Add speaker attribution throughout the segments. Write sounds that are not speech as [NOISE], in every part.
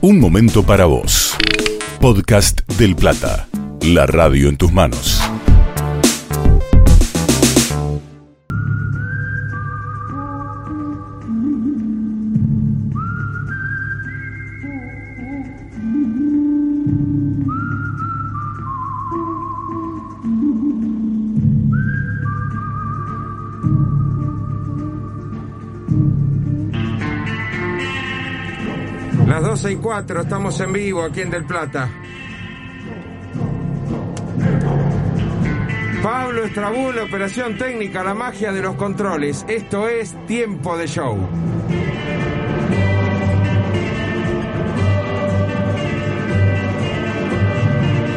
Speaker 1: Un momento para vos. Podcast del Plata. La radio en tus manos.
Speaker 2: Las 12 y 4, estamos en vivo aquí en Del Plata. Pablo Estrabul, operación técnica, la magia de los controles. Esto es tiempo de show.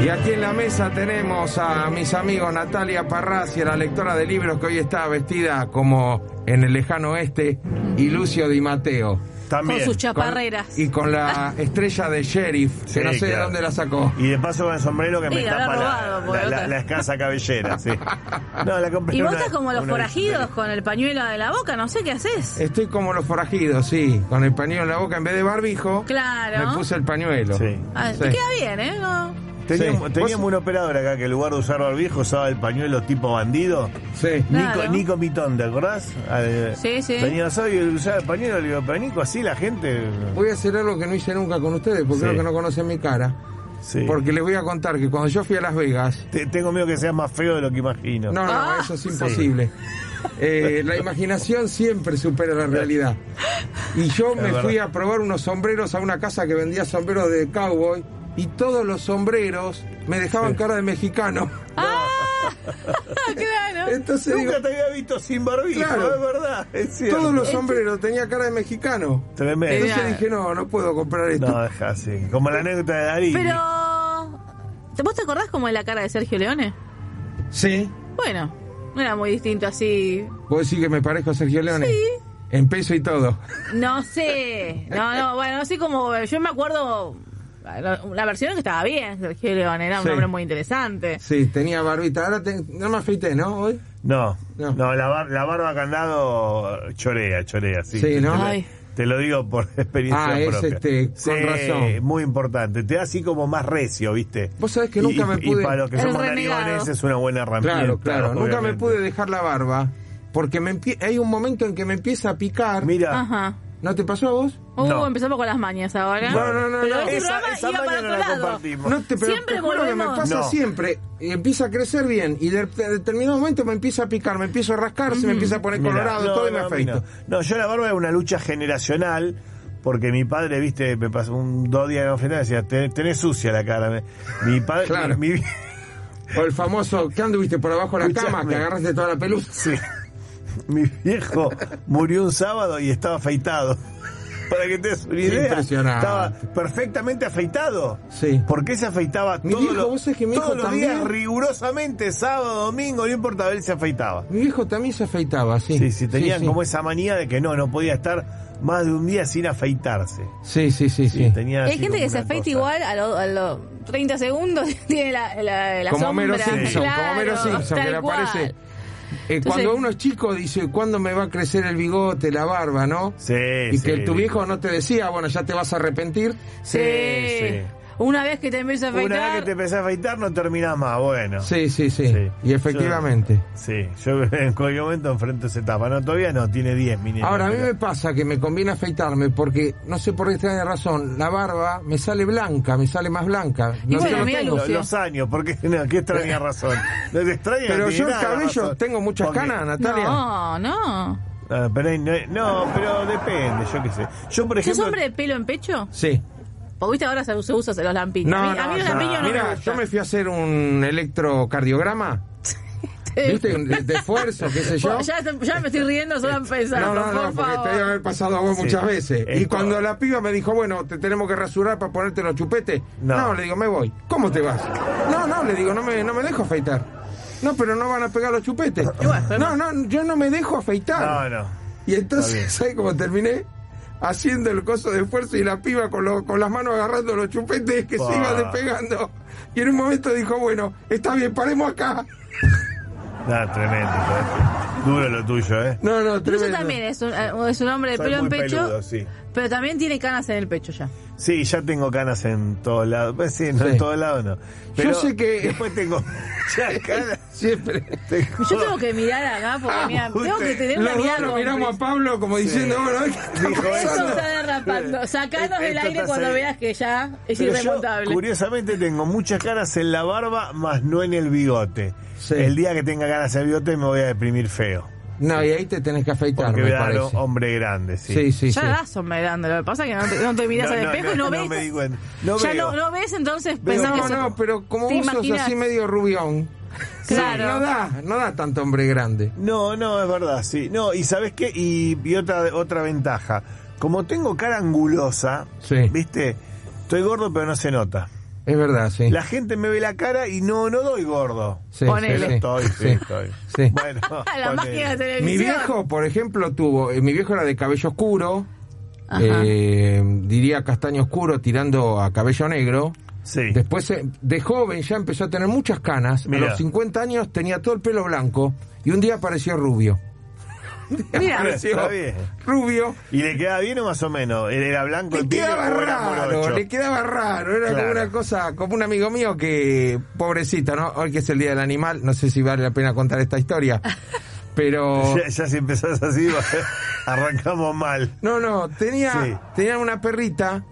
Speaker 2: Y aquí en la mesa tenemos a mis amigos Natalia Parracia, la lectora de libros que hoy está vestida como en el lejano oeste, y Lucio Di Mateo.
Speaker 3: También.
Speaker 4: Con sus chaparreras.
Speaker 2: Y con
Speaker 4: [LAUGHS]
Speaker 2: la estrella de sheriff, que
Speaker 3: Sí,
Speaker 2: no sé de
Speaker 3: claro.
Speaker 2: dónde la sacó.
Speaker 3: Y de paso con el sombrero que me
Speaker 4: Sí, habrá
Speaker 3: tapa la,
Speaker 4: robado, por
Speaker 3: la- la-
Speaker 4: otra.
Speaker 3: la escasa cabellera, sí. No, la compré
Speaker 4: Y vos
Speaker 3: una-
Speaker 4: estás como los
Speaker 3: una vez.
Speaker 4: forajidos con el pañuelo de la boca, no sé qué haces.
Speaker 2: Estoy como los forajidos, sí, con el pañuelo en la boca en vez de barbijo.
Speaker 4: Claro.
Speaker 2: Me puse el pañuelo.
Speaker 3: Sí.
Speaker 4: Ah,
Speaker 2: Sí.
Speaker 4: Te queda bien, ¿eh? No.
Speaker 3: Teníamos,
Speaker 2: Sí.
Speaker 3: teníamos un operador acá que en lugar de usar barbijo usaba el pañuelo tipo bandido.
Speaker 2: Sí.
Speaker 4: Claro.
Speaker 3: Nico, Nico Mitón, ¿te acordás? Al-
Speaker 4: Sí, sí.
Speaker 3: Venía soy y usaba el pañuelo, le digo, pero Nico, así la gente.
Speaker 2: Voy a hacer algo que no hice nunca con ustedes, porque
Speaker 3: Sí.
Speaker 2: creo que no conocen mi cara.
Speaker 3: Sí.
Speaker 2: Porque les voy a contar que cuando yo fui a Las Vegas,
Speaker 3: Te- tengo miedo que seas más feo de lo que imagino.
Speaker 2: no, no,
Speaker 4: Ah.
Speaker 2: eso es imposible. Eh, la imaginación siempre supera la realidad. Y yo
Speaker 3: Es
Speaker 2: me fui
Speaker 3: verdad.
Speaker 2: a probar unos sombreros a una casa que vendía sombreros de cowboy y todos los sombreros me dejaban cara de
Speaker 3: [LAUGHS]
Speaker 2: mexicano. [LAUGHS]
Speaker 4: Ah, claro.
Speaker 2: Entonces digo,
Speaker 3: Nunca te había visto sin barbijo,
Speaker 2: Claro.
Speaker 3: es verdad. Es cierto.
Speaker 2: todos los sombreros tenía cara de mexicano.
Speaker 3: Tremendo.
Speaker 2: Entonces dije, no, no puedo comprar esto.
Speaker 3: No, deja así. Como la anécdota de Darío.
Speaker 4: Pero. ¿te- ¿Vos te acordás como es la cara de Sergio Leone?
Speaker 2: Sí.
Speaker 4: Bueno, no era muy distinto así.
Speaker 2: ¿Vos decís que me parezco a Sergio Leone?
Speaker 4: Sí.
Speaker 2: En peso y todo.
Speaker 4: No sé. No, no, bueno, así como. Yo me acuerdo. La la versión que estaba bien, Sergio Leone. Era un
Speaker 2: Sí.
Speaker 4: hombre muy interesante.
Speaker 2: Sí, tenía barbita. Ahora te- no me afeité, ¿no? Hoy.
Speaker 3: No,
Speaker 2: No.
Speaker 3: no, la, bar- la barba candado chorea, chorea, sí.
Speaker 2: Sí, ¿no?
Speaker 3: Te lo-
Speaker 4: Ay.
Speaker 3: Te lo digo por [LAUGHS] experiencia
Speaker 2: Ah, es,
Speaker 3: propia.
Speaker 2: este, con
Speaker 3: Sí,
Speaker 2: razón.
Speaker 3: muy importante. Te da así como más recio, ¿viste?
Speaker 2: Vos sabés que nunca
Speaker 3: Y-
Speaker 2: me
Speaker 3: y
Speaker 2: pude-
Speaker 3: para los que
Speaker 4: El
Speaker 3: somos
Speaker 4: renegado.
Speaker 3: narigones es una buena herramienta.
Speaker 2: Claro, claro. Nunca me
Speaker 3: obviamente.
Speaker 2: pude dejar la barba. Porque me empie- hay un momento en que me empieza a picar.
Speaker 3: Mira,
Speaker 4: Ajá.
Speaker 2: ¿No te pasó a vos?
Speaker 4: Uh,
Speaker 3: No.
Speaker 4: empezamos con las mañas ahora.
Speaker 2: No, no, no,
Speaker 4: Pero
Speaker 2: no.
Speaker 4: este
Speaker 3: esa,
Speaker 4: programa
Speaker 3: esa
Speaker 4: iba
Speaker 3: maña
Speaker 4: para
Speaker 3: no
Speaker 4: otro
Speaker 3: la
Speaker 4: lado.
Speaker 3: compartimos.
Speaker 2: No te, pero
Speaker 4: Siempre
Speaker 2: te juro que me
Speaker 4: volvemos.
Speaker 2: pasa
Speaker 3: No.
Speaker 2: siempre. Y Empieza a crecer bien y de de determinado momento me empieza a picar, me empiezo a rascar, se me empieza a poner
Speaker 3: Mm. Mirá,
Speaker 2: colorado,
Speaker 3: no,
Speaker 2: todo y me
Speaker 3: no, a mí
Speaker 2: afeito.
Speaker 3: No. No, yo la barba es una lucha generacional. Porque mi padre, viste, me pasó un dos días de bofetada y decía, "Te- tenés sucia la cara. Me- Mi padre,
Speaker 2: Claro.
Speaker 3: mi, mi-
Speaker 2: O el famoso, ¿qué anduviste por abajo de la cama?
Speaker 3: Escuchame.
Speaker 2: Que agarraste toda la pelusa.
Speaker 3: Sí. [LAUGHS] Mi viejo murió un sábado y estaba afeitado. [LAUGHS] Para que te des una idea.
Speaker 2: Impresionante.
Speaker 3: Estaba perfectamente afeitado.
Speaker 2: Sí.
Speaker 3: ¿Por qué se afeitaba
Speaker 2: Mi
Speaker 3: todos
Speaker 2: viejo,
Speaker 3: los-
Speaker 2: vos sabés que mi
Speaker 3: todos
Speaker 2: hijo
Speaker 3: los
Speaker 2: también.
Speaker 3: días rigurosamente, sábado, domingo, no importaba, él se afeitaba?
Speaker 2: Mi viejo también se afeitaba, sí.
Speaker 3: Sí, sí, tenían
Speaker 2: sí.
Speaker 3: como esa manía de que no, no podía estar más de un día sin afeitarse.
Speaker 2: Sí, sí, sí, sí.
Speaker 3: Tenía
Speaker 4: Hay
Speaker 3: así
Speaker 4: gente
Speaker 3: como
Speaker 4: que se
Speaker 3: una
Speaker 4: afeita
Speaker 3: cosa.
Speaker 4: igual a los 30 segundos, [LAUGHS] tiene la, la, la
Speaker 2: como
Speaker 4: sombra.
Speaker 2: Homero Simpson, como
Speaker 4: claro,
Speaker 2: Homero Simpson, que
Speaker 4: tal
Speaker 2: le
Speaker 4: cual.
Speaker 2: aparece. Eh, cuando uno es chico dice, ¿cuándo me va a crecer el bigote, la barba, no?
Speaker 3: Sí,
Speaker 2: Y que
Speaker 3: sí,
Speaker 2: tu viejo no te decía, bueno, ya te vas a arrepentir.
Speaker 4: Sí.
Speaker 3: sí.
Speaker 4: Una vez que te empieza a
Speaker 3: Una vez
Speaker 4: afeitar,
Speaker 3: que te empezás a afeitar no terminás más, bueno.
Speaker 2: Sí, sí, sí.
Speaker 3: Sí.
Speaker 2: Y efectivamente.
Speaker 3: Sí, yo [LAUGHS] en cualquier momento enfrento esa etapa. No, todavía no, tiene 10 mínimo.
Speaker 2: Ahora, a mí
Speaker 3: pero-
Speaker 2: me pasa que me conviene afeitarme porque, no sé por qué extraña razón, la barba me sale blanca, me sale más blanca.
Speaker 4: Y
Speaker 2: No sé
Speaker 4: bueno,
Speaker 2: lo
Speaker 4: mira,
Speaker 2: tengo.
Speaker 3: Lo-
Speaker 4: Lucio.
Speaker 3: Los años, porque no, qué
Speaker 2: [LAUGHS]
Speaker 3: extraña razón. No te extraña,
Speaker 2: Pero
Speaker 3: no
Speaker 2: yo
Speaker 3: tiene
Speaker 2: el
Speaker 3: nada de
Speaker 2: cabello,
Speaker 3: razón.
Speaker 2: tengo muchas
Speaker 3: Porque-
Speaker 2: canas, Natalia.
Speaker 4: No, no.
Speaker 3: Ah, pero ahí no, hay- no, pero depende, yo qué sé. Yo, por
Speaker 4: ¿Sos
Speaker 3: ejemplo.
Speaker 4: hombre de pelo en pecho?
Speaker 2: Sí.
Speaker 4: Porque viste ahora se, se usa los lampiños.
Speaker 2: No,
Speaker 4: a mí, a mí
Speaker 2: no,
Speaker 4: los
Speaker 2: no.
Speaker 4: lampiños no
Speaker 2: Mira,
Speaker 4: me
Speaker 2: yo
Speaker 4: gustan.
Speaker 2: me fui a hacer un electrocardiograma. ¿Viste? De, de esfuerzo, qué sé yo.
Speaker 4: [LAUGHS] Ya, ya me estoy riendo solo
Speaker 2: No,
Speaker 4: empezando,
Speaker 2: no, no,
Speaker 4: por
Speaker 2: porque
Speaker 4: favor.
Speaker 2: te debe haber pasado a vos
Speaker 3: Sí.
Speaker 2: muchas veces. Y
Speaker 3: Esto-
Speaker 2: cuando la piba me dijo, bueno, te tenemos que rasurar para ponerte los chupetes. No.
Speaker 3: No.
Speaker 2: le digo, me voy. ¿Cómo te vas? No, no, le digo, no me, no me dejo afeitar. No, pero no van a pegar los chupetes. No, no, yo no me dejo afeitar.
Speaker 3: No, no.
Speaker 2: Y
Speaker 3: Está
Speaker 2: entonces,
Speaker 3: bien.
Speaker 2: ¿sabes cómo terminé? Haciendo el coso de esfuerzo y la piba con, lo- con las manos agarrando los chupetes que se
Speaker 3: Pa.
Speaker 2: iba despegando. Y en un momento dijo, bueno, está bien, paremos acá.
Speaker 3: No, tremendo. pero- Duro lo tuyo, ¿eh?
Speaker 2: No, no,
Speaker 4: Lucio
Speaker 2: tremendo.
Speaker 4: también es un, es un hombre de
Speaker 3: Soy
Speaker 4: pelo en
Speaker 3: muy
Speaker 4: pecho,
Speaker 3: peludo, sí.
Speaker 4: pero también tiene canas en el pecho ya.
Speaker 3: Sí, ya tengo canas en todos lados. Pues sí, no
Speaker 2: Sí.
Speaker 3: en todos lados no. Pero
Speaker 2: Yo sé que-
Speaker 3: Después
Speaker 2: [LAUGHS]
Speaker 3: tengo ya canas.
Speaker 2: Siempre.
Speaker 3: tengo-
Speaker 4: Yo tengo que mirar acá porque
Speaker 2: Oh. Ah,
Speaker 4: mira, tengo
Speaker 3: usted-
Speaker 4: que tener una
Speaker 2: Los
Speaker 4: mirada
Speaker 2: dos lo
Speaker 4: como
Speaker 2: miramos a Pablo como diciendo, bueno, ¿qué está
Speaker 3: Dijo,
Speaker 4: Esto
Speaker 2: pasando?
Speaker 4: está derrapando. Sacanos
Speaker 3: Esto
Speaker 4: del aire
Speaker 3: está
Speaker 4: cuando
Speaker 3: saliendo.
Speaker 4: veas que ya es
Speaker 3: Pero yo,
Speaker 4: irremontable.
Speaker 3: curiosamente tengo muchas canas en la barba, más no en el bigote.
Speaker 2: Sí.
Speaker 3: El día que tenga canas en el bigote me voy a deprimir feo.
Speaker 2: No, y ahí te tenés que afeitar,
Speaker 3: Porque
Speaker 2: me
Speaker 3: voy a dar un
Speaker 2: parece.
Speaker 3: hombre grande, sí.
Speaker 2: Sí, sí, sí.
Speaker 4: ya gaso me dando. Lo que pasa es que no te, no te miras
Speaker 3: No,
Speaker 4: al
Speaker 3: no,
Speaker 4: espejo y
Speaker 3: no,
Speaker 4: no
Speaker 3: no
Speaker 4: ves.
Speaker 3: me di cuenta. No
Speaker 4: ya
Speaker 3: veo.
Speaker 4: No, no ves, entonces
Speaker 3: Veo.
Speaker 4: pensás que
Speaker 2: No,
Speaker 4: sos-
Speaker 2: no, pero como
Speaker 4: ¿Te
Speaker 2: vos sos
Speaker 4: imaginas?
Speaker 2: así medio rubión,
Speaker 4: Claro.
Speaker 2: no da, no da tanto hombre grande.
Speaker 3: No, no, es verdad, sí. No, y ¿sabes qué? Y, y otra, otra ventaja. Como tengo cara angulosa,
Speaker 2: Sí.
Speaker 3: ¿viste? Estoy gordo, pero no se nota.
Speaker 2: Es verdad, sí.
Speaker 3: La gente me ve la cara y no, no doy gordo.
Speaker 2: Sí,
Speaker 4: Ponele.
Speaker 3: Pero
Speaker 2: sí,
Speaker 3: estoy, sí,
Speaker 2: sí,
Speaker 3: estoy.
Speaker 2: sí.
Speaker 3: Bueno,
Speaker 4: [LAUGHS] Ah, la
Speaker 3: ponele.
Speaker 4: máquina de televisión.
Speaker 2: Mi viejo, por ejemplo, tuvo, eh, mi viejo era de cabello oscuro,
Speaker 4: Ajá.
Speaker 2: eh, diría castaño oscuro tirando a cabello negro.
Speaker 3: Sí.
Speaker 2: Después, eh, de joven, ya empezó a tener muchas canas. A
Speaker 3: Mirá.
Speaker 2: los 50 años tenía todo el pelo blanco y un día apareció rubio.
Speaker 4: Mira,
Speaker 2: Apareció
Speaker 3: está bien.
Speaker 2: rubio.
Speaker 3: ¿Y le quedaba bien o más o menos? ¿Él era blanco
Speaker 2: Le
Speaker 3: el piel
Speaker 2: quedaba
Speaker 3: o era
Speaker 2: raro,
Speaker 3: morocho?
Speaker 2: le quedaba raro. Era como
Speaker 3: Claro.
Speaker 2: una cosa, como un amigo mío que, pobrecito, ¿no? Hoy que es el Día del Animal, no sé si vale la pena contar esta
Speaker 3: [LAUGHS]
Speaker 2: historia. Pero...
Speaker 3: Ya, ya si empezás así, [LAUGHS] va- arrancamos mal.
Speaker 2: No, no, tenía,
Speaker 3: Sí.
Speaker 2: tenían una perrita.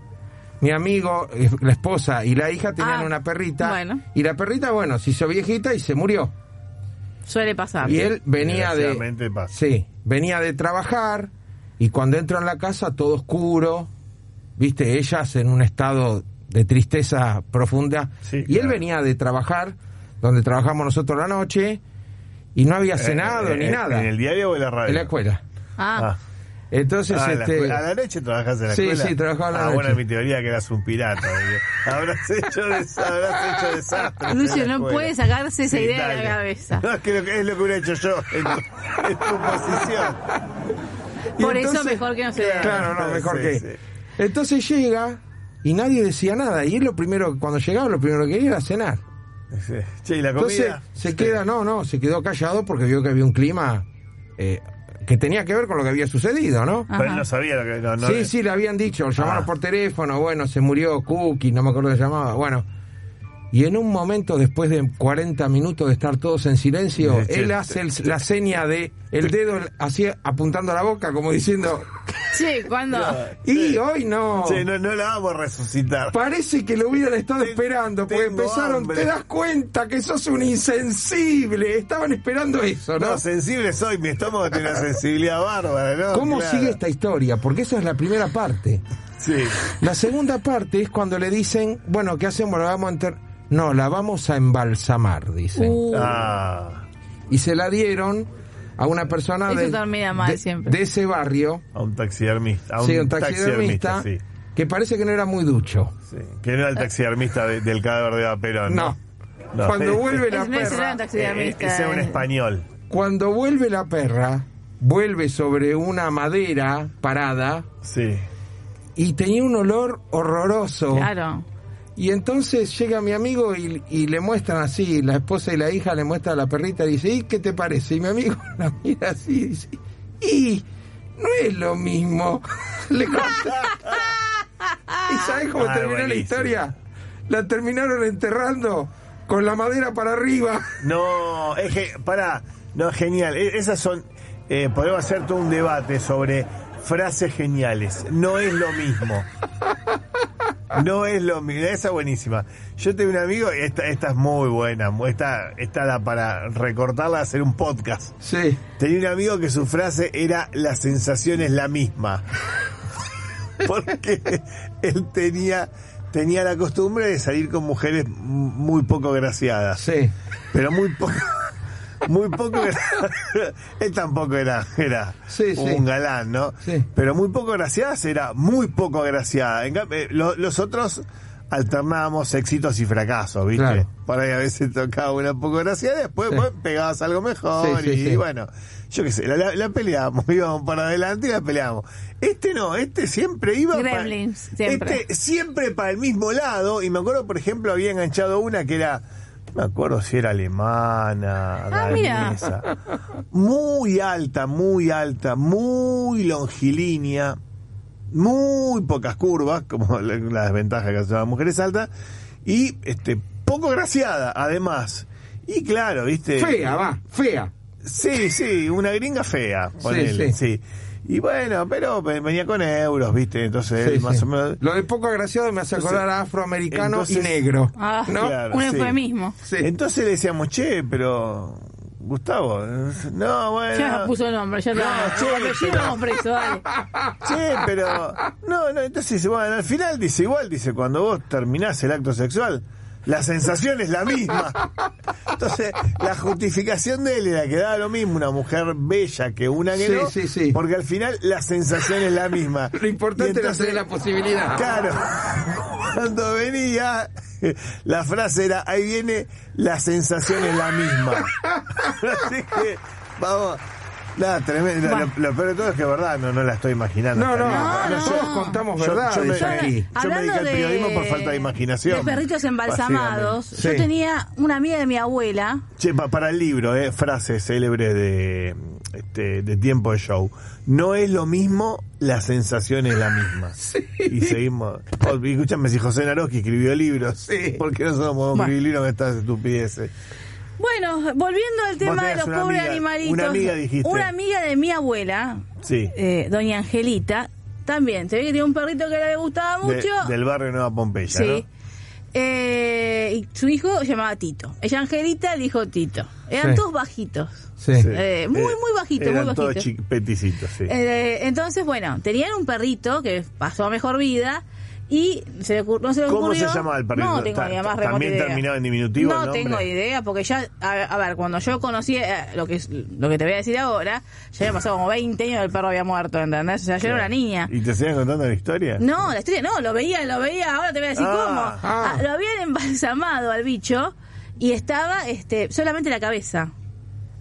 Speaker 2: Mi amigo, eh, la esposa y la hija tenían
Speaker 4: Ah,
Speaker 2: una perrita.
Speaker 4: bueno.
Speaker 2: Y la perrita, bueno, se hizo viejita y se murió.
Speaker 4: suele pasar.
Speaker 2: y él venía de.
Speaker 3: Desgraciadamente pasa.
Speaker 2: Sí, venía de trabajar. Y cuando entra en la casa, todo oscuro. Viste, ellas en un estado de tristeza profunda.
Speaker 3: Sí,
Speaker 2: y él
Speaker 3: claro.
Speaker 2: venía de trabajar, donde trabajamos nosotros la noche. Y no había cenado
Speaker 3: Eh,
Speaker 2: ni
Speaker 3: eh,
Speaker 2: nada.
Speaker 3: ¿En el diario o en la radio?
Speaker 2: En la escuela.
Speaker 4: Ah,
Speaker 3: Ah.
Speaker 2: Entonces,
Speaker 3: Ah, en la
Speaker 2: este.
Speaker 3: escuela. a la noche trabajas en la
Speaker 2: Sí,
Speaker 3: escuela.
Speaker 2: sí, trabajaba en la
Speaker 3: Ah, bueno,
Speaker 2: noche.
Speaker 3: mi teoría que eras un pirata. boludo. habrás hecho, des- habrás hecho desastre.
Speaker 4: Lucio
Speaker 3: en la
Speaker 4: no
Speaker 3: escuela.
Speaker 4: puede sacarse esa
Speaker 3: Sí,
Speaker 4: idea de la
Speaker 3: dale.
Speaker 4: cabeza.
Speaker 3: No, es que lo que- es lo que hubiera hecho yo en tu, en tu posición.
Speaker 2: Y
Speaker 4: Por eso mejor que no se vea.
Speaker 2: Claro, no, mejor
Speaker 3: Sí,
Speaker 2: que.
Speaker 3: sí.
Speaker 2: Entonces llega y nadie decía nada. Y él lo primero, cuando llegaba, lo primero que quería era cenar.
Speaker 3: Sí. Che, ¿y la comida?
Speaker 2: Entonces se queda, no, no, se quedó callado porque vio que había un clima eh, que tenía que ver con lo que había sucedido, ¿no?
Speaker 3: Pero él
Speaker 4: Ajá.
Speaker 3: no sabía lo que... No, no,
Speaker 2: sí, sí, le habían dicho, lo llamaron
Speaker 3: Ah.
Speaker 2: por teléfono, bueno, se murió Cookie, no me acuerdo que llamaba, bueno. Y en un momento, después de 40 minutos de estar todos en silencio,
Speaker 3: Sí, sí.
Speaker 2: él hace el- la seña de el dedo así apuntando a la boca, como diciendo,
Speaker 4: Sí, cuando.
Speaker 2: y hoy no.
Speaker 3: Che, no, no la vamos a resucitar.
Speaker 2: Parece que lo hubieran estado
Speaker 3: Ten-
Speaker 2: esperando, porque
Speaker 3: tengo
Speaker 2: empezaron,
Speaker 3: hambre.
Speaker 2: te das cuenta que sos un insensible. Estaban esperando eso, ¿no?
Speaker 3: No, sensible soy, mi estómago tiene una sensibilidad bárbara, ¿no?
Speaker 2: ¿Cómo
Speaker 3: Ah, Claro.
Speaker 2: sigue esta historia? Porque esa es la primera parte.
Speaker 3: Sí.
Speaker 2: La segunda parte es cuando le dicen, bueno, ¿qué hacemos? La vamos a enter- No, la vamos a embalsamar, dicen.
Speaker 4: Uh,
Speaker 3: Ah,
Speaker 2: Y se la dieron a una persona
Speaker 4: Eso
Speaker 2: de,
Speaker 4: termina mal
Speaker 2: de-
Speaker 4: siempre.
Speaker 2: de ese barrio,
Speaker 3: a un taxidermista. A un,
Speaker 2: sí, un taxidermista,
Speaker 3: sí,
Speaker 2: que parece que no era muy ducho.
Speaker 3: sí. Que no era el taxidermista de- del cadáver de Eva Perón.
Speaker 2: No.
Speaker 3: No. [LAUGHS]
Speaker 2: Cuando vuelve
Speaker 4: es
Speaker 2: la
Speaker 4: un
Speaker 2: perra,
Speaker 4: excelente
Speaker 3: Ah. Eh,
Speaker 4: taxidermista.
Speaker 3: ese es un español.
Speaker 2: Cuando vuelve la perra, vuelve sobre una madera parada
Speaker 3: Sí.
Speaker 2: y tenía un olor horroroso.
Speaker 4: Claro.
Speaker 2: Y entonces llega mi amigo y, y le muestran así, la esposa y la hija le muestran a la perrita y dice, ¿y qué te parece? Y mi amigo [LAUGHS] la mira así y dice, y no es lo mismo. [LAUGHS] le cuenta. ¿Y sabes cómo
Speaker 3: Ah,
Speaker 2: terminó la
Speaker 3: buenísimo.
Speaker 2: historia? La terminaron enterrando con la madera para arriba. [LAUGHS]
Speaker 3: No, es que, pará, no, genial. E- Esas son, eh, podemos hacer todo un debate sobre frases geniales. No es lo mismo. No es lo mismo. Esa es buenísima. Yo tengo un amigo, esta, esta es muy buena, mu- esta, esta da para recortarla, hacer un podcast.
Speaker 2: Sí.
Speaker 3: Tenía un amigo que su frase era la sensación es la misma. [LAUGHS] Porque él tenía, tenía la costumbre de salir con mujeres m- muy poco graciadas
Speaker 2: Sí.
Speaker 3: pero muy poco [LAUGHS] muy poco era, [LAUGHS] él tampoco era era
Speaker 2: Sí, sí.
Speaker 3: un galán no
Speaker 2: Sí.
Speaker 3: pero muy poco graciadas era muy poco graciada en cambio, eh, lo- los otros alternábamos éxitos y fracasos viste
Speaker 2: Claro.
Speaker 3: por ahí a veces tocaba una poco graciada después
Speaker 2: Sí.
Speaker 3: vos pegabas algo mejor
Speaker 2: Sí, sí,
Speaker 3: y
Speaker 2: sí.
Speaker 3: bueno yo qué sé la, la- la peleábamos [LAUGHS] íbamos para adelante y la peleábamos este no este siempre iba para-
Speaker 4: Gremlins, siempre.
Speaker 3: Este siempre para el mismo lado. Y me acuerdo, por ejemplo, había enganchado una que era No me acuerdo si era alemana,
Speaker 4: Ah, mira.
Speaker 3: danesa. Muy alta, muy alta, muy longilínea, muy pocas curvas, como la, la desventaja que hacen las mujeres altas, y este poco graciada, además. Y claro, viste.
Speaker 2: Fea, va, fea.
Speaker 3: Sí, sí, una gringa fea, ponele,
Speaker 2: sí.
Speaker 3: sí. Y bueno, pero ve- venía con euros, viste, entonces
Speaker 2: Sí,
Speaker 3: él más
Speaker 2: sí.
Speaker 3: o menos...
Speaker 2: Lo de poco agraciado me hace acordar a afroamericano y
Speaker 3: entonces-
Speaker 2: negro.
Speaker 4: Ah,
Speaker 2: ¿no?
Speaker 3: Claro,
Speaker 4: un
Speaker 3: sí.
Speaker 4: eufemismo.
Speaker 2: Sí.
Speaker 3: Entonces le decíamos, che, pero... Gustavo, no, bueno...
Speaker 4: Ya puso nombre, ya [LAUGHS] está.
Speaker 3: No, che,
Speaker 4: Apellido,
Speaker 3: pero-
Speaker 4: vamos preso, dale.
Speaker 3: Che, pero. No, no, entonces, bueno, al final dice igual, dice, cuando vos terminás el acto sexual, la sensación es la misma. Entonces, la justificación de él era que daba lo mismo una mujer bella que una que
Speaker 2: Sí,
Speaker 3: no,
Speaker 2: sí, sí.
Speaker 3: porque al final la sensación es la misma.
Speaker 2: Lo importante
Speaker 3: Y
Speaker 2: era tener la posibilidad.
Speaker 3: Claro, [LAUGHS] cuando venía, la frase era, ahí viene, la sensación es la misma. [LAUGHS] Así que, vamos, nada, tremendo. Lo- Lo, peor de todo es que, verdad, no, no la estoy imaginando.
Speaker 2: No, no,
Speaker 4: No, no.
Speaker 2: nosotros contamos
Speaker 3: Yo-
Speaker 2: verdades
Speaker 3: yo me-
Speaker 2: aquí.
Speaker 3: Yo me dediqué al periodismo por falta de imaginación,
Speaker 4: De perritos embalsamados.
Speaker 2: básicamente.
Speaker 4: Yo
Speaker 2: Sí.
Speaker 4: tenía una amiga de mi abuela.
Speaker 3: Che, pa- para el libro, eh, frase célebre de, este, de tiempo de show. No es lo mismo, la sensación es
Speaker 2: [LAUGHS]
Speaker 3: la misma. Y seguimos. Oh, y escúchame, si José Naroski escribió libros,
Speaker 2: Sí.
Speaker 3: ¿por qué nosotros podemos
Speaker 4: Bueno.
Speaker 3: escribir libros de estas estupideces?
Speaker 4: Bueno, volviendo al tema de
Speaker 3: tenías
Speaker 4: los
Speaker 3: una
Speaker 4: pobres
Speaker 3: amiga-
Speaker 4: animalitos.
Speaker 3: una amiga dijiste.
Speaker 4: Una amiga de mi abuela,
Speaker 3: Sí.
Speaker 4: eh, doña Angelita, también. Se ve que tiene un perrito que le gustaba
Speaker 3: De-
Speaker 4: mucho.
Speaker 3: del barrio Nueva Pompeya,
Speaker 4: Sí. Eh, y su hijo se llamaba Tito. Ella Angelita, el hijo Tito. Eran
Speaker 2: Sí.
Speaker 4: todos bajitos.
Speaker 2: Sí.
Speaker 3: ¿no?
Speaker 4: Eh, muy, muy bajito, muy
Speaker 3: eran
Speaker 4: bajito.
Speaker 3: todos chi- peticitos, sí.
Speaker 4: Eh, entonces, bueno, tenían un perrito que pasó a mejor vida y se le ocur- no se le
Speaker 3: ¿Cómo
Speaker 4: ocurrió-
Speaker 3: se llamaba el perrito?
Speaker 4: No tengo
Speaker 3: Ta-
Speaker 4: ni la más
Speaker 3: ta- ¿también
Speaker 4: remota idea.
Speaker 3: terminaba en diminutivo el
Speaker 4: No
Speaker 3: nombre?
Speaker 4: tengo idea, porque ya, a, a ver, cuando yo conocí eh, lo que es- lo que te voy a decir ahora, ya había pasado como 20 años el perro había muerto, ¿entendés? O sea, yo era una niña.
Speaker 3: ¿Y te siguen contando la historia?
Speaker 4: No, la historia no, lo veía, lo veía, ahora te voy a decir
Speaker 3: Ah,
Speaker 4: cómo.
Speaker 2: ah.
Speaker 4: Ah, lo habían embalsamado al bicho y estaba este solamente la cabeza.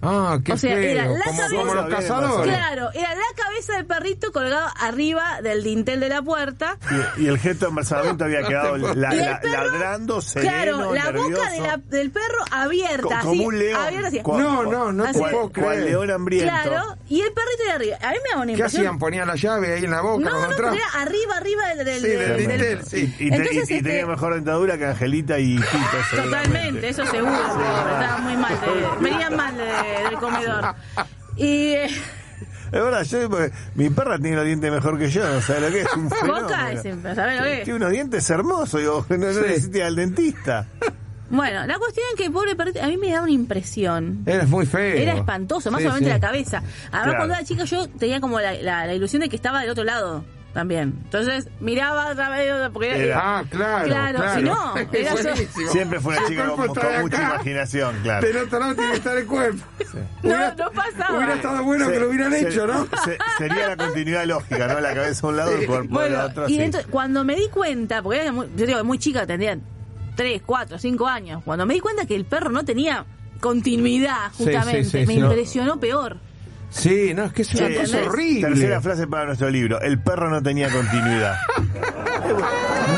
Speaker 2: Ah, qué
Speaker 4: O sea,
Speaker 2: feo.
Speaker 4: era la
Speaker 2: como,
Speaker 4: cabeza-
Speaker 2: como los
Speaker 3: Bien,
Speaker 2: cazadores.
Speaker 4: Claro, era la cabeza del perrito colgado arriba del dintel de la puerta.
Speaker 3: Y, y el gesto de embalsamamiento había quedado la-
Speaker 4: Y el
Speaker 3: la-
Speaker 4: perro,
Speaker 3: ladrando, sereno,
Speaker 4: Claro, la boca de
Speaker 3: nervioso.
Speaker 4: la- del perro abierta,
Speaker 3: Co-
Speaker 4: así,
Speaker 3: como un león.
Speaker 4: abierta así.
Speaker 3: Cual-
Speaker 2: No, no, no
Speaker 4: te
Speaker 3: cual-
Speaker 4: puedo
Speaker 2: creer.
Speaker 3: Cual león hambriento.
Speaker 4: Claro, y el perrito de arriba. A mí me da una
Speaker 2: ¿Qué
Speaker 4: impresión.
Speaker 2: hacían? ¿Ponían la llave ahí en la boca?
Speaker 4: No, no,
Speaker 2: cuando
Speaker 4: porque
Speaker 2: entraban?
Speaker 4: era arriba, arriba del, del-
Speaker 2: Sí, del
Speaker 4: del-
Speaker 2: dintel,
Speaker 4: del-
Speaker 2: sí.
Speaker 3: Y, y te-
Speaker 4: Entonces,
Speaker 3: y- y
Speaker 4: este-
Speaker 3: tenía mejor dentadura que Angelita y Tito.
Speaker 4: [LAUGHS] Totalmente,
Speaker 3: seguramente.
Speaker 4: eso seguro, pobre, estaba muy mal, de- venían mal de- del comedor. Y eh,
Speaker 3: Es verdad, yo, porque mi perra tiene los dientes mejor que yo, no sabes lo que es. Un fenómeno.
Speaker 4: boca es, ¿sabés lo que es?
Speaker 3: Tiene unos dientes hermosos, digo, [LAUGHS] no, no
Speaker 2: Sí.
Speaker 3: necesita ir al dentista.
Speaker 4: Bueno, la cuestión es que pobre perrito, a mí me da una impresión.
Speaker 2: Era muy feo.
Speaker 4: Era espantoso, más
Speaker 2: Sí,
Speaker 4: solamente
Speaker 2: sí.
Speaker 4: la cabeza. Además,
Speaker 3: Claro.
Speaker 4: cuando era chica yo tenía como la, la- la ilusión de que estaba del otro lado también. Entonces miraba otra vez, porque
Speaker 3: Era-
Speaker 2: Ah, claro.
Speaker 4: Claro,
Speaker 2: [LAUGHS]
Speaker 4: si no, era solo-
Speaker 2: Buenísimo.
Speaker 3: Siempre fue una
Speaker 2: El
Speaker 3: chica
Speaker 2: cuerpo
Speaker 3: con,
Speaker 2: está
Speaker 3: con
Speaker 2: de acá,
Speaker 3: mucha imaginación, claro.
Speaker 2: Del otro lado tiene que estar el cuerpo.
Speaker 4: no, no pasaba.
Speaker 2: Hubiera estado bueno
Speaker 3: Se-
Speaker 2: que lo hubieran
Speaker 3: se-
Speaker 2: hecho,
Speaker 3: [LAUGHS]
Speaker 2: ¿no?
Speaker 3: se- sería la continuidad lógica, ¿no? La cabeza a un lado, el cuerpo del
Speaker 4: Bueno,
Speaker 3: otro.
Speaker 4: y
Speaker 3: sí.
Speaker 4: entonces, cuando me di cuenta, porque era muy, yo digo, muy chica, tendría 3, 4, 5 años, cuando me di cuenta que el perro no tenía continuidad,
Speaker 2: Sí, sí,
Speaker 4: justamente,
Speaker 2: sí,
Speaker 4: me
Speaker 2: sí, no.
Speaker 4: impresionó peor.
Speaker 2: Sí, no, es que es una
Speaker 3: Sí,
Speaker 2: cosa
Speaker 4: ¿entendés?
Speaker 2: horrible.
Speaker 3: Tercera frase para nuestro libro. El perro no tenía continuidad.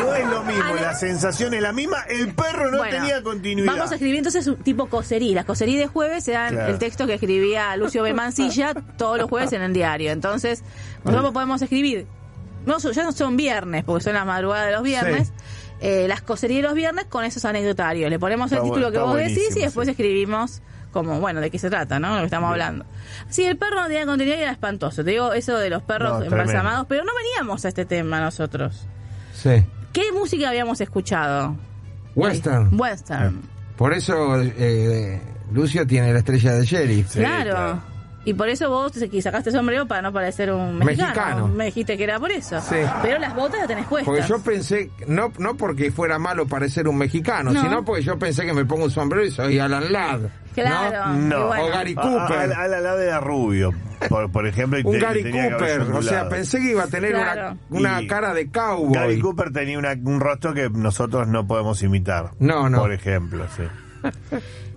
Speaker 3: No es lo mismo,
Speaker 4: Ale-
Speaker 3: la sensación es la misma. El perro no
Speaker 4: Ah, Bueno,
Speaker 3: tenía continuidad.
Speaker 4: Vamos a escribir entonces un tipo coserí. Las coserí de jueves eran
Speaker 3: Claro.
Speaker 4: el texto que escribía Lucio B. Mancilla todos los jueves en el diario. Entonces, nosotros podemos escribir. No, son- ya no son viernes, porque son las madrugadas de los viernes.
Speaker 2: Sí.
Speaker 4: eh, las coserías de los viernes con esos anecdotarios. Le ponemos el
Speaker 3: Está
Speaker 4: título
Speaker 3: bueno,
Speaker 4: que
Speaker 3: está
Speaker 4: vos decís y
Speaker 3: buenísimo,
Speaker 4: después
Speaker 3: sí.
Speaker 4: escribimos como, bueno, de qué se trata, ¿no? Lo que estamos hablando. Sí, el perro no tenía contenido y era espantoso. Te digo eso de los
Speaker 3: No,
Speaker 4: perros
Speaker 3: tremendo.
Speaker 4: embalsamados, pero no veníamos a este tema nosotros.
Speaker 2: Sí.
Speaker 4: ¿Qué música habíamos escuchado?
Speaker 2: Western.
Speaker 4: Western.
Speaker 2: Por eso eh, Lucio tiene la estrella de sheriff.
Speaker 3: Sí,
Speaker 4: claro.
Speaker 3: claro.
Speaker 4: Y por eso vos te- sacaste sombrero para no parecer un mexicano.
Speaker 2: Mexicano.
Speaker 4: Me dijiste que era por eso.
Speaker 2: Sí.
Speaker 4: Pero las botas las tenés puestas.
Speaker 2: Porque yo pensé, no, no porque fuera malo parecer un mexicano,
Speaker 4: No.
Speaker 2: sino porque yo pensé que me pongo un sombrero y soy Alan Ladd. ¿no?
Speaker 4: Claro.
Speaker 3: No. Ah,
Speaker 4: Y bueno.
Speaker 2: O Gary
Speaker 3: A-
Speaker 2: Cooper.
Speaker 3: A, a la lado era rubio, por, por ejemplo. y
Speaker 2: un
Speaker 3: te-
Speaker 2: Gary
Speaker 3: tenía cabello
Speaker 2: Cooper. O sea,
Speaker 3: ondulado.
Speaker 2: pensé que iba a tener una-
Speaker 4: Claro.
Speaker 2: una,
Speaker 3: Y-
Speaker 2: cara de cowboy.
Speaker 3: Gary Cooper tenía una- un rostro que nosotros no podemos imitar.
Speaker 2: No, no.
Speaker 3: Por ejemplo, sí.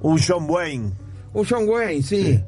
Speaker 3: Un John Wayne.
Speaker 2: Un John Wayne, sí.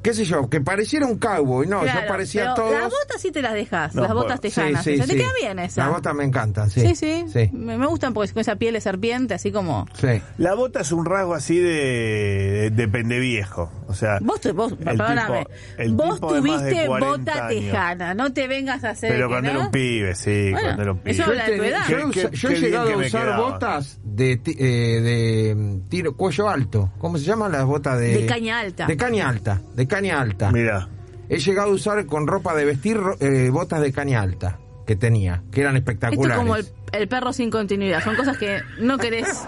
Speaker 2: qué sé yo, que pareciera un cowboy, no,
Speaker 4: Claro,
Speaker 2: yo parecía
Speaker 4: pero
Speaker 2: todo.
Speaker 4: Las botas sí te las dejas,
Speaker 3: No,
Speaker 4: las botas
Speaker 3: por-
Speaker 4: tejanas.
Speaker 2: Sí, sí,
Speaker 4: o sea, te
Speaker 2: sí.
Speaker 4: queda bien esa.
Speaker 2: Las botas me encantan, sí.
Speaker 4: sí, sí. Me, me gustan porque con esa piel de serpiente, así como.
Speaker 2: Sí.
Speaker 3: La bota es un rasgo así de, de, de pendeviejo. O sea,
Speaker 4: Vos, tu- vos
Speaker 3: el
Speaker 4: perdóname.
Speaker 3: tipo- el
Speaker 4: vos
Speaker 3: tipo de más de
Speaker 4: tuviste
Speaker 3: 40
Speaker 4: bota
Speaker 3: años.
Speaker 4: tejana, no te vengas a hacer.
Speaker 3: pero
Speaker 4: que
Speaker 3: cuando
Speaker 4: no.
Speaker 3: era un pibe, sí,
Speaker 4: Bueno,
Speaker 3: cuando era un pibe.
Speaker 4: eso habla de tu
Speaker 2: Yo he
Speaker 4: edad.
Speaker 2: teni-
Speaker 3: Qué-
Speaker 2: Yo, he usa-
Speaker 3: qué-
Speaker 2: yo he
Speaker 3: qué bien
Speaker 2: llegado
Speaker 3: que
Speaker 2: a
Speaker 3: me
Speaker 2: usar
Speaker 3: quedaba.
Speaker 2: botas de, ti- eh, de mm, tiro cuello alto. ¿Cómo se llaman las botas de...?
Speaker 4: De caña alta.
Speaker 2: De caña alta, de caña alta.
Speaker 3: Mira,
Speaker 2: He llegado a usar con ropa de vestir ro- eh, botas de caña alta que tenía, que eran
Speaker 4: Esto es
Speaker 2: espectaculares.
Speaker 4: como el, el perro sin continuidad. Son cosas que no querés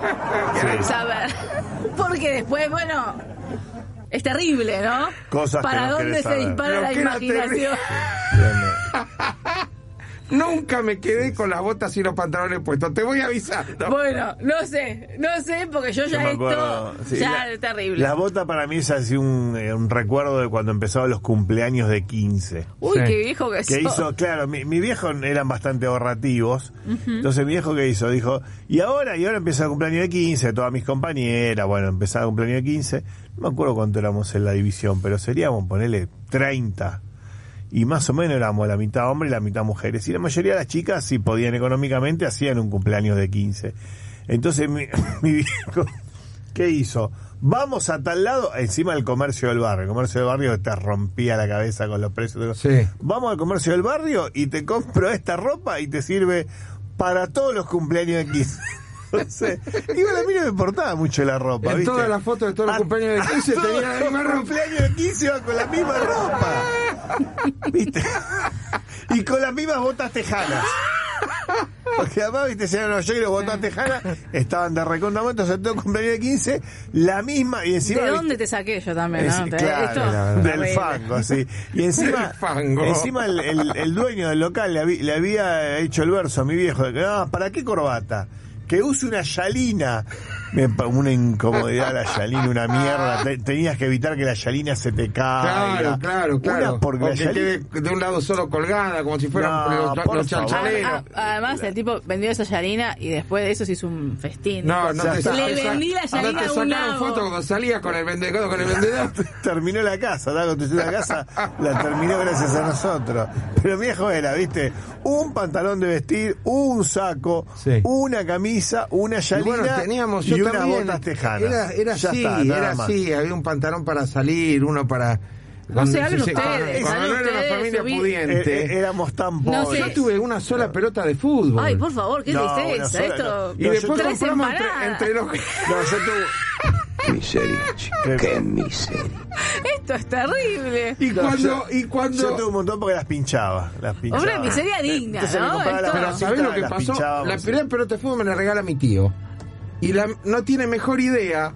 Speaker 4: saber. [LAUGHS] Porque después, bueno, es terrible, ¿no?
Speaker 3: Cosas que
Speaker 4: Para
Speaker 3: no
Speaker 4: dónde
Speaker 3: querés
Speaker 4: se
Speaker 3: saber.
Speaker 4: dispara
Speaker 2: Lo
Speaker 4: la
Speaker 2: que era terrible.
Speaker 4: imaginación.
Speaker 2: Nunca me quedé con las botas y los pantalones puestos. Te voy avisando.
Speaker 4: Bueno, no sé, no sé, porque yo
Speaker 3: yo
Speaker 4: ya
Speaker 3: me
Speaker 4: esto.
Speaker 3: acuerdo. sí,
Speaker 4: ya
Speaker 3: la-
Speaker 4: terrible.
Speaker 3: La bota para mí es así un, eh, un recuerdo de cuando empezaban los cumpleaños de 15.
Speaker 4: Uy,
Speaker 2: Sí.
Speaker 4: qué viejo que,
Speaker 3: Que
Speaker 4: sos.
Speaker 3: hizo, claro, mi, mi viejo eran bastante ahorrativos. Entonces, mi viejo que hizo, dijo, y ahora, y ahora empieza el cumpleaños de 15, todas mis compañeras, bueno, empezaba el cumpleaños de 15. No me acuerdo cuánto éramos en la división, pero seríamos, ponerle 30. Y más o menos éramos la mitad hombre y la mitad mujeres. Y la mayoría de las chicas, si podían económicamente, hacían un cumpleaños de 15. Entonces, mi, [LAUGHS] mi viejo, ¿qué hizo? Vamos a tal lado, encima del comercio del barrio. El comercio del barrio te rompía la cabeza con los precios. de los-
Speaker 2: Sí.
Speaker 3: vamos al comercio del barrio y te compro esta ropa y te sirve para todos los cumpleaños de [LAUGHS] 15. Entonces, igual a mí no me importaba mucho la ropa.
Speaker 2: En
Speaker 3: ¿viste?
Speaker 2: todas las fotos de todos los
Speaker 3: A-
Speaker 2: cumpleaños de 15
Speaker 3: a todos
Speaker 2: tenía la
Speaker 3: los
Speaker 2: misma ropa.
Speaker 3: cumpleaños de 15 iba con la misma
Speaker 2: [LAUGHS]
Speaker 3: ropa. ¿Viste? Y con las mismas botas tejanas. Porque además, viste, si eran los yoguis, los botas tejanas, estaban de recontra moto, entonces todo el cumpleaños de 15, la misma, y encima...
Speaker 4: ¿De
Speaker 3: viste,
Speaker 4: dónde te saqué yo también?
Speaker 3: es-
Speaker 4: no? Te-
Speaker 3: claro,
Speaker 4: esto- Ah,
Speaker 3: del
Speaker 4: horrible.
Speaker 3: fango, sí. Y encima,
Speaker 2: Del fango.
Speaker 3: encima el, el- el dueño del local le, habi- le había hecho el verso a mi viejo, de que, "Ah, ¿para qué corbata? Que use una yalina. Me pa- una incomodidad la yalina, una mierda. Te- tenías que evitar que la yalina se te caiga.
Speaker 2: Claro, claro, claro.
Speaker 3: Ah, Una porque
Speaker 2: O
Speaker 3: la
Speaker 2: que
Speaker 3: yalina-
Speaker 2: quede de un lado solo colgada, como si fueran
Speaker 3: No,
Speaker 2: los, los
Speaker 3: por favor.
Speaker 2: chanchaleros.
Speaker 4: Ah, ah, además, el tipo vendió esa yarina y después de eso se hizo un festín.
Speaker 2: No, no
Speaker 3: Ya
Speaker 2: te,
Speaker 3: está.
Speaker 2: sa-
Speaker 4: Le
Speaker 2: o sea,
Speaker 4: vendí la
Speaker 2: no
Speaker 4: yarina
Speaker 2: te
Speaker 4: a un
Speaker 2: sacaron
Speaker 4: nabo.
Speaker 2: fotos cuando salías con el vendedor. Con el vendedor.
Speaker 3: terminó la casa, la construcción de la casa la terminó gracias a nosotros. Pero mi viejo era, viste, un pantalón de vestir, un saco,
Speaker 2: Sí.
Speaker 3: una camisa, una
Speaker 2: Y
Speaker 3: yalina
Speaker 2: bueno, teníamos yo
Speaker 3: y unas
Speaker 2: también,
Speaker 3: botas tejanas.
Speaker 2: Era, era
Speaker 3: Ya
Speaker 2: así,
Speaker 3: está, nada
Speaker 2: era
Speaker 3: más.
Speaker 2: así. Había un pantalón para salir, uno para.
Speaker 4: No sé, hablen
Speaker 2: sí, sí,
Speaker 4: ustedes,
Speaker 2: Cuando
Speaker 4: hablen
Speaker 2: no era
Speaker 4: ustedes,
Speaker 2: una familia
Speaker 4: subí-
Speaker 2: pudiente.
Speaker 3: Eh, eh, éramos tan
Speaker 4: No
Speaker 3: pobres.
Speaker 4: sé.
Speaker 2: Yo tuve una sola pelota de fútbol.
Speaker 4: Ay, por favor, qué
Speaker 3: No, una
Speaker 4: tristeza.
Speaker 3: sola,
Speaker 4: esto.
Speaker 3: no.
Speaker 2: y
Speaker 3: yo
Speaker 2: después
Speaker 4: tres
Speaker 2: compramos entre,
Speaker 4: empanadas.
Speaker 2: entre los.
Speaker 3: No, yo tuve...
Speaker 5: Miseria, chico, qué miseria.
Speaker 4: Esto es terrible.
Speaker 2: [LAUGHS] Y
Speaker 3: No,
Speaker 2: cuando.
Speaker 3: yo-
Speaker 2: Y
Speaker 3: Yo tuve
Speaker 2: cuando
Speaker 3: un montón porque las pinchaba. Las pinchaba. Eh,
Speaker 4: Una miseria digna,
Speaker 3: Entonces me
Speaker 4: ¿no?
Speaker 3: compraba
Speaker 4: Esto-
Speaker 2: pero
Speaker 3: las
Speaker 4: Pero
Speaker 3: pelotitas,
Speaker 2: Ah, ¿sabés lo que
Speaker 3: las
Speaker 2: pasó?
Speaker 3: pinchábamos.
Speaker 2: La primera pelota de fútbol me la regala mi tío. Y la, no tiene mejor idea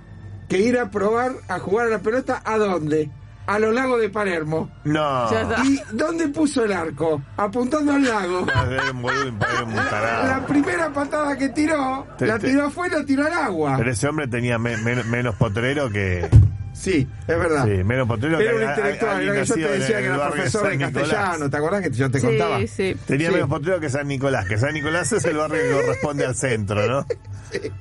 Speaker 2: que ir a probar a jugar a la pelota a dónde? A los lagos de Palermo.
Speaker 3: No.
Speaker 4: Ya está.
Speaker 3: [LAUGHS]
Speaker 2: ¿Y dónde puso el arco? Apuntando al lago.
Speaker 3: Era un boludo, era un tarado.
Speaker 2: La primera patada que tiró,
Speaker 3: Te-
Speaker 2: la
Speaker 3: te-
Speaker 2: tiró afuera, la tiró al agua.
Speaker 3: Pero ese hombre tenía me- men- menos potrero que...
Speaker 2: Sí, es verdad.
Speaker 3: Sí, menos potrero
Speaker 2: Ah. Era un
Speaker 3: a- a-
Speaker 2: intelectual,
Speaker 3: alguien
Speaker 2: era que yo te
Speaker 3: nacido en
Speaker 2: decía
Speaker 3: el
Speaker 2: que era
Speaker 3: barrio
Speaker 2: profesor de
Speaker 3: San Nicolás.
Speaker 2: castellano, ¿te acordás que yo te
Speaker 4: Sí,
Speaker 2: contaba?
Speaker 4: sí.
Speaker 3: Tenía
Speaker 2: Sí.
Speaker 3: menos potrero que San Nicolás, que San Nicolás es el barrio que corresponde al centro, ¿no?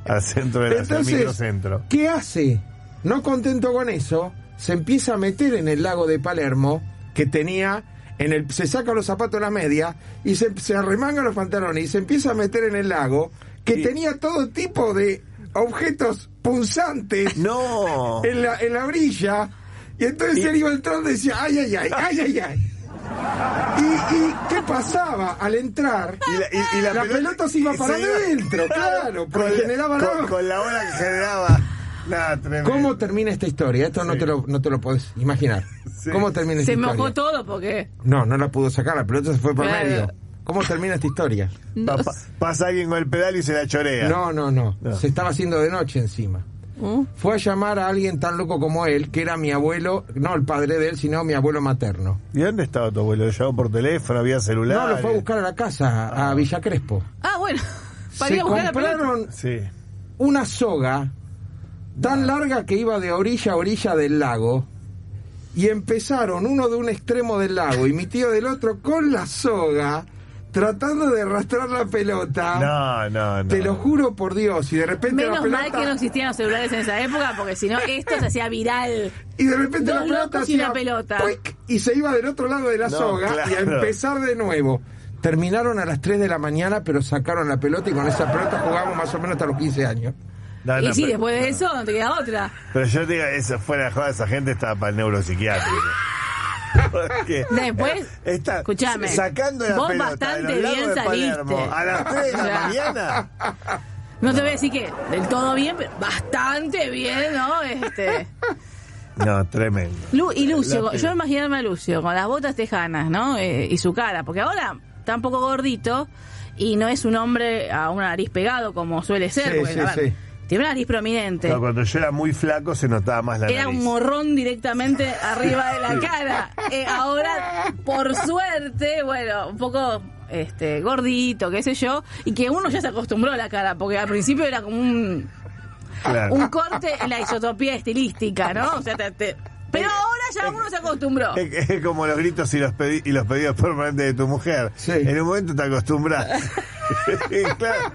Speaker 3: Al centro de la al
Speaker 2: Entonces,
Speaker 3: microcentro.
Speaker 2: ¿qué hace? No contento con eso, se empieza a meter en el lago de Palermo que tenía. En el, se saca los zapatos, las medias, y se, se arremanga los pantalones y se empieza a meter en el lago que tenía todo tipo de objetos punzantes
Speaker 3: No.
Speaker 2: en la, en la orilla. Y entonces él iba entrando y decía, ay, ay, ay, ay, ay, ay. ¿Y, y qué pasaba al entrar?
Speaker 3: Y la, y- y
Speaker 2: La pelota se iba para
Speaker 3: iba- [LAUGHS]
Speaker 2: adentro, claro, porque
Speaker 3: la-
Speaker 2: generaba la
Speaker 3: con,
Speaker 2: ola.
Speaker 3: con la ola que generaba. Nada, tremendo.
Speaker 2: ¿Cómo termina esta historia? Esto no,
Speaker 3: Sí.
Speaker 2: te lo, no te lo podés imaginar.
Speaker 3: Sí.
Speaker 2: ¿Cómo termina esta
Speaker 4: Se
Speaker 2: historia?
Speaker 4: mojó todo porque.
Speaker 2: No, no la pudo sacar, la pelota se fue por
Speaker 4: Claro.
Speaker 2: medio. ¿Cómo termina esta historia?
Speaker 3: Pa- pa- pasa alguien con el pedal y se la chorea.
Speaker 2: No, no, no,
Speaker 3: No.
Speaker 2: Se estaba haciendo de noche encima.
Speaker 4: Uh,
Speaker 2: Fue a llamar a alguien tan loco como él, que era mi abuelo, no el padre de él, sino mi abuelo materno.
Speaker 3: ¿Y dónde estaba tu abuelo? ¿Lo llamó por teléfono? ¿Había celular?
Speaker 2: No, lo fue a buscar a la casa, a Villa Crespo.
Speaker 4: Ah, bueno. Para
Speaker 2: Se
Speaker 4: ir a buscar la pelota.
Speaker 2: compraron
Speaker 3: Sí.
Speaker 2: una soga tan larga que iba de orilla a orilla del lago y empezaron uno de un extremo del lago y mi tío del otro con la soga tratando de arrastrar la pelota.
Speaker 3: No, no, no.
Speaker 2: Ah. Te lo juro por Dios. Y de repente la
Speaker 4: Menos mal
Speaker 2: pelota.
Speaker 4: que no existían los celulares en esa época, porque si no, esto se hacía viral.
Speaker 2: Y de repente
Speaker 4: Dos
Speaker 2: la pelota,
Speaker 4: locos y una
Speaker 2: hacía
Speaker 4: pelota.
Speaker 2: ¡puic! y se iba del otro lado de la
Speaker 3: No,
Speaker 2: soga y a
Speaker 3: claro.
Speaker 2: empezar de nuevo. Terminaron a las 3 de la mañana, pero sacaron la pelota y con esa pelota jugamos más o menos hasta los 15 años.
Speaker 3: No, Ah, no,
Speaker 4: y sí,
Speaker 3: pero-
Speaker 4: después de eso, no te queda otra.
Speaker 3: Pero yo te digo, eso fuera de joda, esa gente estaba para el neuropsiquiátrico. Porque-
Speaker 4: Después,
Speaker 3: Está
Speaker 4: escúchame,
Speaker 3: sacando la
Speaker 4: vos
Speaker 3: pelota
Speaker 4: bastante
Speaker 3: de los
Speaker 4: bien
Speaker 3: lados de Palermo
Speaker 4: saliste.
Speaker 3: a las 3 de la
Speaker 4: Claro.
Speaker 3: mañana.
Speaker 4: No te voy a decir que del todo bien, pero bastante bien, ¿no? Este.
Speaker 3: No, tremendo.
Speaker 4: Lu- y
Speaker 3: La
Speaker 4: Lucio,
Speaker 3: piba.
Speaker 4: yo imaginarme a Lucio con las botas tejanas, ¿no? Eh, y su cara, porque ahora está un poco gordito y no es un hombre a una nariz pegado como suele ser.
Speaker 2: Sí,
Speaker 4: porque,
Speaker 2: sí,
Speaker 4: a ver,
Speaker 2: sí.
Speaker 4: Tiene una nariz prominente.
Speaker 3: No, cuando yo era muy flaco se notaba más la
Speaker 4: Era
Speaker 3: nariz.
Speaker 4: un
Speaker 3: [LAUGHS]
Speaker 4: morrón directamente arriba de la cara. Eh, ahora, por suerte, bueno, un poco este gordito, qué sé yo, y que uno ya se acostumbró a la cara, porque al principio era como un,
Speaker 3: Claro.
Speaker 4: un corte en la isotopía estilística, ¿no? O sea, te- te-
Speaker 3: Eh,
Speaker 4: pero ahora ya uno se acostumbró.
Speaker 3: Es, es como los gritos y los, pedi- y los pedidos permanentes de tu mujer.
Speaker 2: Sí.
Speaker 3: En un momento te acostumbras. [LAUGHS] claro.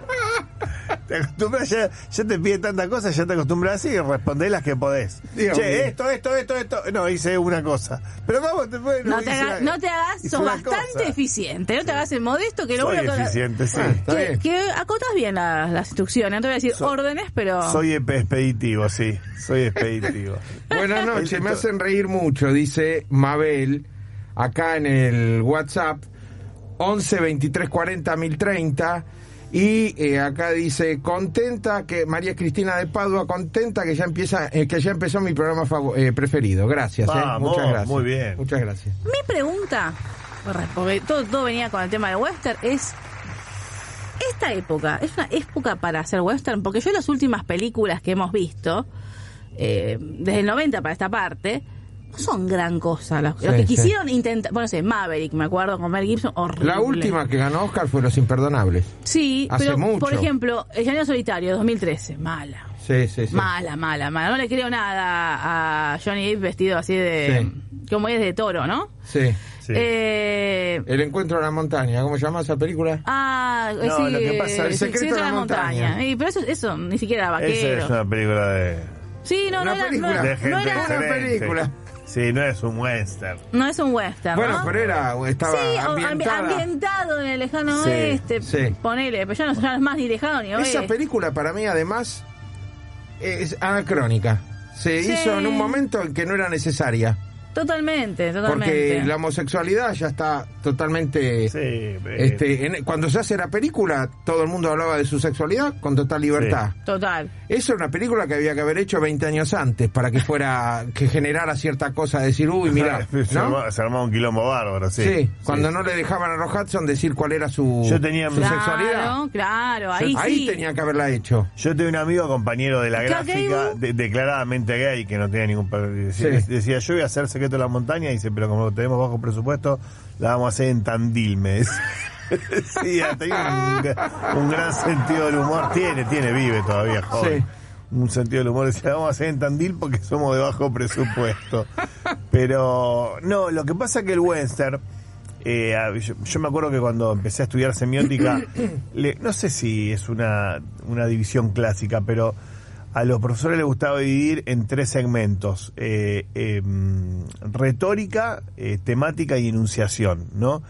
Speaker 3: Te acostumbras, ya, ya te pide tantas cosas, ya te acostumbras y respondés las que podés.
Speaker 2: Dios
Speaker 3: che,
Speaker 2: mío.
Speaker 3: esto, esto, esto, esto. No, hice una cosa. Pero vamos, te fue-
Speaker 4: No te,
Speaker 3: hice
Speaker 4: hagas,
Speaker 3: una-
Speaker 4: no te hagas,
Speaker 3: hice
Speaker 4: sos
Speaker 3: una
Speaker 4: bastante
Speaker 3: cosa.
Speaker 4: eficiente, no te hagas el modesto, que lo
Speaker 3: Soy
Speaker 4: único que-
Speaker 3: eficiente, sí.
Speaker 2: Está
Speaker 4: que,
Speaker 2: bien.
Speaker 4: que acotas bien las, las instrucciones, no te voy a decir órdenes, pero...
Speaker 3: Soy ep- expeditivo, sí. Soy expeditivo. [LAUGHS]
Speaker 2: Buenas noches, me hacen reír mucho, dice Mabel, acá en el WhatsApp, 11 23 40 1030. Y eh, acá dice, contenta que María Cristina de Padua, contenta que ya empieza eh, que ya empezó mi programa favo- eh, preferido. Gracias, eh,
Speaker 3: Vamos,
Speaker 2: muchas gracias.
Speaker 3: muy bien.
Speaker 2: Muchas gracias.
Speaker 4: Mi pregunta, porque todo, todo venía con el tema del western, es... Esta época, ¿es una época para hacer western? Porque yo las últimas películas que hemos visto, eh, desde el 90 para esta parte, no son gran cosa. Los, los
Speaker 2: Sí,
Speaker 4: que
Speaker 2: sí.
Speaker 4: quisieron intentar, bueno, no sé, Maverick, me acuerdo, con Mel Gibson, horrible.
Speaker 2: La última que ganó Oscar fue Los Imperdonables.
Speaker 4: Sí,
Speaker 2: Hace
Speaker 4: pero
Speaker 2: mucho.
Speaker 4: por ejemplo, El Llanero Solitario, 2013, mala.
Speaker 2: Sí, sí, sí.
Speaker 4: Mala, mala, mala. No le creo nada a Johnny Depp vestido así de... Como es de toro, ¿no?
Speaker 2: Sí.
Speaker 3: Sí.
Speaker 4: Eh,
Speaker 2: El encuentro en la montaña, ¿cómo se llama esa película?
Speaker 4: ah,
Speaker 3: No,
Speaker 4: sí,
Speaker 3: lo que pasa, El
Speaker 4: sí,
Speaker 2: secreto
Speaker 4: Secreto
Speaker 2: de la montaña.
Speaker 4: Y, pero eso, eso, ni siquiera era
Speaker 3: Esa
Speaker 4: vaquero.
Speaker 3: es una película de,
Speaker 4: Sí, no,
Speaker 2: Una
Speaker 4: no, era, no,
Speaker 2: película.
Speaker 4: era-
Speaker 3: de
Speaker 4: no
Speaker 3: gente
Speaker 4: era-
Speaker 2: Una
Speaker 3: excelente.
Speaker 2: película.
Speaker 3: Sí, no es un western.
Speaker 4: no es un western,
Speaker 2: Bueno,
Speaker 4: Ah, ¿no?
Speaker 2: pero era,
Speaker 4: Sí,
Speaker 2: estaba
Speaker 4: o ambi-
Speaker 2: ambientada.
Speaker 4: ambientado en el lejano
Speaker 3: Sí,
Speaker 4: oeste,
Speaker 2: sí.
Speaker 4: ponele, pero ya no, ya no es más ni lejano ni oeste.
Speaker 2: Esa película para mí además es anacrónica. Se
Speaker 4: Sí.
Speaker 2: hizo en un momento en que no era necesaria,
Speaker 4: Totalmente, totalmente.
Speaker 2: porque la homosexualidad ya está totalmente...
Speaker 3: Sí, eh,
Speaker 2: Este, en- cuando se hace la película, todo el mundo hablaba de su sexualidad con total libertad.
Speaker 4: Total.
Speaker 2: Esa era una película que había que haber hecho 20 años antes para que fuera, [LAUGHS] que generara cierta cosa, decir, uy, mira,
Speaker 3: [LAUGHS] se, armó, se armó un quilombo bárbaro, sí.
Speaker 2: Sí, cuando no le dejaban a los Hudson decir cuál era su,
Speaker 3: Yo tenía-
Speaker 2: su
Speaker 3: Claro,
Speaker 2: sexualidad.
Speaker 4: Claro, claro, ahí, sí.
Speaker 2: tenía que haberla hecho.
Speaker 3: Yo tengo un amigo compañero de la
Speaker 4: Acá que
Speaker 3: gráfica,
Speaker 4: hay un-
Speaker 3: de- declaradamente gay, que no tenía ningún per- decía,
Speaker 2: Sí.
Speaker 3: decía, yo voy a hacer secreto de la montaña, y dice, pero como tenemos bajo presupuesto, la vamos a hacer en Tandil, me decía. [LAUGHS] Decía, tenía un, un gran sentido del humor, tiene, tiene, vive todavía, joven.
Speaker 2: Sí.
Speaker 3: Un sentido del humor, decía, "La vamos a hacer en Tandil porque somos de bajo presupuesto. Pero, no, lo que pasa es que el Western, eh, a- yo, yo me acuerdo que cuando empecé a estudiar semiótica, le- no sé si es una, una división clásica, pero a los profesores les gustaba dividir en tres segmentos: eh, eh, retórica, eh, temática y enunciación, ¿no?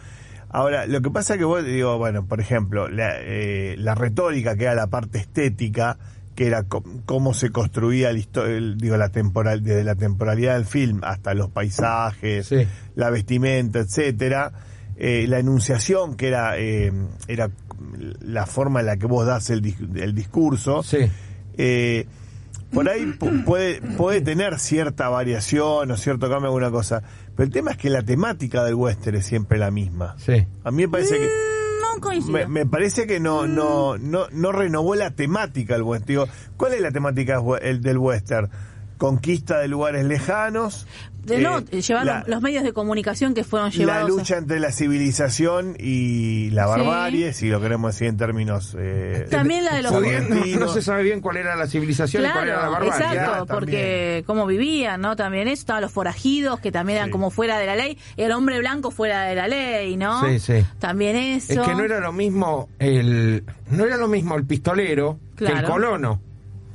Speaker 3: Ahora, lo que pasa es que vos, digo, bueno, por ejemplo, la, eh, la retórica, que era la parte estética, que era co- cómo se construía la histo- el- digo, la temporal, desde la temporalidad del film hasta los paisajes,
Speaker 2: Sí.
Speaker 3: la vestimenta, etcétera. Eh, la enunciación, que era, eh, era la forma en la que vos das el, dis- el discurso.
Speaker 2: Sí.
Speaker 3: Eh, por ahí pu- puede, puede tener cierta variación o cierto cambio alguna cosa. Pero el tema es que la temática del western es siempre la misma.
Speaker 2: Sí.
Speaker 3: A mí me parece que
Speaker 4: No coincido.
Speaker 3: me, me parece que no,
Speaker 4: Mm.
Speaker 3: no, no, no renovó la temática del western. Digo, ¿cuál es la temática del we- el del western? conquista de lugares lejanos.
Speaker 4: De, no,
Speaker 3: eh,
Speaker 4: llevar
Speaker 3: la-
Speaker 4: los medios de comunicación que fueron
Speaker 3: la
Speaker 4: llevados. a-
Speaker 3: lucha entre la civilización y la
Speaker 4: Sí.
Speaker 3: barbarie, si lo queremos decir en términos... eh,
Speaker 4: También la de los-
Speaker 2: Pudiendo-
Speaker 3: argentinos.
Speaker 2: no se sabe bien cuál era la civilización y cuál era la
Speaker 4: Claro,
Speaker 2: barbarie.
Speaker 4: exacto,
Speaker 3: también.
Speaker 4: porque cómo vivían, ¿no? También eso, estaban los forajidos que también eran
Speaker 3: Sí.
Speaker 4: como fuera de la ley, el hombre blanco fuera de la ley, ¿no?
Speaker 2: Sí, sí.
Speaker 4: También eso.
Speaker 2: Es que no era lo mismo el no era lo mismo el pistolero que el
Speaker 4: Claro.
Speaker 2: colono.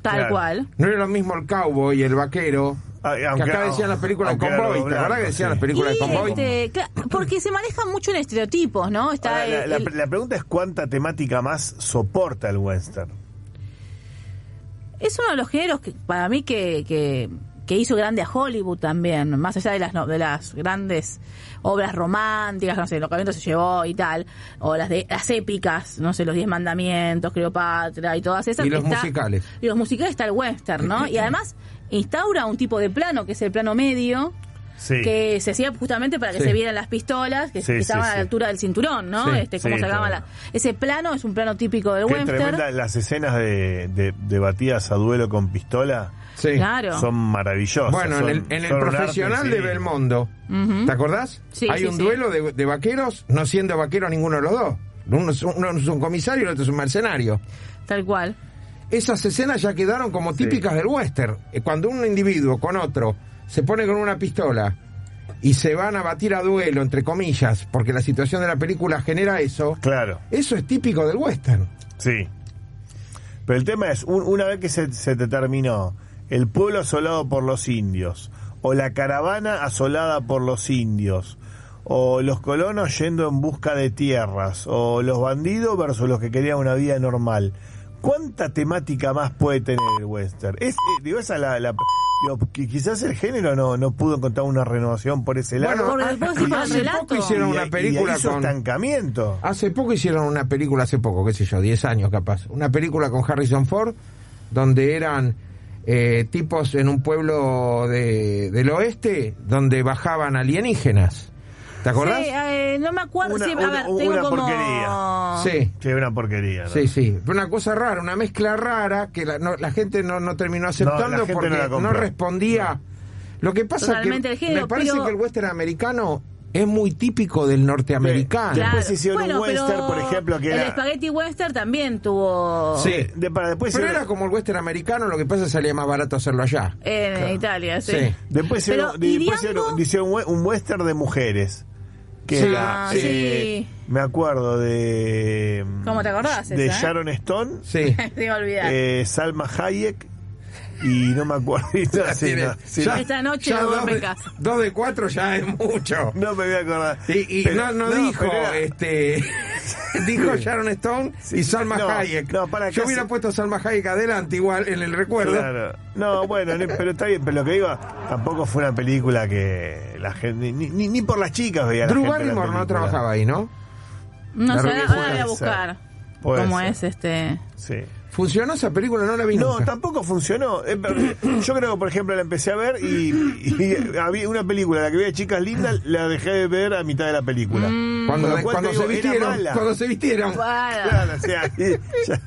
Speaker 4: Tal
Speaker 3: Claro.
Speaker 4: cual.
Speaker 2: No era lo mismo el cowboy y el vaquero.
Speaker 3: Ah,
Speaker 2: que
Speaker 3: aunque-
Speaker 2: acá decían las películas de
Speaker 3: aunque era
Speaker 2: convoy.
Speaker 3: algo
Speaker 2: ¿Te acordás
Speaker 3: blanco,
Speaker 2: que decían
Speaker 3: sí.
Speaker 2: las películas
Speaker 4: Y,
Speaker 2: de convoy?
Speaker 4: este, cla- porque se maneja mucho en estereotipos, ¿no? Está
Speaker 3: Ahora, la,
Speaker 4: el-
Speaker 3: la-
Speaker 4: el-
Speaker 3: la pregunta es cuánta temática más soporta el western.
Speaker 4: es uno de los géneros que para mí que, que, que hizo grande a Hollywood también, más allá de las, no- de las grandes obras románticas, no sé, el viento se llevó y tal, o las de las épicas, no sé, los Diez Mandamientos, Cleopatra y todas esas.
Speaker 2: Y los
Speaker 4: está-
Speaker 2: musicales.
Speaker 4: Y los musicales está el western, ¿no? Y además instaura un tipo de plano, que es el plano medio,
Speaker 3: Sí.
Speaker 4: que se hacía justamente para que
Speaker 2: Sí.
Speaker 4: se vieran las pistolas que,
Speaker 3: Sí,
Speaker 4: que estaban
Speaker 3: sí,
Speaker 4: a
Speaker 3: sí.
Speaker 4: la altura del cinturón, ¿no?
Speaker 2: Sí,
Speaker 4: este, como
Speaker 3: sí,
Speaker 4: sacaban
Speaker 3: está
Speaker 4: la- ese plano es un plano típico del
Speaker 3: Qué tremenda,
Speaker 4: western.
Speaker 3: las escenas de, de- de batidas a duelo con pistola
Speaker 2: Sí.
Speaker 4: Claro.
Speaker 3: son maravillosas.
Speaker 2: Bueno, en
Speaker 3: son-
Speaker 2: el, en el
Speaker 3: son un arte,
Speaker 2: profesional
Speaker 3: sí.
Speaker 2: de Belmondo,
Speaker 4: Ujú.
Speaker 2: ¿te acordás?
Speaker 4: Sí,
Speaker 2: Hay
Speaker 4: sí,
Speaker 2: un
Speaker 4: sí.
Speaker 2: duelo de, de vaqueros, no siendo vaquero ninguno de los dos. Uno es, un- uno es un comisario y el otro es un mercenario.
Speaker 4: Tal cual.
Speaker 2: Esas escenas ya quedaron como típicas del western. Eh, Cuando un individuo con otro se pone con una pistola y se van a batir a duelo, entre comillas, porque la situación de la película genera eso,
Speaker 3: Claro,
Speaker 2: eso es típico del western.
Speaker 3: sí. Pero el tema es, un- una vez que se, se te terminó el pueblo asolado por los indios, o la caravana asolada por los indios, o los colonos yendo en busca de tierras, o los bandidos versus los que querían una vida normal. ¿Cuánta temática más puede tener el western? Es, eh, digo, esa la, la- digo, qui- quizás el género no, no pudo encontrar una renovación por ese lado.
Speaker 2: Bueno,
Speaker 4: Porque
Speaker 2: ah,
Speaker 4: después tipo
Speaker 2: hace
Speaker 4: el relato.
Speaker 2: poco hicieron
Speaker 3: Y-
Speaker 2: una
Speaker 3: y
Speaker 2: película
Speaker 3: hizo
Speaker 2: con... Ah.
Speaker 3: estancamiento.
Speaker 2: Hace poco hicieron una película, hace poco, qué sé yo, 10 años capaz. Una película con Harrison Ford, donde eran eh, tipos en un pueblo de- del oeste, donde bajaban alienígenas. ¿Te acordás?
Speaker 4: Sí, eh, no me acuerdo.
Speaker 3: Una-
Speaker 4: sí, a
Speaker 3: una-
Speaker 4: ver,
Speaker 3: una
Speaker 4: tengo como.
Speaker 3: porquería.
Speaker 2: Sí.
Speaker 3: Sí, una porquería. ¿no?
Speaker 2: Sí, sí. Fue Una cosa rara, una mezcla rara que la, no- la gente no, no terminó aceptando
Speaker 3: gente no
Speaker 2: porque
Speaker 3: la
Speaker 2: no,
Speaker 3: compró.
Speaker 2: respondía. Lo que pasa es
Speaker 4: Totalmente
Speaker 2: que
Speaker 4: el género,
Speaker 2: me parece
Speaker 4: pero-
Speaker 2: que el western americano es muy típico del norteamericano.
Speaker 3: Claro. Después
Speaker 4: Claro.
Speaker 3: hicieron un
Speaker 4: Bueno,
Speaker 3: western,
Speaker 4: pero
Speaker 3: por ejemplo, que
Speaker 4: el
Speaker 3: era-
Speaker 4: Spaghetti Western también tuvo.
Speaker 2: Sí.
Speaker 3: Eh, de- para después
Speaker 2: Pero
Speaker 3: hicieron-
Speaker 2: era como el western americano, lo que pasa es que salía más barato hacerlo allá.
Speaker 4: En Italia, sí.
Speaker 2: Sí.
Speaker 3: Después,
Speaker 4: Pero
Speaker 3: hicieron- de- después
Speaker 4: Iriango-
Speaker 3: hicieron- hicieron un we- un western de mujeres. Que
Speaker 2: Sí,
Speaker 3: era,
Speaker 4: ah,
Speaker 3: eh,
Speaker 4: sí.
Speaker 3: me acuerdo de. mm,
Speaker 4: ¿Cómo te acordás
Speaker 3: De
Speaker 4: esa, eh?
Speaker 3: Sharon Stone, [LAUGHS]
Speaker 2: Sí.
Speaker 4: [LAUGHS] Se me olvidaba.
Speaker 3: eh, Salma Hayek y no me acuerdo. [LAUGHS] y no, sí,
Speaker 2: Tiene-
Speaker 3: no, sí,
Speaker 2: ya-
Speaker 4: Esta noche
Speaker 2: ya
Speaker 4: no duerme
Speaker 2: dos
Speaker 4: en
Speaker 2: de-
Speaker 4: casa.
Speaker 2: Dos de cuatro ya es mucho.
Speaker 3: no, no me voy a acordar.
Speaker 2: Y, y
Speaker 3: Pero-
Speaker 2: no, no, dijo,
Speaker 3: pero era-
Speaker 2: este, [LAUGHS] dijo Sharon Stone y
Speaker 3: Sí.
Speaker 2: Salma
Speaker 3: No,
Speaker 2: Hayek.
Speaker 3: no, para
Speaker 2: Yo
Speaker 3: acá
Speaker 2: hubiera
Speaker 3: se-
Speaker 2: puesto a Salma Hayek adelante igual en el recuerdo.
Speaker 3: Claro. No, bueno, ni- pero está bien, pero lo que digo, tampoco fue una película que la gente, ni, ni, ni por las chicas veía
Speaker 2: Drew
Speaker 3: la gente. la
Speaker 2: Barrymore no
Speaker 3: película.
Speaker 2: trabajaba ahí, ¿no?
Speaker 4: no
Speaker 2: la
Speaker 4: sé,
Speaker 2: rubia
Speaker 4: ahora ahora voy
Speaker 3: puede
Speaker 4: a buscar.
Speaker 3: ser. Puede
Speaker 4: ¿Cómo
Speaker 3: ser.
Speaker 4: es este?
Speaker 3: Sí.
Speaker 2: ¿Funcionó esa película? No la vi
Speaker 3: No,
Speaker 2: nunca.
Speaker 3: tampoco funcionó. Eh, pero [COUGHS] Yo creo que, por ejemplo, la empecé a ver y, y había una película, la que veía chicas lindas, la dejé de ver a mitad de la película.
Speaker 4: Mm.
Speaker 2: Cuando,
Speaker 3: Con lo cual
Speaker 2: cuando
Speaker 3: te
Speaker 2: se
Speaker 3: digo, era
Speaker 2: vistieron,
Speaker 3: mala.
Speaker 2: cuando se vistieron.
Speaker 4: Para.
Speaker 3: Claro, o
Speaker 4: [LAUGHS]
Speaker 3: sea, y ya-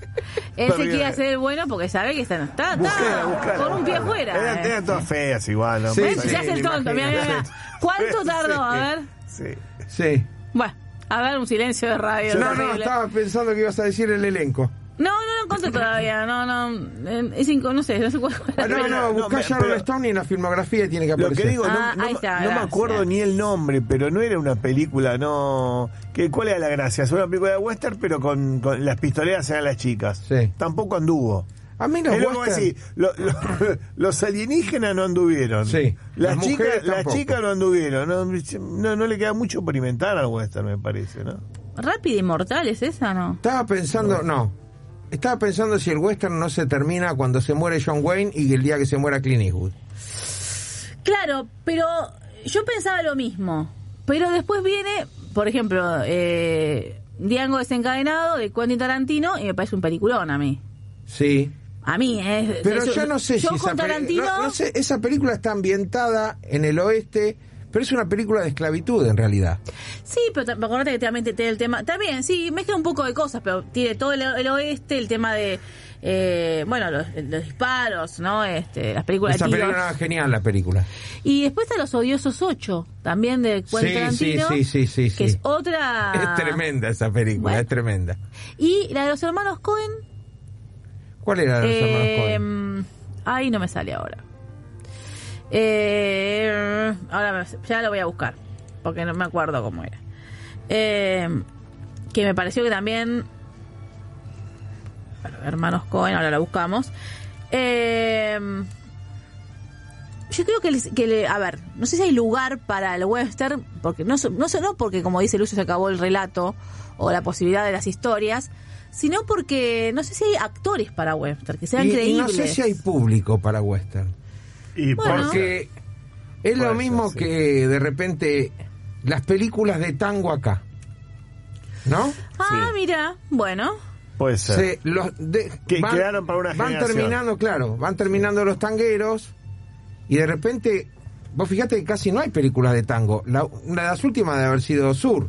Speaker 4: Él se
Speaker 3: perdí-
Speaker 4: quiere hacer el bueno porque sabe que está, está, está
Speaker 3: Buscala, buscala,
Speaker 4: con un pie
Speaker 3: buscala. Eran,
Speaker 4: afuera. eh.
Speaker 3: eran todas feas igual, ¿no?
Speaker 2: Sí,
Speaker 4: Bueno,
Speaker 2: sí,
Speaker 4: se hace el
Speaker 2: me
Speaker 4: tonto, mira,
Speaker 2: imagino.
Speaker 4: mira. ¿Cuánto tardó? A ver.
Speaker 3: Sí.
Speaker 2: Sí.
Speaker 4: Bueno, a ver, un silencio de radio.
Speaker 2: No, no,
Speaker 4: terrible.
Speaker 2: estaba pensando que ibas a decir el elenco.
Speaker 4: No, no lo encontré todavía. No, no. eh, Es inco- no sé, no sé cuál.
Speaker 2: Ah, no,
Speaker 3: Pero,
Speaker 2: no,
Speaker 3: no,
Speaker 2: buscá
Speaker 3: me-
Speaker 2: Sharon
Speaker 3: pero-
Speaker 2: Stone y en la filmografía tiene que
Speaker 3: Lo
Speaker 2: aparecer.
Speaker 3: que digo, no,
Speaker 4: Ah,
Speaker 3: no
Speaker 4: ahí
Speaker 3: me-
Speaker 4: está,
Speaker 3: no me
Speaker 4: gracias.
Speaker 3: acuerdo ni el nombre, pero no era una película, no. ¿Qué, ¿Cuál era la gracia? Es una película de western, pero con, con las pistoleras eran las chicas.
Speaker 2: Sí.
Speaker 3: Tampoco anduvo.
Speaker 2: a mí los
Speaker 3: Es lo que
Speaker 2: western-
Speaker 3: voy a decir, lo- [LAUGHS] lo- los alienígenas no anduvieron.
Speaker 2: Sí,
Speaker 3: Las,
Speaker 2: las
Speaker 3: chicas,
Speaker 2: mujeres
Speaker 3: las
Speaker 2: tampoco.
Speaker 3: chicas no anduvieron. No, no, no le queda mucho por inventar al western, me parece, ¿no?
Speaker 4: Rápido y mortal es esa, ¿no?
Speaker 2: Estaba pensando, no. Estaba pensando si el western no se termina cuando se muere John Wayne y el día que se muera Clint Eastwood.
Speaker 4: Claro, pero yo pensaba lo mismo. Pero después viene, por ejemplo, eh, Diango desencadenado de Quentin Tarantino y me parece un peliculón a mí.
Speaker 2: Sí.
Speaker 4: A mí, ¿eh?
Speaker 2: Pero
Speaker 4: Es-
Speaker 2: yo no sé si
Speaker 4: Yo
Speaker 2: esa,
Speaker 4: con
Speaker 2: peli-
Speaker 4: Tarantino.
Speaker 2: no- no sé, esa película está ambientada en el oeste, Pero es una película de esclavitud en realidad.
Speaker 4: Sí, pero tam- acordate que también te- te- el tema. También, sí, mezcla un poco de cosas, pero tiene todo el, el oeste, el tema de. eh, bueno, los, los disparos, ¿no? Este, las películas de
Speaker 2: Esa
Speaker 4: tiros.
Speaker 2: película era genial, la película.
Speaker 4: Y después están Los Odiosos 8, también de Quentin
Speaker 2: Sí,
Speaker 4: Tarantino,
Speaker 2: sí, sí, sí, sí,
Speaker 4: Que
Speaker 2: sí.
Speaker 4: es otra.
Speaker 2: Es tremenda esa película,
Speaker 4: Ah. Bueno.
Speaker 2: es tremenda.
Speaker 4: Y la de los hermanos Cohen.
Speaker 2: ¿Cuál era de los hermanos
Speaker 4: Eh,
Speaker 2: Coen?
Speaker 4: Ahí no me sale ahora. Eh, ahora me- ya lo voy a buscar, porque no me acuerdo cómo era. Eh, que me pareció que también... bueno, hermanos Cohen, ahora la buscamos. Eh, yo creo que, les- que le- a ver, no sé si hay lugar para el western, porque no, so- no, so- no porque como dice Lucio se acabó el relato o la posibilidad de las historias, sino porque no sé si hay actores para western que sean
Speaker 2: Y- y
Speaker 4: creíbles.
Speaker 2: no sé si hay público para western.
Speaker 3: Y
Speaker 4: Bueno.
Speaker 3: por qué?
Speaker 2: Porque es
Speaker 3: Puede
Speaker 2: lo
Speaker 3: ser,
Speaker 2: mismo
Speaker 3: sí.
Speaker 2: que de repente las películas de tango acá. ¿No?
Speaker 4: Ah,
Speaker 3: Sí.
Speaker 4: mira, bueno.
Speaker 3: puede ser.
Speaker 2: Se- los de-
Speaker 3: Que quedaron para una
Speaker 2: van
Speaker 3: generación.
Speaker 2: terminando, claro, van terminando los tangueros y de repente, vos fíjate que casi no hay películas de tango. La, una de las últimas de haber sido Sur.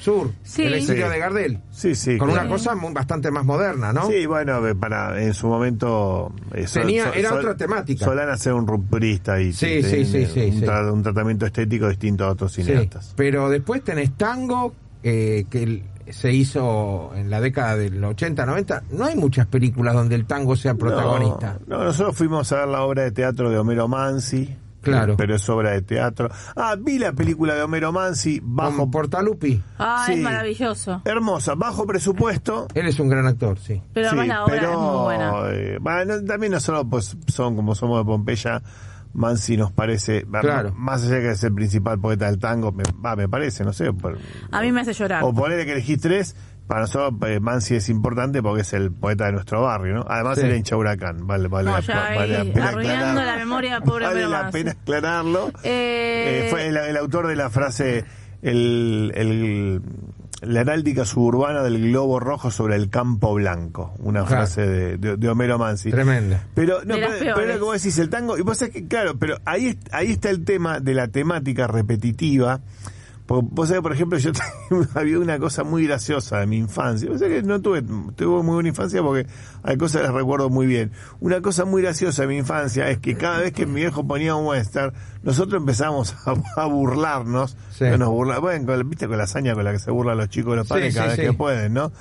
Speaker 2: Sur,
Speaker 4: Sí.
Speaker 2: el exilio
Speaker 3: Sí.
Speaker 2: de Gardel.
Speaker 3: Sí, sí.
Speaker 2: con
Speaker 3: claro.
Speaker 2: una cosa mu- bastante más moderna, ¿no?
Speaker 3: Sí, bueno, eh, para en su momento eh, Sol-
Speaker 2: Tenía-
Speaker 3: Sol-
Speaker 2: era
Speaker 3: Sol-
Speaker 2: otra temática.
Speaker 3: Solana ser un rupturista y eh,
Speaker 2: Sí, sí, sí, sí,
Speaker 3: un,
Speaker 2: sí.
Speaker 3: tra- un tratamiento estético distinto a otros
Speaker 2: Sí.
Speaker 3: cineastas.
Speaker 2: Pero después tenés tango, eh, que el- se hizo en la década del 80, 90. No hay muchas películas donde el tango sea protagonista.
Speaker 3: No, no, nosotros fuimos a ver la obra de teatro de Homero Mansi.
Speaker 2: Claro.
Speaker 3: Pero es obra de teatro. Ah, vi la película de Homero Mansi bajo
Speaker 2: Como Portalupi,
Speaker 4: Ah, es
Speaker 3: Sí.
Speaker 4: maravilloso.
Speaker 3: hermosa, bajo presupuesto.
Speaker 2: él es un gran actor, sí.
Speaker 4: Pero
Speaker 3: Sí,
Speaker 4: además la obra
Speaker 3: pero,
Speaker 4: es muy buena.
Speaker 3: eh, bueno, también nosotros pues son como somos de Pompeya, Mansi nos parece, va,
Speaker 2: Claro.
Speaker 3: más allá que es el principal poeta del tango, me, va, me parece, no sé, por-
Speaker 4: A mí me hace llorar.
Speaker 3: o ponerle que elegís tres, para nosotros eh, Mansi es importante porque es el poeta de nuestro barrio, ¿no? Además
Speaker 2: Sí.
Speaker 3: era hincha huracán, vale, vale,
Speaker 4: No,
Speaker 3: va-
Speaker 4: ya ahí,
Speaker 3: vale la pena
Speaker 4: arruinando
Speaker 3: aclarar-
Speaker 4: la memoria, pobre
Speaker 3: vale
Speaker 4: Homero
Speaker 3: la
Speaker 4: Mansi.
Speaker 3: pena aclararlo.
Speaker 4: Eh,
Speaker 3: Eh, fue el, el autor de la frase, el, el- la heráldica suburbana del globo rojo sobre el campo blanco. Una
Speaker 2: Claro.
Speaker 3: frase de, de- de Homero Mansi.
Speaker 2: Tremenda.
Speaker 3: Pero, no,
Speaker 4: De
Speaker 3: pero,
Speaker 4: las
Speaker 3: pero
Speaker 4: peores.
Speaker 3: era como decís, el tango. Y vos sabés que, claro, pero ahí, es- ahí está el tema de la temática repetitiva. Porque vos sabés, por ejemplo, yo [LAUGHS] tenía- había una cosa muy graciosa de mi infancia. Vos sabés que no tuve, tuve muy buena infancia porque hay cosas que las recuerdo muy bien. Una cosa muy graciosa de mi infancia es que cada vez que mi viejo ponía un western, nosotros empezamos [LAUGHS] a, a burlarnos.
Speaker 2: Sí.
Speaker 3: No nos burla, bueno, con, la- viste con la hazaña con la que se burlan los chicos de los
Speaker 2: Sí,
Speaker 3: padres cada
Speaker 2: sí,
Speaker 3: vez
Speaker 2: sí.
Speaker 3: que pueden, ¿no?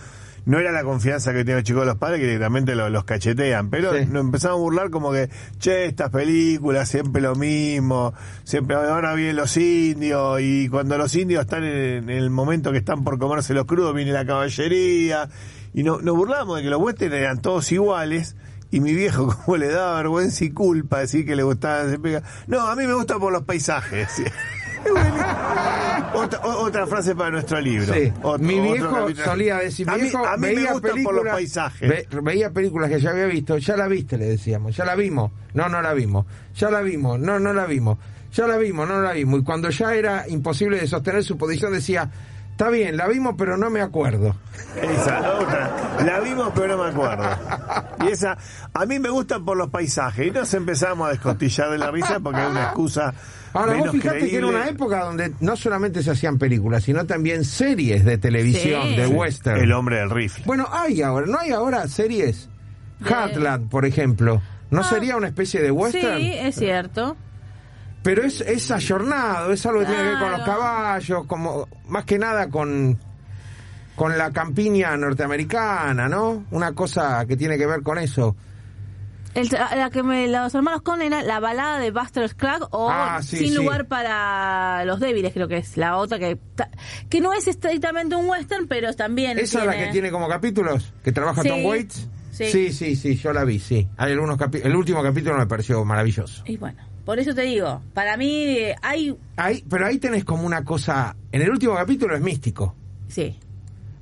Speaker 3: No era la confianza que tienen los chicos de los padres que directamente lo- los cachetean, pero
Speaker 2: Sí.
Speaker 3: nos empezamos a burlar como que, che, estas películas, siempre lo mismo, siempre ahora vienen los indios, y cuando los indios están en, en el momento que están por comerse los crudos, viene la caballería, y no, nos burlamos de que los western eran todos iguales, y mi viejo [LAUGHS] como le daba vergüenza y culpa decir que le gustaba, siempre, no, a mí me gusta por los paisajes. [LAUGHS] Otra, o- otra frase para nuestro libro.
Speaker 2: Sí.
Speaker 3: Ot-
Speaker 2: mi
Speaker 3: otro
Speaker 2: viejo
Speaker 3: capítulo.
Speaker 2: solía decir,
Speaker 3: a
Speaker 2: mi
Speaker 3: mí,
Speaker 2: viejo
Speaker 3: a mí me
Speaker 2: veía
Speaker 3: gusta por los
Speaker 2: películas-
Speaker 3: paisajes.
Speaker 2: ve- veía películas que ya había visto, ya la viste, le decíamos, ya la vimos, no, no la vimos, ya la vimos, no, no la vimos, ya la vimos, no, no la vimos. Y cuando ya era imposible de sostener su posición decía, está bien, la vimos pero no me acuerdo.
Speaker 3: Esa, otra. La vimos, pero no me acuerdo. Y esa, a mí me gusta por los paisajes. Y nos empezamos a descostillar de la risa porque es una excusa.
Speaker 2: Ahora
Speaker 3: menos
Speaker 2: vos fijate que era
Speaker 3: creíble.
Speaker 2: una época donde no solamente se hacían películas, sino también series de televisión,
Speaker 4: Sí.
Speaker 2: de
Speaker 4: Sí.
Speaker 2: western.
Speaker 3: El hombre del rifle.
Speaker 2: Bueno, hay ahora, no hay ahora series. Hatland, por ejemplo. ¿No
Speaker 4: Ah.
Speaker 2: sería una especie de western?
Speaker 4: sí, es cierto.
Speaker 2: Pero es, es ayornado, es algo que tiene que ver con los
Speaker 4: Claro.
Speaker 2: caballos, como más que nada con, con la campiña norteamericana, ¿no? Una cosa que tiene que ver con eso.
Speaker 4: El- la que me, los hermanos Cohen era la balada de Buster Scruggs o
Speaker 2: Ah, sí,
Speaker 4: Sin
Speaker 2: sí.
Speaker 4: lugar para los débiles, creo que es la otra que ta- que no es estrictamente un western, pero también
Speaker 2: ¿Esa es la que tiene como capítulos? ¿Que trabaja
Speaker 4: Sí,
Speaker 2: Tom Waits?
Speaker 4: sí.
Speaker 2: sí, sí, sí, yo la vi, sí. Hay algunos capi- el último capítulo me pareció maravilloso.
Speaker 4: Y bueno, por eso te digo, para mí eh, hay
Speaker 2: Ahí, pero ahí tenés como una cosa... En el último capítulo es místico.
Speaker 4: sí.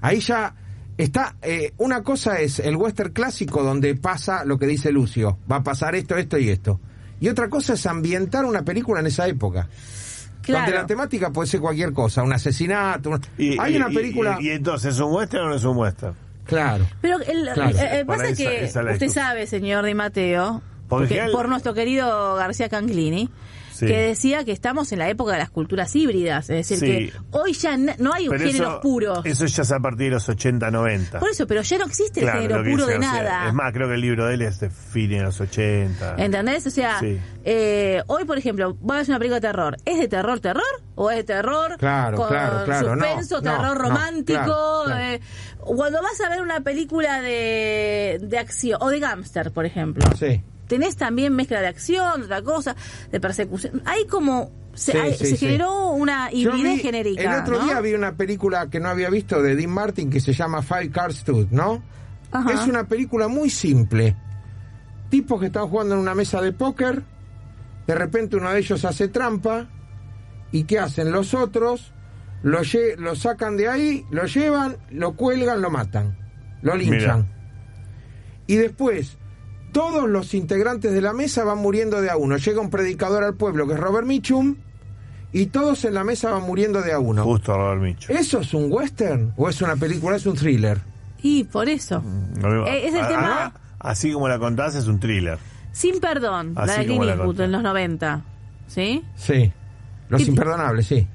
Speaker 2: Ahí ya está. eh, una cosa es el western clásico donde pasa lo que dice Lucio. Va a pasar esto, esto y esto. Y otra cosa es ambientar una película en esa época. Donde
Speaker 4: Claro.
Speaker 2: la temática puede ser cualquier cosa. Un asesinato. un-
Speaker 3: Y,
Speaker 2: Hay
Speaker 3: y-
Speaker 2: una
Speaker 3: y-
Speaker 2: película...
Speaker 3: Y, y entonces, ¿es un western o no es un western?
Speaker 2: Claro.
Speaker 4: Pero el,
Speaker 2: Claro.
Speaker 4: eh, eh,
Speaker 3: Por
Speaker 4: pasa
Speaker 3: ahí esa-
Speaker 4: que
Speaker 3: esa la
Speaker 4: usted
Speaker 3: discusión.
Speaker 4: sabe, señor Di Mateo,
Speaker 3: Por
Speaker 4: porque-
Speaker 3: general-
Speaker 4: por nuestro querido García Canglini,
Speaker 3: Sí.
Speaker 4: que decía que estamos en la época de las culturas híbridas, es decir,
Speaker 3: Sí.
Speaker 4: que hoy ya na- no hay
Speaker 3: Pero
Speaker 4: géneros
Speaker 3: eso,
Speaker 4: puros.
Speaker 3: Eso ya es a partir de los 80, 90.
Speaker 4: Por eso, pero ya no existe
Speaker 3: Claro,
Speaker 4: el
Speaker 3: lo
Speaker 4: género
Speaker 3: que
Speaker 4: puro de
Speaker 3: dice, o sea,
Speaker 4: nada.
Speaker 3: es más, creo que el libro de él es de fines de los 80.
Speaker 4: ¿Entendés? O sea,
Speaker 3: Sí.
Speaker 4: eh, hoy, por ejemplo, vas a ver una película de terror. ¿Es de terror, terror? ¿O es de terror
Speaker 2: Claro,
Speaker 4: con
Speaker 2: claro, claro, no,
Speaker 4: suspenso,
Speaker 2: no,
Speaker 4: terror
Speaker 2: no,
Speaker 4: romántico?
Speaker 2: claro, claro.
Speaker 4: eh, cuando vas a ver una película de, de acción, o de gámster, por ejemplo,
Speaker 2: Sí.
Speaker 4: tenés también mezcla de acción, de otra cosa, de persecución. Hay como... Se,
Speaker 2: Sí,
Speaker 4: hay-
Speaker 2: sí,
Speaker 4: se
Speaker 2: sí.
Speaker 4: generó una
Speaker 2: Yo
Speaker 4: hibridez
Speaker 2: vi-
Speaker 4: genérica.
Speaker 2: El otro
Speaker 4: ¿no?
Speaker 2: día vi una película que no había visto de Dean Martin que se llama Five Cars Dude, ¿no?
Speaker 4: Ajá.
Speaker 2: Es una película muy simple. Tipos que están jugando en una mesa de póker, de repente uno de ellos hace trampa, ¿y qué hacen los otros? Lo, lle- lo sacan de ahí, lo llevan, lo cuelgan, lo matan, lo linchan. Y después, todos los integrantes de la mesa van muriendo de a uno. Llega un predicador al pueblo que es Robert Mitchum, y todos en la mesa van muriendo de a uno.
Speaker 3: Justo Robert
Speaker 4: Eh,
Speaker 3: Micho.
Speaker 2: ¿Eso es un western? ¿O es una película? ¿Es un thriller?
Speaker 4: Y por eso. Eh, es el tema-
Speaker 3: Ah, así como la contás, es un thriller.
Speaker 4: Sin perdón, la
Speaker 3: Así
Speaker 4: de Clint
Speaker 3: como la
Speaker 4: Eastwood
Speaker 3: conté.
Speaker 4: en los 90. ¿Sí?
Speaker 2: Sí. Los
Speaker 4: Sí.
Speaker 2: imperdonables, sí.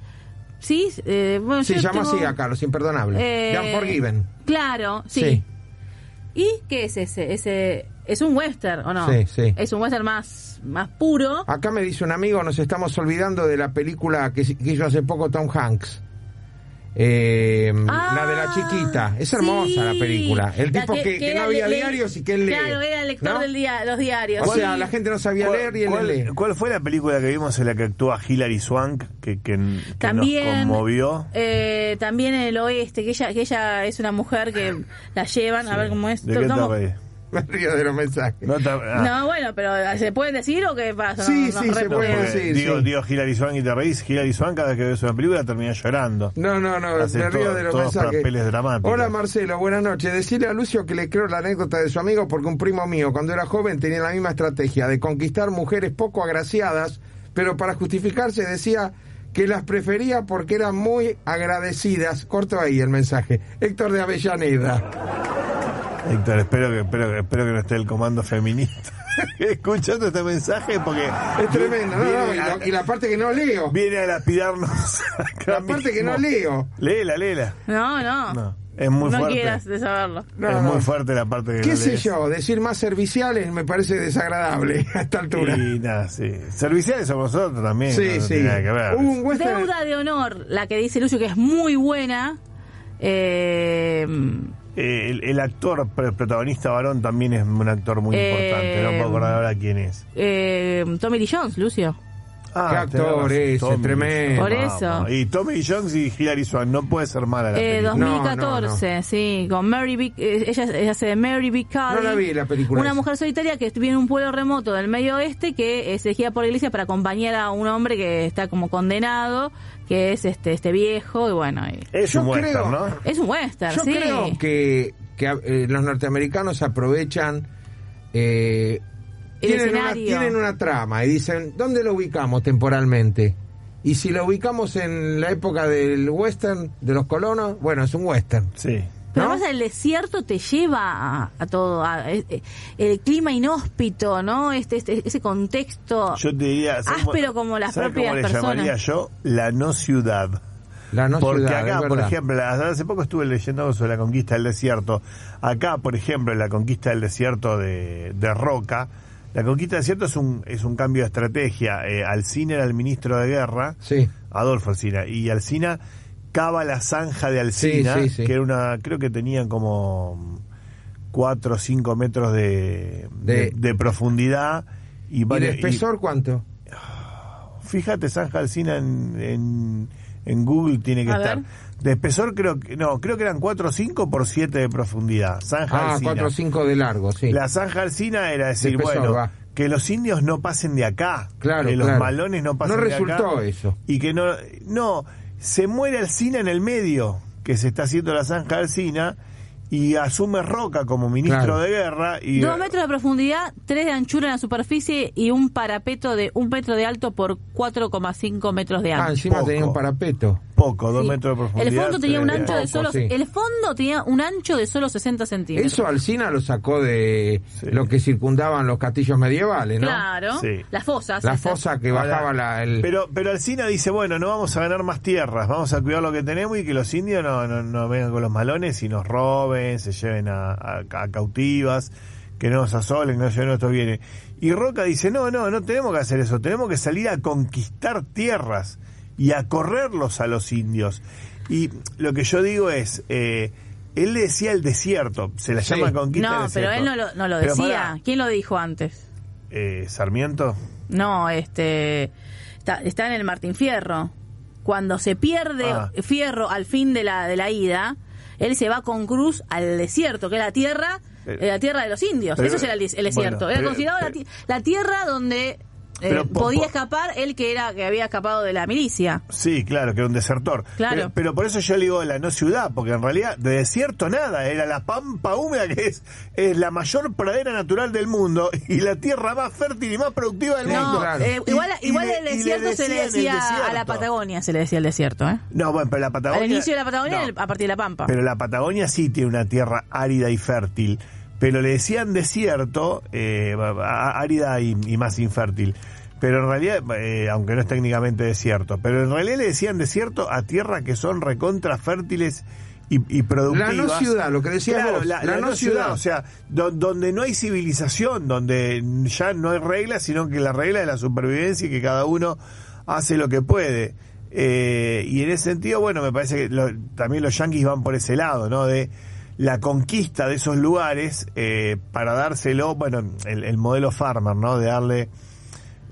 Speaker 4: Sí, eh, bueno,
Speaker 2: Se
Speaker 4: yo
Speaker 2: llama
Speaker 4: tengo-
Speaker 2: así acá, los imperdonables.
Speaker 4: Eh,
Speaker 2: The Unforgiven.
Speaker 4: Claro, sí. ¿Y qué es ese? Ese es un western o no?
Speaker 2: Sí, sí.
Speaker 4: Es un western más más puro.
Speaker 2: Acá me dice un amigo, nos estamos olvidando de la película que, que hizo hace poco Tom Hanks. Eh,
Speaker 4: Ah,
Speaker 2: la de la chiquita. Es hermosa
Speaker 4: sí.
Speaker 2: la película. El
Speaker 4: La
Speaker 2: tipo que, que
Speaker 4: era
Speaker 2: no había
Speaker 4: le- le-
Speaker 2: diarios y que él lee.
Speaker 4: Claro, era el lector
Speaker 2: ¿no?
Speaker 4: de los diarios.
Speaker 2: O
Speaker 4: sí.
Speaker 2: sea, la gente no sabía leer y él
Speaker 3: cuál-
Speaker 2: lee.
Speaker 3: cuál fue la película que vimos en la que actúa Hilary Swank que, que- que nos
Speaker 4: también
Speaker 3: conmovió?
Speaker 4: eh, también en el oeste que ella que ella es una mujer que la llevan a ver cómo es
Speaker 3: ¿De qué
Speaker 4: no,
Speaker 3: te reís?
Speaker 2: [LAUGHS] Me río de los mensajes.
Speaker 3: No te- ah,
Speaker 4: no, pues, bueno pero se puede decir o qué pasa
Speaker 2: Sí,
Speaker 4: No,
Speaker 2: sí,
Speaker 4: no,
Speaker 2: se
Speaker 4: re-
Speaker 3: no,
Speaker 2: puede.
Speaker 3: porque
Speaker 2: sí,
Speaker 3: digo,
Speaker 2: sí.
Speaker 3: digo Hilary Swank y te reís. Hilary Swank cada vez que ves una película termina llorando.
Speaker 2: No, no, no,
Speaker 3: Hace
Speaker 2: me río
Speaker 3: todo-
Speaker 2: de los
Speaker 3: todos
Speaker 2: mensajes.
Speaker 3: papeles dramáticos.
Speaker 2: Hola Marcelo, buenas noches. Decirle a Lucio que le creo la anécdota de su amigo porque un primo mío cuando era joven tenía la misma estrategia de conquistar mujeres poco agraciadas, pero para justificarse decía que las prefería porque eran muy agradecidas. Corto ahí el mensaje. Héctor de Avellaneda.
Speaker 3: Héctor, espero que, espero, que- espero que no esté el comando feminista [LAUGHS] escuchando este mensaje porque
Speaker 2: Es tremendo, no, no,
Speaker 3: viene,
Speaker 2: y,
Speaker 3: a,
Speaker 2: la, y la parte que no leo.
Speaker 3: viene a lapidarnos. [LAUGHS]
Speaker 2: La
Speaker 3: acá
Speaker 2: parte que no
Speaker 3: mismo.
Speaker 2: leo.
Speaker 3: Léela, léela.
Speaker 4: no no
Speaker 3: No, es muy
Speaker 4: no
Speaker 3: fuerte.
Speaker 4: quieras de saberlo
Speaker 2: No,
Speaker 3: es
Speaker 2: no.
Speaker 3: muy fuerte la parte que
Speaker 2: ¿Qué
Speaker 3: no
Speaker 2: sé
Speaker 3: lees.
Speaker 2: yo? Decir más serviciales me parece desagradable [LAUGHS] a esta altura.
Speaker 3: Y nada, sí. Serviciales somos nosotros también.
Speaker 2: Sí,
Speaker 3: no, no
Speaker 2: sí.
Speaker 3: tiene nada que ver.
Speaker 2: Hubo un western-
Speaker 4: Deuda de honor, la que dice Lucio que es muy buena. Eh,
Speaker 3: Eh, el, el actor pr- protagonista varón también es un actor muy
Speaker 4: Eh,
Speaker 3: importante. No puedo acordar ahora quién es.
Speaker 4: eh, Tommy Lee Jones, Lucio.
Speaker 2: Qué
Speaker 3: Ah, tenés
Speaker 2: actor
Speaker 3: razón,
Speaker 2: ese,
Speaker 3: Tommy.
Speaker 2: tremendo.
Speaker 4: Por eso.
Speaker 3: Vamos. Y Tommy Jones y Hilary Swank. No puede ser mala la
Speaker 4: Eh,
Speaker 3: película.
Speaker 2: dos- No,
Speaker 4: 2014, sí, con Mary B. eh, ella, ella hace de Mary B. Cady.
Speaker 2: No la vi, la película
Speaker 4: Una
Speaker 2: esa.
Speaker 4: mujer solitaria que vive en un pueblo remoto del medio oeste que eh, se gira por la iglesia para acompañar a un hombre que está como condenado, que es este este viejo, y bueno. y-
Speaker 3: Es
Speaker 2: Yo
Speaker 3: un western,
Speaker 2: creo-
Speaker 3: ¿no?
Speaker 4: es un western,
Speaker 2: Yo
Speaker 4: sí.
Speaker 2: creo que, que, eh, los norteamericanos aprovechan. eh,
Speaker 4: El
Speaker 2: tienen, una,
Speaker 4: escenario.
Speaker 2: tienen una trama y dicen: ¿dónde lo ubicamos temporalmente? Y si lo ubicamos en la época del western, de los colonos, bueno, es un western.
Speaker 3: Sí.
Speaker 4: Pero
Speaker 2: ¿no?
Speaker 4: además el desierto te lleva a, a todo, a- eh, eh, el clima inhóspito, ¿no? Este, este- ese contexto.
Speaker 3: Yo te diría. ¿sabes cómo-
Speaker 4: Áspero como las
Speaker 3: ¿sabes
Speaker 4: propias
Speaker 3: cómo le
Speaker 4: personas.
Speaker 3: llamaría yo? La no ciudad.
Speaker 2: La no
Speaker 3: Porque
Speaker 2: ciudad, es
Speaker 3: acá, por
Speaker 2: verdad.
Speaker 3: ejemplo, hace poco estuve leyendo algo sobre la conquista del desierto. Acá, por ejemplo, en la conquista del desierto de, de Roca, la conquista del desierto es un, es un cambio de estrategia. Eh, Alcina era el ministro de guerra,
Speaker 2: Sí.
Speaker 3: Adolfo Alcina, y Alcina cava la zanja de Alcina,
Speaker 2: Sí, sí, sí.
Speaker 3: que era una, creo que tenían como 4 o 5 metros de,
Speaker 2: De-
Speaker 3: de, de profundidad. Y,
Speaker 2: ¿Y el
Speaker 3: varios- y-
Speaker 2: espesor cuánto?
Speaker 3: Fíjate, Zanja Alcina en, en, en Google tiene que
Speaker 4: A
Speaker 3: estar.
Speaker 4: ver.
Speaker 3: De espesor creo que, no, creo que eran 4 o 5 por 7 de profundidad. Zanja
Speaker 2: Ah,
Speaker 3: Alcina.
Speaker 2: 4 o 5 de largo, sí.
Speaker 3: La Zanja Alcina era decir,
Speaker 2: espesor,
Speaker 3: bueno,
Speaker 2: va.
Speaker 3: que los indios no pasen de acá.
Speaker 2: Claro,
Speaker 3: Que los
Speaker 2: claro.
Speaker 3: malones no pasen
Speaker 2: No
Speaker 3: de acá.
Speaker 2: resultó eso.
Speaker 3: Y que no, no, se muere Alcina en el medio, que se está haciendo la Zanja Alcina, y asume Roca como ministro
Speaker 2: Claro.
Speaker 3: de guerra. Y,
Speaker 4: Dos metros de profundidad, tres de anchura en la superficie y un parapeto de un metro de alto por 4,5 metros de
Speaker 2: Ah,
Speaker 4: ancho.
Speaker 2: encima
Speaker 3: poco.
Speaker 2: tenía un parapeto.
Speaker 3: poco, dos
Speaker 4: Sí.
Speaker 3: metros de profundidad.
Speaker 4: El fondo tenía un
Speaker 3: tres
Speaker 4: ancho de solo
Speaker 2: sí.
Speaker 4: el fondo tenía un ancho de solo 60 centímetros.
Speaker 2: Eso Alcina lo sacó de
Speaker 3: Sí.
Speaker 2: lo que circundaban los castillos medievales, ¿no?
Speaker 4: Claro.
Speaker 3: Sí.
Speaker 4: Las fosas.
Speaker 2: La
Speaker 4: esas.
Speaker 2: fosa que
Speaker 3: Ahora,
Speaker 2: bajaba la, el...
Speaker 3: Pero, pero Alcina dice, bueno, no vamos a ganar más tierras, vamos a cuidar lo que tenemos y que los indios no, no, no vengan con los malones y nos roben, se lleven a, a- a cautivas, que no nos asolen, que no lleven nuestros bienes. Y Roca dice, no, no, no tenemos que hacer eso, tenemos que salir a conquistar tierras y a correrlos a los indios. Y lo que yo digo es, eh, él le decía el desierto, se la
Speaker 2: Sí.
Speaker 3: llama conquista del
Speaker 4: No, pero
Speaker 3: desierto.
Speaker 4: él no lo, no lo
Speaker 3: Pero
Speaker 4: decía.
Speaker 3: pará,
Speaker 4: ¿Quién lo dijo antes?
Speaker 3: eh, Sarmiento.
Speaker 4: No, este está, está en el Martín Fierro. Cuando se pierde
Speaker 3: Ah.
Speaker 4: Fierro al fin de la de la ida, él se va con Cruz al desierto, que es la tierra,
Speaker 3: Pero-
Speaker 4: eh, la tierra de los indios.
Speaker 3: pero-
Speaker 4: Eso era el, dis- el desierto.
Speaker 3: bueno,
Speaker 4: era
Speaker 3: pero-
Speaker 4: considerado la
Speaker 3: pero-
Speaker 4: ti- la, tierra donde eh,
Speaker 3: Pero po-
Speaker 4: podía
Speaker 3: po-
Speaker 4: escapar él que era que había escapado de la milicia.
Speaker 3: Sí, claro, que era un desertor.
Speaker 4: Claro.
Speaker 3: Pero, pero por eso yo le digo la no ciudad, porque en realidad de desierto nada, era la pampa húmeda que es, es la mayor pradera natural del mundo y la tierra más fértil y más productiva del
Speaker 2: Sí,
Speaker 4: No,
Speaker 3: mundo.
Speaker 2: claro.
Speaker 4: eh, igual,
Speaker 3: Y- y
Speaker 4: igual
Speaker 3: le-
Speaker 4: el
Speaker 3: y le
Speaker 4: desierto se le
Speaker 3: decían el
Speaker 4: decía a la
Speaker 3: desierto.
Speaker 4: Patagonia, se le decía el desierto, ¿eh?
Speaker 3: No, bueno, pero la Patagonia...
Speaker 4: Al inicio de la Patagonia,
Speaker 3: No,
Speaker 4: el- a partir de la Pampa.
Speaker 3: Pero eh, la Patagonia sí tiene una tierra árida y fértil. Pero le decían desierto, eh, á- árida y, y más infértil. Pero en realidad, eh, aunque no es técnicamente desierto, pero en realidad le decían desierto a tierras que son recontra fértiles y, y productivas.
Speaker 2: La no ciudad, lo que decías
Speaker 3: Claro,
Speaker 2: vos,
Speaker 3: la, la no ciudad, o sea, do- donde no hay civilización, donde ya no hay reglas, sino que la regla es la supervivencia y que cada uno hace lo que puede. Eh, y en ese sentido, bueno, me parece que lo- también los yanquis van por ese lado, ¿no? De la conquista de esos lugares eh, para dárselo, bueno, el, el modelo farmer, ¿no? De darle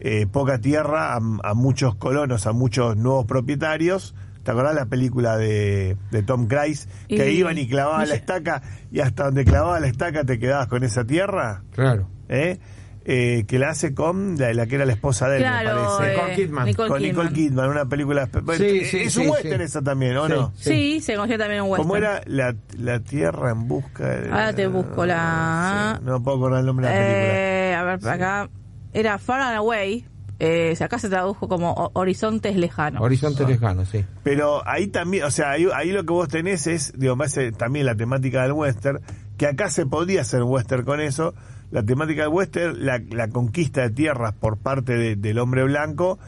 Speaker 3: eh, poca tierra a, a muchos colonos, a muchos nuevos propietarios. ¿Te acordás la película de, de Tom Cruise? Que
Speaker 4: Y-
Speaker 3: iban y clavaban
Speaker 4: [LAUGHS]
Speaker 3: la estaca y hasta donde clavaba la estaca te quedabas con esa tierra,
Speaker 2: Claro.
Speaker 3: ¿eh? Eh, que la hace con la, la que era la esposa de él, me
Speaker 4: claro,
Speaker 2: eh,
Speaker 3: parece.
Speaker 2: Nicole Kidman.
Speaker 3: con Nicole Kidman, una película... bueno,
Speaker 2: Sí,
Speaker 3: es
Speaker 2: sí,
Speaker 3: es
Speaker 2: sí,
Speaker 3: un
Speaker 2: sí.
Speaker 3: western esa también, ¿o
Speaker 2: Sí.
Speaker 3: no?
Speaker 4: Sí, se conoció también un western.
Speaker 3: ¿Cómo era la, la tierra en busca de...
Speaker 4: Ahora te busco la-
Speaker 3: Sí, no puedo acordar el nombre de la película.
Speaker 4: Eh, a ver, acá era Far and Away. Eh, acá se tradujo como o- Horizontes Lejanos.
Speaker 3: Ah.
Speaker 2: Horizonte lejano, sí.
Speaker 3: Pero ahí también, o sea, ahí, ahí lo que vos tenés es, digo, me hace también la temática del western, que acá se podía hacer western con eso, la temática del western, la, la conquista de tierras por parte de- del hombre blanco,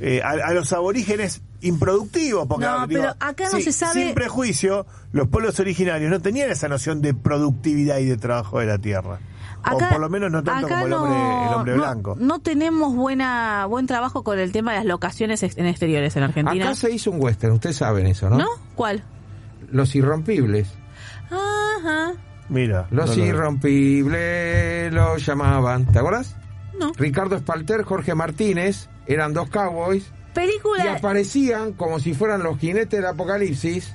Speaker 3: eh, a, a los aborígenes improductivos, porque
Speaker 4: No,
Speaker 3: digo,
Speaker 4: pero acá no
Speaker 3: sí,
Speaker 4: se sabe-
Speaker 3: Sin prejuicio, los pueblos originarios no tenían esa noción de productividad y de trabajo de la tierra.
Speaker 4: Acá-
Speaker 3: o por lo menos no tanto
Speaker 4: acá
Speaker 3: como el hombre, el hombre
Speaker 4: no-
Speaker 3: blanco.
Speaker 4: No tenemos buena buen trabajo con el tema de las locaciones ex- en exteriores en Argentina.
Speaker 2: Acá se hizo un western, ustedes saben eso, ¿no?
Speaker 4: ¿No? ¿Cuál?
Speaker 2: Los irrompibles.
Speaker 4: Ajá.
Speaker 3: Mira.
Speaker 2: Los
Speaker 3: no, no.
Speaker 2: irrompibles lo llamaban. ¿Te acuerdas?
Speaker 4: No.
Speaker 2: Ricardo Espalter, Jorge Martínez, eran dos cowboys y
Speaker 4: Película.
Speaker 2: aparecían como si fueran los jinetes del apocalipsis,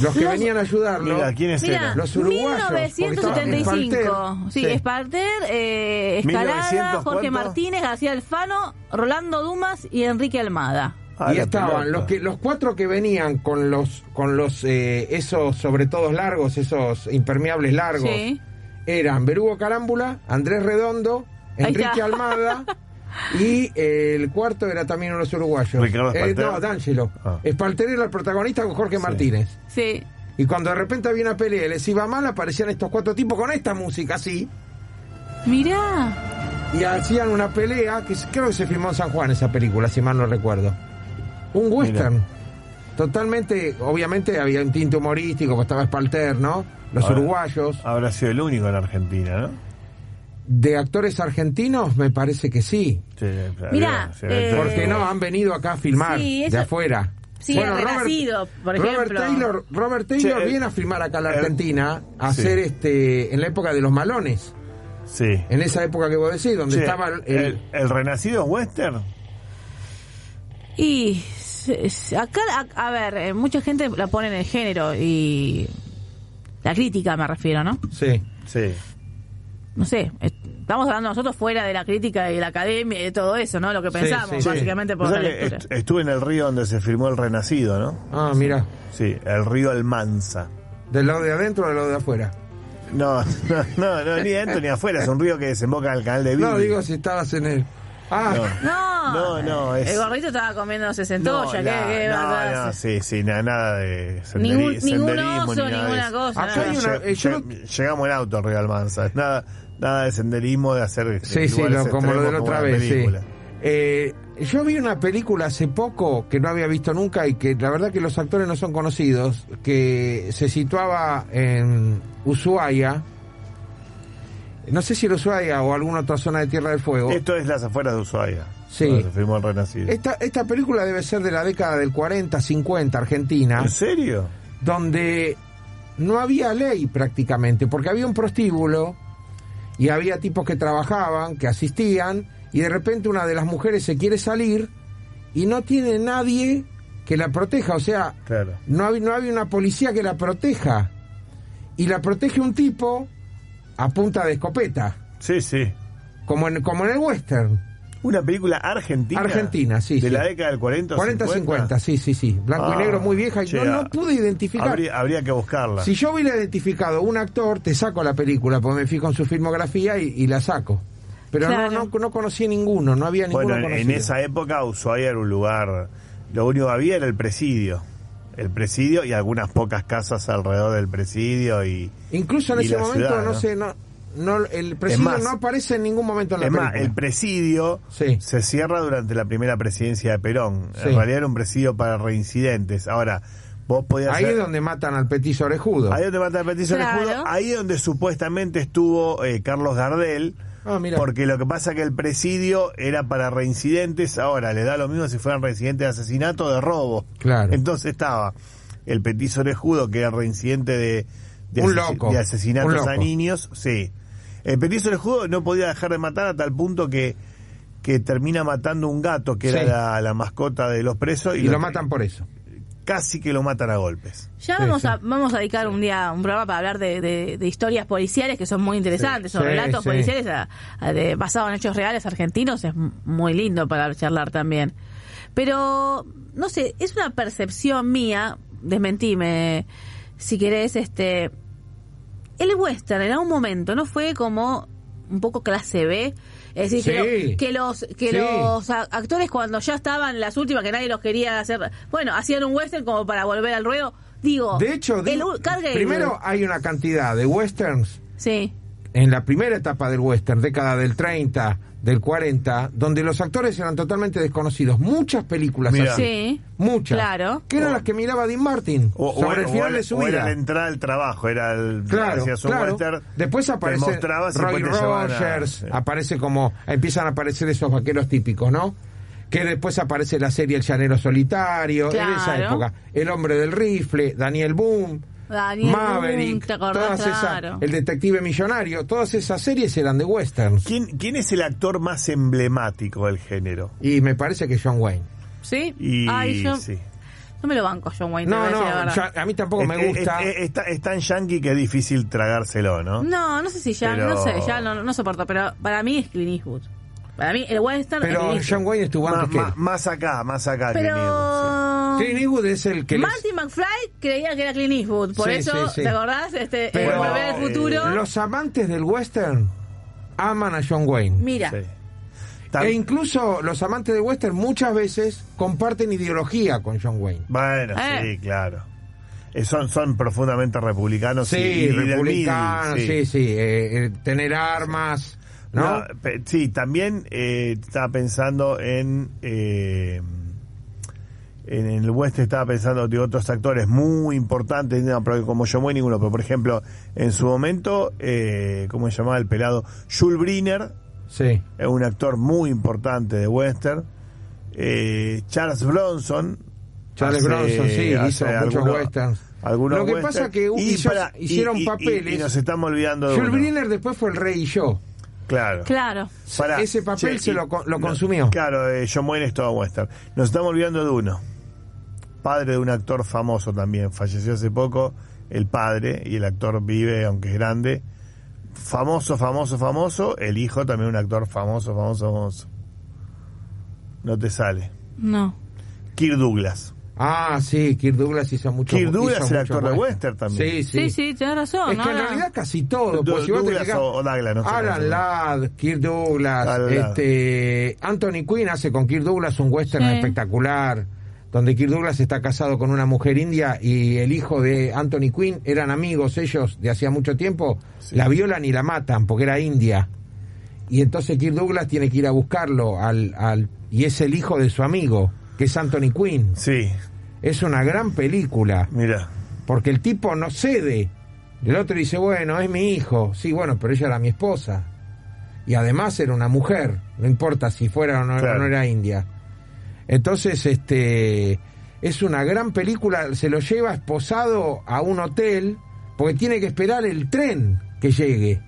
Speaker 2: los que
Speaker 4: Los-
Speaker 2: venían a ayudarlo.
Speaker 3: Mira, este? ¿quiénes
Speaker 4: Mira,
Speaker 3: eran?
Speaker 2: Los uruguayos, porque estaban
Speaker 4: 1975.
Speaker 2: en
Speaker 4: Sí,
Speaker 2: Esparter. Sí.
Speaker 4: Esparter, eh, Escalada,
Speaker 3: 1900
Speaker 4: Jorge
Speaker 3: ¿cuánto?
Speaker 4: Martínez, García Alfano, Rolando Dumas y Enrique Almada.
Speaker 3: Ah,
Speaker 2: y
Speaker 3: la
Speaker 2: estaban
Speaker 3: pelota.
Speaker 2: los que los cuatro que venían con los con los eh, esos sobre todos largos, esos impermeables largos.
Speaker 4: Sí.
Speaker 2: Eran Berugo Carámbula, Andrés Redondo,
Speaker 4: Ahí
Speaker 2: Enrique
Speaker 4: está. [LAUGHS]
Speaker 2: Almada y eh, el cuarto era también uno de los uruguayos. Eh,
Speaker 3: Ricardo Espalter.
Speaker 2: no, D'Angelo.
Speaker 3: Ah.
Speaker 2: Espalter era el protagonista con Jorge Martínez.
Speaker 4: Sí.
Speaker 2: Y cuando de repente había una pelea y les iba mal, aparecían estos cuatro tipos con esta música así.
Speaker 4: Mirá.
Speaker 2: Y hacían una pelea, que s- creo que se filmó en San Juan esa película, si mal no recuerdo. Un western. Totalmente, obviamente había un tinto humorístico, porque estaba Spalter, ¿no? Los
Speaker 3: Ahora-
Speaker 2: uruguayos.
Speaker 3: Habrá sido el único en Argentina, ¿no?
Speaker 2: De actores argentinos, me parece que sí.
Speaker 3: Sí, había-
Speaker 4: Mirá,
Speaker 3: sí, había
Speaker 4: eh,
Speaker 3: todo.
Speaker 2: ¿Por qué no? Han venido acá a filmar
Speaker 4: Sí, eso-
Speaker 2: de afuera.
Speaker 4: Sí, Renacido, por
Speaker 2: Robert
Speaker 4: ejemplo.
Speaker 2: Taylor, Robert Taylor
Speaker 3: Che, eh,
Speaker 2: viene a filmar acá a la
Speaker 3: eh,
Speaker 2: Argentina a
Speaker 3: sí.
Speaker 2: hacer este en la época de los malones.
Speaker 3: Sí.
Speaker 2: En esa época que vos decís, donde
Speaker 3: Che,
Speaker 2: estaba el,
Speaker 3: el, el renacido es western?
Speaker 4: Y se- se- acá, a, a ver, eh, mucha gente la pone en el género y la crítica me refiero, ¿no?
Speaker 2: Sí.
Speaker 3: Sí.
Speaker 4: No sé, eh, estamos hablando nosotros fuera de la crítica y de la academia y de todo eso, ¿no? Lo que pensamos,
Speaker 2: sí.
Speaker 4: básicamente por
Speaker 3: O sea
Speaker 4: la
Speaker 3: que
Speaker 4: lectura.
Speaker 3: est- estuve en el río donde se filmó el renacido, ¿no?
Speaker 2: Ah, mira.
Speaker 3: Sí, el río Almanza.
Speaker 2: Del lado de adentro o del lado de afuera.
Speaker 3: [LAUGHS] No, no, no, no, ni adentro ni afuera, es un río que desemboca en el canal de Vigo.
Speaker 2: No, digo si estabas en el. Ah,
Speaker 4: No,
Speaker 3: No, no, es-
Speaker 4: el gorrito estaba comiendo
Speaker 3: No,
Speaker 4: sesentoya.
Speaker 3: la-
Speaker 4: ¿qué, qué
Speaker 3: no,
Speaker 4: va a
Speaker 3: no,
Speaker 4: hacer?
Speaker 3: sí, sí, na- nada de senderi-
Speaker 4: Ningún- ningún
Speaker 3: senderismo
Speaker 4: oso,
Speaker 3: ni nada de
Speaker 4: ninguna
Speaker 3: eso.
Speaker 4: cosa,
Speaker 2: Acá nada. hay una-
Speaker 3: Lle-
Speaker 2: eh, yo
Speaker 3: lle-
Speaker 2: no-
Speaker 3: Llegamos en auto al Real Mansa. Nada, nada de senderismo, de hacer. eh,
Speaker 2: Sí, sí,
Speaker 3: lugares
Speaker 2: lo- como lo de la
Speaker 3: extremos
Speaker 2: otra
Speaker 3: como
Speaker 2: vez, sí.
Speaker 3: película.
Speaker 2: Eh, yo vi una película hace poco que no había visto nunca y que la verdad que los actores no son conocidos, que se situaba en Ushuaia. No sé si era Ushuaia o alguna otra zona de Tierra del Fuego.
Speaker 3: Esto es las afueras de Ushuaia.
Speaker 2: Sí.
Speaker 3: donde Se filmó el Renacido.
Speaker 2: Esta, esta película debe ser de la década del 40, 50, Argentina,
Speaker 3: ¿En serio?
Speaker 2: donde no había ley prácticamente, porque había un prostíbulo y había tipos que trabajaban, que asistían, y de repente una de las mujeres se quiere salir y no tiene nadie que la proteja, o sea,
Speaker 3: Claro.
Speaker 2: no había, no había una policía que la proteja, y la protege un tipo a punta de escopeta,
Speaker 3: Sí, sí.
Speaker 2: como en, como en el western.
Speaker 3: Una película argentina.
Speaker 2: Argentina, sí,
Speaker 3: De
Speaker 2: sí.
Speaker 3: la década del 40 o 50.
Speaker 2: 40-50, sí, sí, sí. Blanco
Speaker 3: Ah,
Speaker 2: y negro, muy vieja. Y
Speaker 3: che,
Speaker 2: no, no
Speaker 3: ah,
Speaker 2: pude identificar.
Speaker 3: Habría, habría que buscarla.
Speaker 2: Si yo hubiera identificado un actor, te saco la película, porque me fijo en su filmografía y, y la saco. Pero
Speaker 4: Claro.
Speaker 2: no, no, no conocí ninguno, no había ninguno
Speaker 3: Bueno, en, en
Speaker 2: conocido.
Speaker 3: esa época Ushuaia era un lugar, lo único que había era el presidio. El presidio y algunas pocas casas alrededor del presidio y...
Speaker 2: Incluso en
Speaker 3: y
Speaker 2: ese
Speaker 3: la
Speaker 2: momento,
Speaker 3: ciudad,
Speaker 2: no,
Speaker 3: ¿no?
Speaker 2: sé, no, no, el presidio
Speaker 3: más-
Speaker 2: no aparece en ningún momento en la
Speaker 3: Es más, el
Speaker 2: película.
Speaker 3: presidio
Speaker 2: Sí.
Speaker 3: se cierra durante la primera presidencia de Perón.
Speaker 2: Sí.
Speaker 3: En realidad era un presidio para reincidentes. Ahora, vos podías...
Speaker 2: Ahí
Speaker 3: hacer-
Speaker 2: es donde matan al petiso orejudo.
Speaker 3: Ahí donde mata el petiso
Speaker 4: Claro.
Speaker 3: escudo, ahí es donde supuestamente estuvo eh, Carlos Gardel,
Speaker 2: Ah, mira.
Speaker 3: porque lo que pasa que el presidio era para reincidentes, ahora le da lo mismo si fueran reincidentes de asesinato o de robo.
Speaker 2: Claro.
Speaker 3: Entonces estaba el petiso orejudo, que era reincidente de, de,
Speaker 2: Un
Speaker 3: asesi-
Speaker 2: loco.
Speaker 3: de asesinatos
Speaker 2: Un loco.
Speaker 3: a niños, sí. El petiso orejudo no podía dejar de matar a tal punto que que termina matando un gato que era
Speaker 2: Sí.
Speaker 3: la, la mascota de los presos
Speaker 2: y lo matan por eso.
Speaker 3: casi que lo matan a golpes.
Speaker 4: Ya
Speaker 2: Sí,
Speaker 4: vamos,
Speaker 2: sí.
Speaker 4: A, vamos a dedicar un día un programa para hablar de, de- de historias policiales que son muy interesantes,
Speaker 2: Sí,
Speaker 4: o
Speaker 2: sí,
Speaker 4: relatos
Speaker 2: sí.
Speaker 4: policiales a- a de- basados en hechos reales argentinos. Es m- muy lindo para charlar también. Pero, no sé, es una percepción mía, desmentime si querés, este. El western en algún momento no fue como un poco clase B. Es decir, que,
Speaker 2: Sí.
Speaker 4: lo- que los que
Speaker 2: Sí.
Speaker 4: los a- actores cuando ya estaban las últimas que nadie los quería hacer, bueno, hacían un western como para volver al ruedo. Digo,
Speaker 2: De hecho, di-
Speaker 4: Oh. el u- Carl
Speaker 2: primero hay una cantidad de westerns
Speaker 4: Gable. sí,
Speaker 2: en la primera etapa del western, década del 30, del 40, donde los actores eran totalmente desconocidos. Muchas películas
Speaker 3: Mirá.
Speaker 2: así.
Speaker 4: sí,
Speaker 2: Muchas.
Speaker 4: Claro.
Speaker 2: Que eran las que miraba Dean Martin
Speaker 3: O, o
Speaker 2: sobre
Speaker 3: era-
Speaker 2: el
Speaker 3: o
Speaker 2: final
Speaker 3: era-
Speaker 2: de su
Speaker 3: o era
Speaker 2: vida.
Speaker 3: la entrada al trabajo, era el
Speaker 2: Claro,
Speaker 3: hacías un
Speaker 2: claro.
Speaker 3: western,
Speaker 2: Después
Speaker 3: te
Speaker 2: aparece
Speaker 3: mostrabas y
Speaker 2: Roy
Speaker 3: después te llevaban a-
Speaker 2: Rogers,
Speaker 3: Sí.
Speaker 2: aparece como, empiezan a aparecer esos vaqueros típicos, ¿no? Que después aparece la serie El Llanero Solitario, en esa
Speaker 4: Claro.
Speaker 2: época. El Hombre del Rifle, Daniel Boom,
Speaker 4: Daniel
Speaker 2: Maverick,
Speaker 4: Boone, ¿te acordás?
Speaker 2: todas esas-
Speaker 4: Claro.
Speaker 2: El Detective Millonario, todas esas series eran de westerns.
Speaker 3: ¿Quién, quién es el actor más emblemático del género?
Speaker 2: Y me parece que John Wayne.
Speaker 4: sí.
Speaker 3: Y
Speaker 4: Ay, yo
Speaker 3: sí.
Speaker 4: no me lo banco John Wayne, te
Speaker 2: No,
Speaker 4: voy a decir la
Speaker 2: no,
Speaker 4: verdad.
Speaker 2: ya- a mí tampoco
Speaker 3: Es-
Speaker 2: me
Speaker 3: es-
Speaker 2: gusta.
Speaker 3: es- es tan- Este, es tan yankee que es difícil tragárselo, ¿no?
Speaker 4: No, no sé si ya,
Speaker 3: Pero-
Speaker 4: no sé, ya no, no soporto, pero para mí es Clint Eastwood. Para mí el western es
Speaker 2: Pero
Speaker 4: Clint Eastwood.
Speaker 2: John Wayne estuvo
Speaker 3: Más,
Speaker 2: antes que él.
Speaker 3: más- más acá, más acá que Neil,
Speaker 4: Pero
Speaker 2: Clint Eastwood es el que les-
Speaker 4: Marty McFly creía que era Clint Eastwood, por
Speaker 2: Sí,
Speaker 4: eso,
Speaker 2: sí, sí.
Speaker 4: ¿te acordás? Este,
Speaker 2: Pero,
Speaker 4: en Volver al Futuro.
Speaker 2: los amantes del western aman a John Wayne.
Speaker 4: Mira,
Speaker 3: sí. Sí. Tan-
Speaker 2: E incluso los amantes del western muchas veces comparten ideología con John Wayne.
Speaker 3: Bueno,
Speaker 4: Eh.
Speaker 3: sí, claro. Eh, son, son profundamente republicanos.
Speaker 2: Sí,
Speaker 3: y- y del
Speaker 2: republicano,
Speaker 3: mil,
Speaker 2: sí, sí, eh, eh, tener armas, ¿no?
Speaker 3: No, pe- sí, también eh, estaba pensando en, eh, en el West, estaba pensando de otros actores muy importantes, no, pero como yo muy ninguno, pero por ejemplo, en su momento, eh, ¿cómo se llamaba el pelado? Jules Briner,
Speaker 2: Sí.
Speaker 3: es un actor muy importante de western. Eh, Charles Bronson.
Speaker 2: Charles
Speaker 3: hace-
Speaker 2: Bronson, sí,
Speaker 3: hace
Speaker 2: hizo muchos westerns.
Speaker 3: algunos
Speaker 2: Lo que
Speaker 3: westerns.
Speaker 2: pasa que hizo-
Speaker 3: pará,
Speaker 2: hicieron papeles.
Speaker 3: Y, nos estamos olvidando de
Speaker 2: Jules
Speaker 3: uno.
Speaker 2: Briner después fue el rey y yo.
Speaker 3: Claro.
Speaker 4: claro.
Speaker 3: Pará.
Speaker 2: Ese papel
Speaker 3: Che,
Speaker 2: se
Speaker 3: y-
Speaker 2: lo, con- lo
Speaker 3: no,
Speaker 2: consumió.
Speaker 3: claro, eh, John Wayne es todo western. Nos estamos olvidando de uno. Padre de un actor famoso también. Falleció hace poco el padre y el actor vive, aunque es grande. Famoso, famoso, famoso. El hijo también un actor famoso, famoso, famoso. No te sale.
Speaker 4: No.
Speaker 3: Kirk Douglas.
Speaker 2: Ah, sí, Kirk Douglas hizo mucho
Speaker 3: Kirk Douglas
Speaker 2: hizo
Speaker 3: es el
Speaker 2: mucho
Speaker 3: actor de western también.
Speaker 2: Sí, sí.
Speaker 4: Sí, sí, tienes razón.
Speaker 2: Es que en
Speaker 4: ahora-
Speaker 2: realidad casi todo.
Speaker 3: Du-
Speaker 2: pues, si vos te
Speaker 3: Douglas
Speaker 2: fijás,
Speaker 3: o- o Douglas, no sé cómo se
Speaker 2: Alan
Speaker 3: llama.
Speaker 2: Ladd, Kirk Douglas,
Speaker 3: Alan Ladd.
Speaker 2: este, Anthony Quinn hace con Kirk Douglas un western
Speaker 4: Sí.
Speaker 2: espectacular, donde Kirk Douglas está casado con una mujer india y el hijo de Anthony Quinn eran amigos ellos de hacía mucho tiempo, la violan y la matan porque era india. Y entonces Kirk Douglas tiene que ir a buscarlo al, al y es el hijo de su amigo, que es Anthony Quinn.
Speaker 3: Sí,
Speaker 2: Es una gran película
Speaker 3: mira.
Speaker 2: porque el tipo no cede. El otro dice, bueno, es mi hijo. Sí, bueno, pero ella era mi esposa. Y además era una mujer, no importa si fuera o no,
Speaker 3: Claro.
Speaker 2: o no era india. Entonces, este es una gran película, se lo lleva esposado a un hotel porque tiene que esperar el tren que llegue.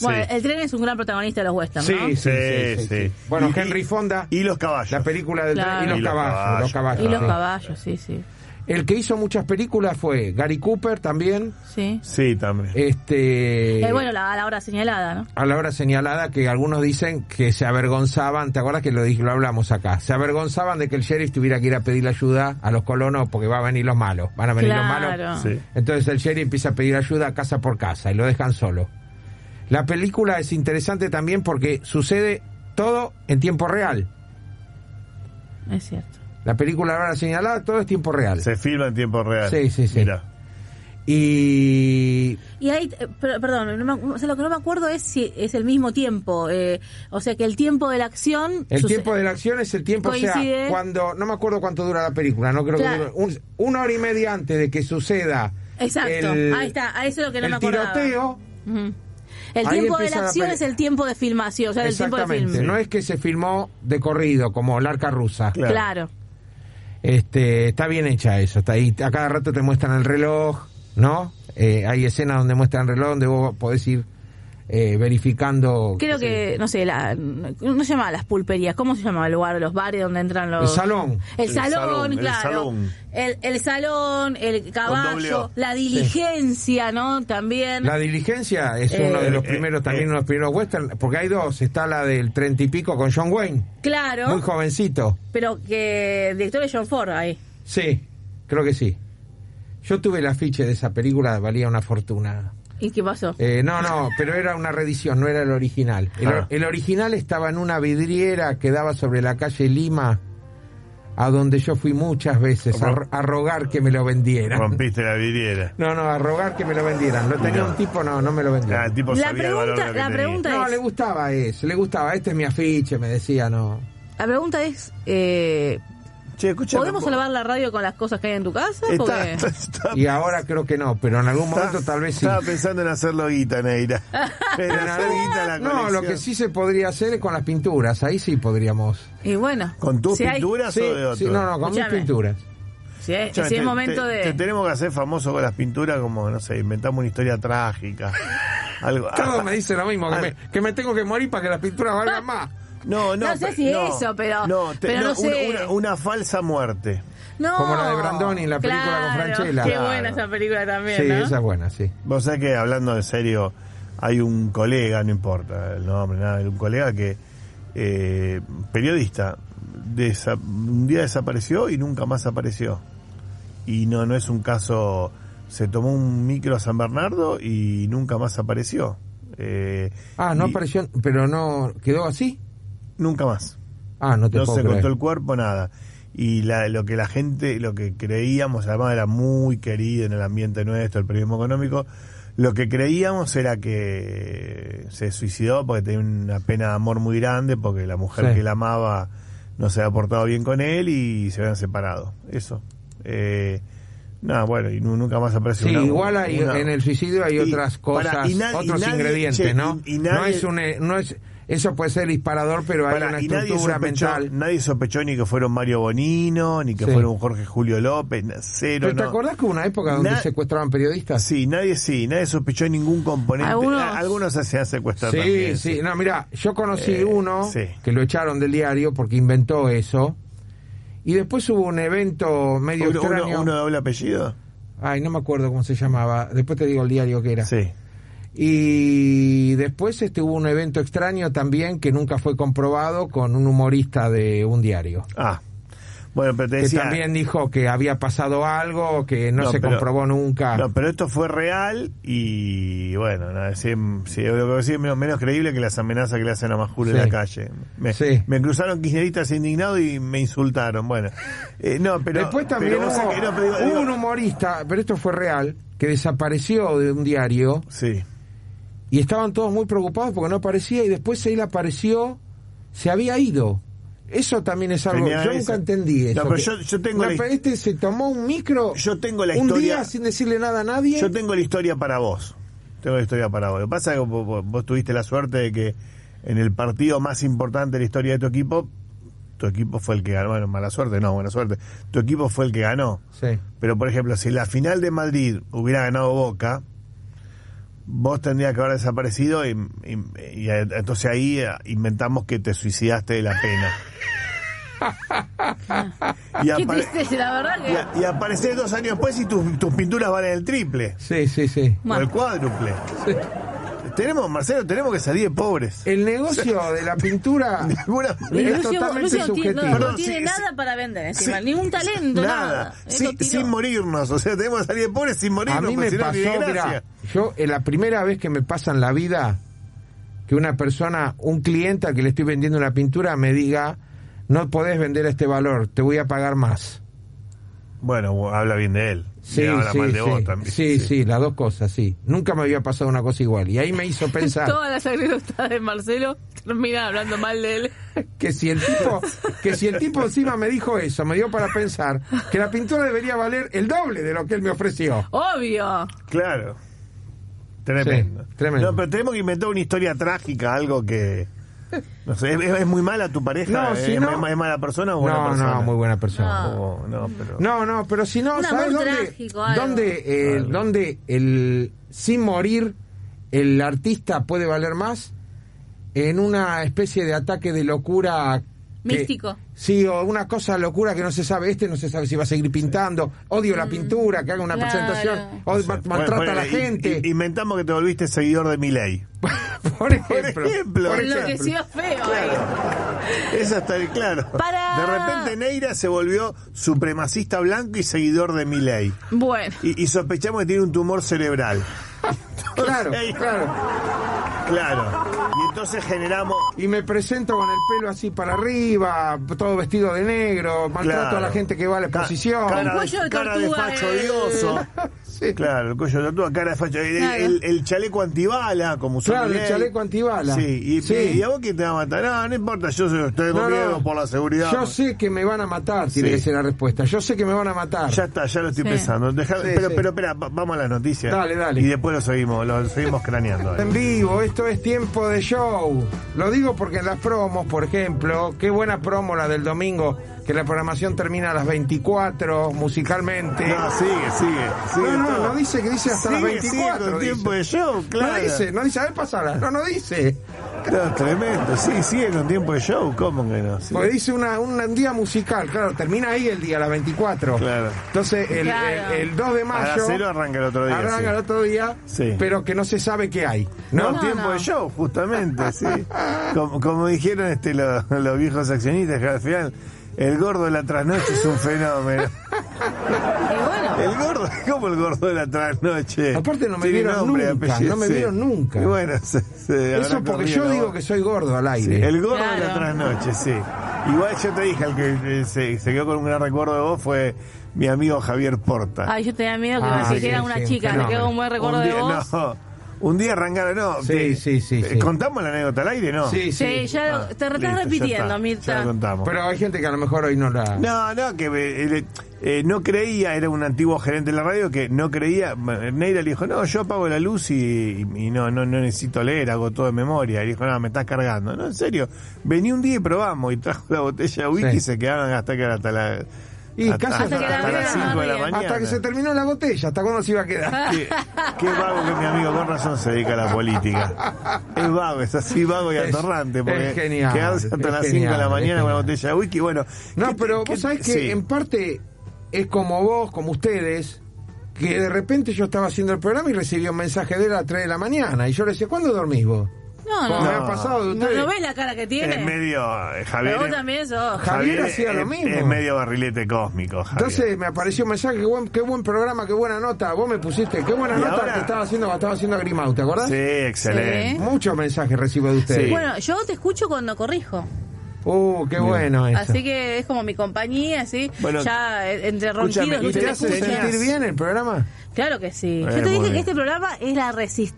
Speaker 4: Bueno,
Speaker 3: Sí.
Speaker 4: el tren es un gran protagonista de los westerns, ¿no?
Speaker 2: Sí, sí, sí. Bueno,
Speaker 3: Y-
Speaker 2: Henry Fonda,
Speaker 3: Y los caballos.
Speaker 2: la película del
Speaker 4: Claro.
Speaker 2: tren y los,
Speaker 4: Y
Speaker 3: los
Speaker 2: caballos,
Speaker 3: caballos,
Speaker 2: los caballos,
Speaker 4: Y los
Speaker 2: sí.
Speaker 4: caballos, sí, sí.
Speaker 2: El que hizo muchas películas fue Gary Cooper también.
Speaker 4: sí.
Speaker 3: Sí, también.
Speaker 2: Este
Speaker 4: Eh, bueno, la, a la hora señalada, ¿no?
Speaker 2: a la hora señalada que algunos dicen que se avergonzaban, ¿te acuerdas que lo, dij- lo hablamos acá? Se avergonzaban de que el sheriff tuviera que ir a pedir ayuda a los colonos porque va a venir los malos, van a venir los malos.
Speaker 4: Claro.
Speaker 3: Sí.
Speaker 2: Entonces el sheriff empieza a pedir ayuda casa por casa y lo dejan solo. La película es interesante también porque sucede todo en tiempo real.
Speaker 4: Es cierto.
Speaker 2: La película a la hora señalada, todo es tiempo real.
Speaker 3: Se filma en tiempo real.
Speaker 2: Sí, sí, sí.
Speaker 3: Mira.
Speaker 2: Y
Speaker 4: Y ahí, eh, pero- perdón, no me- o sea, lo que no me acuerdo es si es el mismo tiempo. eh, o sea, que el tiempo de la acción.
Speaker 2: El
Speaker 4: suce-
Speaker 2: tiempo de la acción es el tiempo, o sea,
Speaker 4: Coincide.
Speaker 2: cuando, no me acuerdo cuánto dura la película, no creo
Speaker 4: Claro.
Speaker 2: que dure, un- una hora y media antes de que suceda.
Speaker 4: Exacto.
Speaker 2: el-
Speaker 4: ahí está, a eso es lo que no
Speaker 2: el
Speaker 4: me acordaba.
Speaker 2: tiroteo,
Speaker 4: Ujú. El
Speaker 2: Ahí
Speaker 4: tiempo de
Speaker 2: empieza
Speaker 4: la
Speaker 2: la
Speaker 4: acción
Speaker 2: peli-
Speaker 4: es el tiempo de filmación, o sea, el tiempo de
Speaker 2: exactamente.
Speaker 4: film.
Speaker 2: No es que se filmó de corrido, como la arca rusa.
Speaker 3: Claro.
Speaker 4: Claro.
Speaker 2: Este, está bien hecha eso, está ahí, a cada rato te muestran el reloj, ¿no? Eh, hay escenas donde muestran el reloj, donde vos podés ir eh, verificando.
Speaker 4: Creo que, no sé, la, no no se llamaba las pulperías, ¿cómo se llamaba el lugar, los bares donde entran
Speaker 2: El
Speaker 4: los...
Speaker 2: salón.
Speaker 4: El
Speaker 3: El
Speaker 4: salón,
Speaker 3: salón, el
Speaker 4: claro. El
Speaker 3: salón.
Speaker 4: salón. El, salón, el
Speaker 3: doble O.
Speaker 4: caballo, la diligencia, ¿no? También.
Speaker 2: La diligencia es
Speaker 4: Eh,
Speaker 2: uno de los
Speaker 3: eh,
Speaker 2: primeros, también
Speaker 3: eh.
Speaker 2: uno de los primeros western, porque hay dos, está la del treinta y pico con John Wayne.
Speaker 4: Claro,
Speaker 2: Muy jovencito.
Speaker 4: pero que el director es John Ford ahí.
Speaker 2: Sí, creo que sí. Yo tuve el afiche de esa película, valía una fortuna.
Speaker 4: ¿Y qué pasó?
Speaker 2: Eh, no, no, pero era una reedición, no era el original. El,
Speaker 3: Ah.
Speaker 2: el original estaba en una vidriera que daba sobre la calle Lima, a donde yo fui muchas veces a, a rogar que me lo vendieran.
Speaker 3: Rompiste la vidriera.
Speaker 2: No, no, a rogar que me lo vendieran. Lo tenía
Speaker 3: No.
Speaker 2: un tipo, no, no me lo vendía.
Speaker 3: Ah, el tipo
Speaker 4: La
Speaker 3: sabía el valor de lo
Speaker 4: pregunta-
Speaker 3: que
Speaker 4: la
Speaker 3: tenía.
Speaker 4: pregunta-
Speaker 2: No,
Speaker 4: es-
Speaker 2: le gustaba eso, le gustaba. Este es mi afiche, me decía, no.
Speaker 4: La pregunta es, eh,
Speaker 3: Che, escucha,
Speaker 4: ¿podemos
Speaker 3: no-
Speaker 4: salvar la radio con las cosas que hay en tu casa?
Speaker 3: Está-
Speaker 4: Porque-
Speaker 3: está- está-
Speaker 2: Y ahora creo que no, pero en algún momento
Speaker 3: Ah. está-
Speaker 2: tal vez sí.
Speaker 3: Estaba pensando en hacerlo guita,
Speaker 4: [LAUGHS]
Speaker 3: Neira. En
Speaker 2: Pero en
Speaker 3: hacer
Speaker 2: algún-
Speaker 3: guita la
Speaker 2: no,
Speaker 3: colección.
Speaker 2: lo que sí se podría hacer es con las pinturas, ahí sí podríamos.
Speaker 4: Y bueno.
Speaker 3: ¿Con tus
Speaker 4: si hay-
Speaker 3: pinturas
Speaker 2: Sí,
Speaker 3: o de Ah, otro?
Speaker 2: sí, no, no, con mis
Speaker 4: Escuchame.
Speaker 2: pinturas.
Speaker 4: si hay- si
Speaker 3: Escuchame,
Speaker 4: es
Speaker 3: te-
Speaker 4: momento
Speaker 3: te-
Speaker 4: de...
Speaker 3: Te tenemos que hacer famoso con las pinturas, como, no sé, inventamos una historia
Speaker 4: [LAUGHS]
Speaker 3: trágica. Algo. Ah,
Speaker 2: Todos me dicen lo mismo, que me, que me tengo que morir para que las pinturas valgan más.
Speaker 3: No, no.
Speaker 4: No sé
Speaker 3: pe-
Speaker 4: si eso, pero-
Speaker 3: No, te-
Speaker 4: pero no
Speaker 3: un-
Speaker 4: sé.
Speaker 3: Una, una falsa muerte.
Speaker 4: No.
Speaker 2: Como la de Brandoni en la película con Francella.
Speaker 4: Qué
Speaker 2: Claro.
Speaker 4: buena esa película también,
Speaker 2: sí,
Speaker 4: ¿no?
Speaker 2: esa es buena, sí.
Speaker 3: Vos sabés que hablando de serio, hay un colega, no importa el nombre, nada, un colega que, eh, periodista, desa- un día desapareció y nunca más apareció. Y no, no es un caso, se tomó un micro a San Bernardo y nunca más apareció. Eh,
Speaker 2: Ah, no
Speaker 3: y
Speaker 2: apareció, pero no quedó así.
Speaker 3: Nunca más.
Speaker 2: Ah, no te
Speaker 3: No
Speaker 2: puedo
Speaker 3: se
Speaker 2: creer.
Speaker 3: cortó el cuerpo, nada. Y la- lo que la gente, lo que creíamos, además era muy querido en el ambiente nuestro, el periodismo económico, lo que creíamos era que se suicidó porque tenía una pena de amor muy grande, porque la mujer
Speaker 2: Sí.
Speaker 3: que la amaba no se había portado bien con él y se habían separado. Eso. Eh, nada, bueno, y nu- nunca más apareció.
Speaker 2: Sí,
Speaker 3: una-
Speaker 2: igual hay,
Speaker 3: una-
Speaker 2: en el suicidio hay
Speaker 3: Y-
Speaker 2: otras cosas,
Speaker 3: pará, y na- y
Speaker 2: otros
Speaker 3: nadie-
Speaker 2: ingredientes,
Speaker 3: che,
Speaker 2: ¿no?
Speaker 3: y- y
Speaker 2: no
Speaker 3: nadie-
Speaker 2: es un, eh, no es, eso puede ser disparador, pero hay
Speaker 3: Pará,
Speaker 2: una
Speaker 3: y nadie
Speaker 2: estructura
Speaker 3: sospechó-
Speaker 2: mental.
Speaker 3: Nadie sospechó ni que fueron Mario Bonino, ni que
Speaker 2: Sí.
Speaker 3: fueron Jorge Julio López, na- cero.
Speaker 2: Pero, ¿te
Speaker 3: no.
Speaker 2: acordás que hubo una época donde
Speaker 3: Na-
Speaker 2: secuestraban periodistas?
Speaker 3: Sí, nadie sí, nadie sospechó ningún componente.
Speaker 4: Algunos-
Speaker 3: Ah, Algunos se han secuestrado
Speaker 2: Sí,
Speaker 3: también,
Speaker 2: sí. No, mira, yo conocí
Speaker 3: Eh,
Speaker 2: uno
Speaker 3: sí.
Speaker 2: que lo echaron del diario porque inventó eso. Y después hubo un evento medio
Speaker 3: ¿Uno, uno-
Speaker 2: extraño.
Speaker 3: uno de doble apellido?
Speaker 2: Ay, no me acuerdo cómo se llamaba. Después te digo el diario que era.
Speaker 3: Sí.
Speaker 2: Y después este, hubo un evento extraño también que nunca fue comprobado con un humorista de un diario.
Speaker 3: Ah. Bueno, pero te
Speaker 2: que
Speaker 3: decía.
Speaker 2: también dijo que había pasado algo, que no,
Speaker 3: No,
Speaker 2: se
Speaker 3: pero-
Speaker 2: comprobó nunca.
Speaker 3: No, pero esto fue real y bueno, no, sí, sí, lo que voy a decir es menos, menos creíble que las amenazas que le hacen a Majul en
Speaker 2: Sí.
Speaker 3: la calle. Me,
Speaker 2: Sí.
Speaker 3: me cruzaron kirchneristas indignados y me insultaron. Bueno, Eh, no, pero.
Speaker 2: Después también
Speaker 3: pero
Speaker 2: hubo,
Speaker 3: no sé qué, no, pero digo-
Speaker 2: hubo
Speaker 3: digo-
Speaker 2: un humorista, pero esto fue real, que desapareció de un diario
Speaker 3: Sí,
Speaker 2: y estaban todos muy preocupados porque no aparecía y después él apareció, se había ido. Eso también es algo,
Speaker 3: Tenía
Speaker 2: yo
Speaker 3: esa-
Speaker 2: nunca entendí
Speaker 3: No,
Speaker 2: eso.
Speaker 3: pero
Speaker 2: que-
Speaker 3: yo- yo tengo
Speaker 2: No,
Speaker 3: la his-
Speaker 2: pero este se tomó un micro
Speaker 3: Yo tengo la
Speaker 2: un
Speaker 3: historia-
Speaker 2: día sin decirle nada a nadie.
Speaker 3: yo tengo la historia para vos. Tengo la historia para vos. Lo que pasa es que vos, vos- vos tuviste la suerte de que en el partido más importante de la historia de tu equipo, tu equipo fue el que ganó. Bueno, mala suerte, no, buena suerte. Tu equipo fue el que ganó.
Speaker 2: Sí.
Speaker 3: Pero, por ejemplo, si la final de Madrid hubiera ganado Boca, vos tendrías que haber desaparecido y, y- y, eh, entonces ahí eh, inventamos que te suicidaste de la pena. y,
Speaker 4: Qué
Speaker 3: apare-
Speaker 4: tristeza, la verdad que.
Speaker 3: y a- y aparecés dos años después y tus, tus pinturas valen el triple
Speaker 2: Sí, sí, sí.
Speaker 3: o el cuádruple. Tenemos, Marcelo, tenemos que salir de pobres. [LAUGHS]
Speaker 2: El negocio de la pintura
Speaker 3: De alguna manera.
Speaker 2: es
Speaker 4: Lucio-
Speaker 2: totalmente
Speaker 4: Lucio no tiene-
Speaker 2: subjetivo.
Speaker 4: no, no
Speaker 3: Perdón,
Speaker 4: tiene
Speaker 3: sí,
Speaker 4: nada para vender encima,
Speaker 3: Sí,
Speaker 4: ningún talento, nada. Esto
Speaker 3: Sí,
Speaker 4: tiró.
Speaker 3: sin morirnos, o sea, tenemos que salir de pobres sin morirnos.
Speaker 2: A mí me
Speaker 3: porque pues si no,
Speaker 2: pasó,
Speaker 3: ni
Speaker 2: mira,
Speaker 3: de gracia.
Speaker 2: yo es la primera vez que me pasa en la vida que una persona, un cliente al que le estoy vendiendo una pintura me diga, no podés vender a este valor, te voy a pagar más.
Speaker 3: Bueno, habla bien de él.
Speaker 2: Sí,
Speaker 3: Y habla
Speaker 2: sí,
Speaker 3: mal de vos
Speaker 2: sí.
Speaker 3: también.
Speaker 2: Sí, sí, las dos cosas, sí. Nunca me había pasado una cosa igual. Y ahí me hizo pensar
Speaker 4: Todas las anécdotas de Marcelo terminan hablando mal de él.
Speaker 2: que si el tipo, que si el tipo encima me dijo eso, me dio para pensar que la pintura debería valer el doble de lo que él me ofreció.
Speaker 4: Obvio.
Speaker 3: Claro. Tremendo.
Speaker 2: Sí, tremendo.
Speaker 3: No, pero tenemos que inventar una historia trágica, algo que. No sé, ¿es, es muy mala tu pareja?
Speaker 2: No,
Speaker 3: ¿Es,
Speaker 2: si
Speaker 3: es-
Speaker 2: no-
Speaker 3: es mala persona o buena
Speaker 2: No,
Speaker 3: persona?
Speaker 2: no, muy buena persona.
Speaker 3: Oh, no, pero.
Speaker 2: No, no, pero si no,
Speaker 4: Un
Speaker 2: ¿sabes
Speaker 4: amor
Speaker 2: dónde?
Speaker 4: trágico, algo.
Speaker 2: dónde, eh,
Speaker 3: Algo.
Speaker 2: dónde el sin morir el artista puede valer más? En una especie de ataque de locura que-
Speaker 4: Místico.
Speaker 2: Sí, o una cosa locura que no se sabe, este no se sabe si va a seguir pintando, odio la pintura, que haga una
Speaker 4: Mm. claro.
Speaker 2: presentación, o
Speaker 3: No sé.
Speaker 2: ma-
Speaker 3: Bueno,
Speaker 2: maltrata a la
Speaker 3: ponele, in-
Speaker 2: gente.
Speaker 3: in- inventamos que te volviste seguidor de Milei.
Speaker 2: [LAUGHS] por ejemplo.
Speaker 3: ejemplo.
Speaker 2: por
Speaker 3: Por
Speaker 4: Lo que
Speaker 2: ejemplo.
Speaker 4: sea feo. eh. [LAUGHS]
Speaker 3: Eso está el- claro.
Speaker 4: Para-
Speaker 3: De repente Neira se volvió supremacista blanco y seguidor de Milei.
Speaker 4: Bueno.
Speaker 3: Y, y sospechamos que tiene un tumor cerebral.
Speaker 2: [LAUGHS] Claro,
Speaker 3: Ahí.
Speaker 2: claro.
Speaker 3: Claro. Y entonces generamos.
Speaker 2: Y me presento con el pelo así para arriba, todo vestido de negro, maltrato a la
Speaker 3: Claro.
Speaker 2: gente que va a la
Speaker 3: Ca-
Speaker 2: exposición.
Speaker 3: cara
Speaker 4: Con cuello de
Speaker 3: cara
Speaker 4: tortuga,
Speaker 3: facho
Speaker 4: eh.
Speaker 3: odioso.
Speaker 2: Sí.
Speaker 3: Claro, el cuello de tortuga, cara de facho. El,
Speaker 4: Claro.
Speaker 3: el- el chaleco antibala, como usó
Speaker 2: Claro, el
Speaker 3: Milei.
Speaker 2: chaleco antibala.
Speaker 3: Sí, y,
Speaker 2: Sí.
Speaker 3: y a vos quién te va a matar. Ah, no importa, yo soy- tengo
Speaker 2: No, no.
Speaker 3: miedo por la seguridad.
Speaker 2: Yo sé que me van a matar, tiene
Speaker 3: Sí.
Speaker 2: que ser la respuesta. Yo sé que me van a matar.
Speaker 3: Ya está, ya lo estoy
Speaker 4: Sí.
Speaker 3: pensando. Dejá-
Speaker 2: Sí,
Speaker 3: pero,
Speaker 2: sí.
Speaker 3: pero, espera, va- vamos a las noticias.
Speaker 2: Dale, dale.
Speaker 3: Y después lo seguimos, lo seguimos craneando.
Speaker 2: [LAUGHS] En vivo, esto es tiempo de show. Lo digo porque en las promos, por ejemplo, qué buena promo la del domingo, que la programación termina a las 24 musicalmente.
Speaker 3: No, sigue, sigue. sigue
Speaker 2: No, no,
Speaker 3: todo.
Speaker 2: no dice que dice hasta las
Speaker 3: Sigue, sigue
Speaker 2: 24,
Speaker 3: con
Speaker 2: dice.
Speaker 3: tiempo de show, claro.
Speaker 2: No dice, no dice, a ver, pasala. No, no dice.
Speaker 3: No, tremendo. Sí, sigue con tiempo de show, ¿cómo que no? Sí.
Speaker 2: Porque dice una, un día musical, claro, termina ahí el día, a las 24.
Speaker 3: Claro.
Speaker 2: Entonces, el,
Speaker 4: Claro.
Speaker 2: el- el 2 de
Speaker 3: A
Speaker 2: mayo.
Speaker 3: las cero arranca el otro día.
Speaker 2: Arranca
Speaker 3: sí.
Speaker 2: el otro día,
Speaker 3: Sí.
Speaker 2: pero que no se sabe qué hay.
Speaker 3: No,
Speaker 2: ¿no?
Speaker 3: tiempo
Speaker 4: no.
Speaker 3: de show, justamente,
Speaker 2: [LAUGHS]
Speaker 3: sí. Como, como dijeron este, lo- los viejos accionistas, que al final el gordo de la trasnoche es un
Speaker 2: [LAUGHS]
Speaker 3: fenómeno.
Speaker 4: Y bueno.
Speaker 3: El gordo, [LAUGHS] ¿cómo el gordo de la trasnoche?
Speaker 2: Aparte no me
Speaker 3: Tiene
Speaker 2: vieron nunca,
Speaker 3: apellido,
Speaker 2: no me
Speaker 3: sí.
Speaker 2: vieron nunca.
Speaker 3: Y bueno, se- se
Speaker 2: Eso
Speaker 3: habrá
Speaker 2: porque
Speaker 3: corrido
Speaker 2: yo
Speaker 3: la
Speaker 2: digo
Speaker 3: voz.
Speaker 2: que soy gordo al
Speaker 3: Sí,
Speaker 2: aire.
Speaker 3: el gordo de la
Speaker 4: Claro.
Speaker 3: trasnoche, sí. Igual yo te dije, el que eh, se, se quedó con un gran recuerdo de vos fue mi amigo Javier Porta.
Speaker 4: Ay, yo tenía miedo que
Speaker 2: Ah,
Speaker 4: me dijera
Speaker 2: sí,
Speaker 4: una
Speaker 2: sí, un
Speaker 4: chica. Me
Speaker 2: fenómeno.
Speaker 4: quedo un buen recuerdo
Speaker 3: un
Speaker 4: de
Speaker 3: día,
Speaker 4: vos.
Speaker 3: No, un día arrancaron, no. eh,
Speaker 2: Sí, sí, sí, sí.
Speaker 3: ¿Contamos la anécdota al aire, no?
Speaker 2: Sí,
Speaker 4: Sí,
Speaker 2: sí.
Speaker 4: ya lo- te
Speaker 3: Ah, Listo,
Speaker 4: estás
Speaker 3: ya
Speaker 4: repitiendo,
Speaker 3: está, Ya
Speaker 4: Mirta.
Speaker 3: la contamos.
Speaker 2: Pero hay gente que a lo mejor hoy no la...
Speaker 3: No, no, que eh, eh, no creía, era un antiguo gerente de la radio que no creía. Neira le dijo, no, yo apago la luz y, y no, no, no necesito leer, hago todo de memoria. Y dijo, no, me estás cargando. No, en serio, vení un día y probamos. Y trajo la botella de whisky
Speaker 2: Sí.
Speaker 3: y se quedaron hasta que hasta la.
Speaker 2: Y
Speaker 3: hasta,
Speaker 2: casi
Speaker 3: hasta-
Speaker 4: hasta que la
Speaker 3: hasta las
Speaker 4: bebida
Speaker 3: 5 de la
Speaker 4: no
Speaker 3: mañana.
Speaker 2: Hasta que se terminó la botella, ¿hasta cuándo se iba a
Speaker 4: Ah.
Speaker 2: quedar?
Speaker 3: Qué, qué vago que mi amigo con razón se dedica a la política. Es vago, es así vago y
Speaker 2: Es-
Speaker 3: atorrante. Porque
Speaker 2: es genial,
Speaker 3: Quedarse hasta
Speaker 2: es
Speaker 3: las 5 de
Speaker 2: genial,
Speaker 3: la
Speaker 2: es
Speaker 3: mañana con la
Speaker 2: genial.
Speaker 3: botella de whisky, bueno. ¿qué
Speaker 2: No,
Speaker 3: te-
Speaker 2: pero
Speaker 3: qué-
Speaker 2: vos sabés que
Speaker 3: sí.
Speaker 2: en parte es como vos, como ustedes, que de repente yo estaba haciendo el programa y recibí un mensaje de él a las 3 de la mañana. Y yo le decía, ¿cuándo dormís vos?
Speaker 4: No, no.
Speaker 2: Como me ha pasado de
Speaker 4: ¿No,
Speaker 2: ustedes.
Speaker 4: no ves la cara que tiene?
Speaker 3: Es Eh, medio. eh, Javier.
Speaker 4: Pero vos también sos.
Speaker 2: Javier
Speaker 3: es-
Speaker 2: hacía lo
Speaker 3: es-
Speaker 2: mismo.
Speaker 3: Es medio barrilete cósmico, Javier.
Speaker 2: Entonces me apareció un mensaje, qué buen, qué buen programa, qué buena nota. Vos me pusiste, qué buena
Speaker 3: Y
Speaker 2: nota
Speaker 3: ahora-
Speaker 2: que estaba haciendo, estaba haciendo Grimau, ¿te acordás?
Speaker 3: Sí, excelente.
Speaker 2: Muchos mensajes recibo de ustedes.
Speaker 3: Sí.
Speaker 4: Bueno, yo te escucho cuando corrijo.
Speaker 2: Uh, qué bueno eso.
Speaker 4: Así que es como mi compañía, así.
Speaker 3: Bueno,
Speaker 4: ya eh, entre
Speaker 3: escúchame,
Speaker 4: ronquidos,
Speaker 3: ¿y
Speaker 2: ¿Y
Speaker 4: lucha
Speaker 2: te
Speaker 4: de
Speaker 2: hace
Speaker 4: escuchas.
Speaker 3: tenías-
Speaker 2: sentir bien el programa?
Speaker 4: Claro que sí.
Speaker 3: Eh,
Speaker 4: Yo te
Speaker 3: muy
Speaker 4: dije
Speaker 3: bien.
Speaker 4: que este programa es la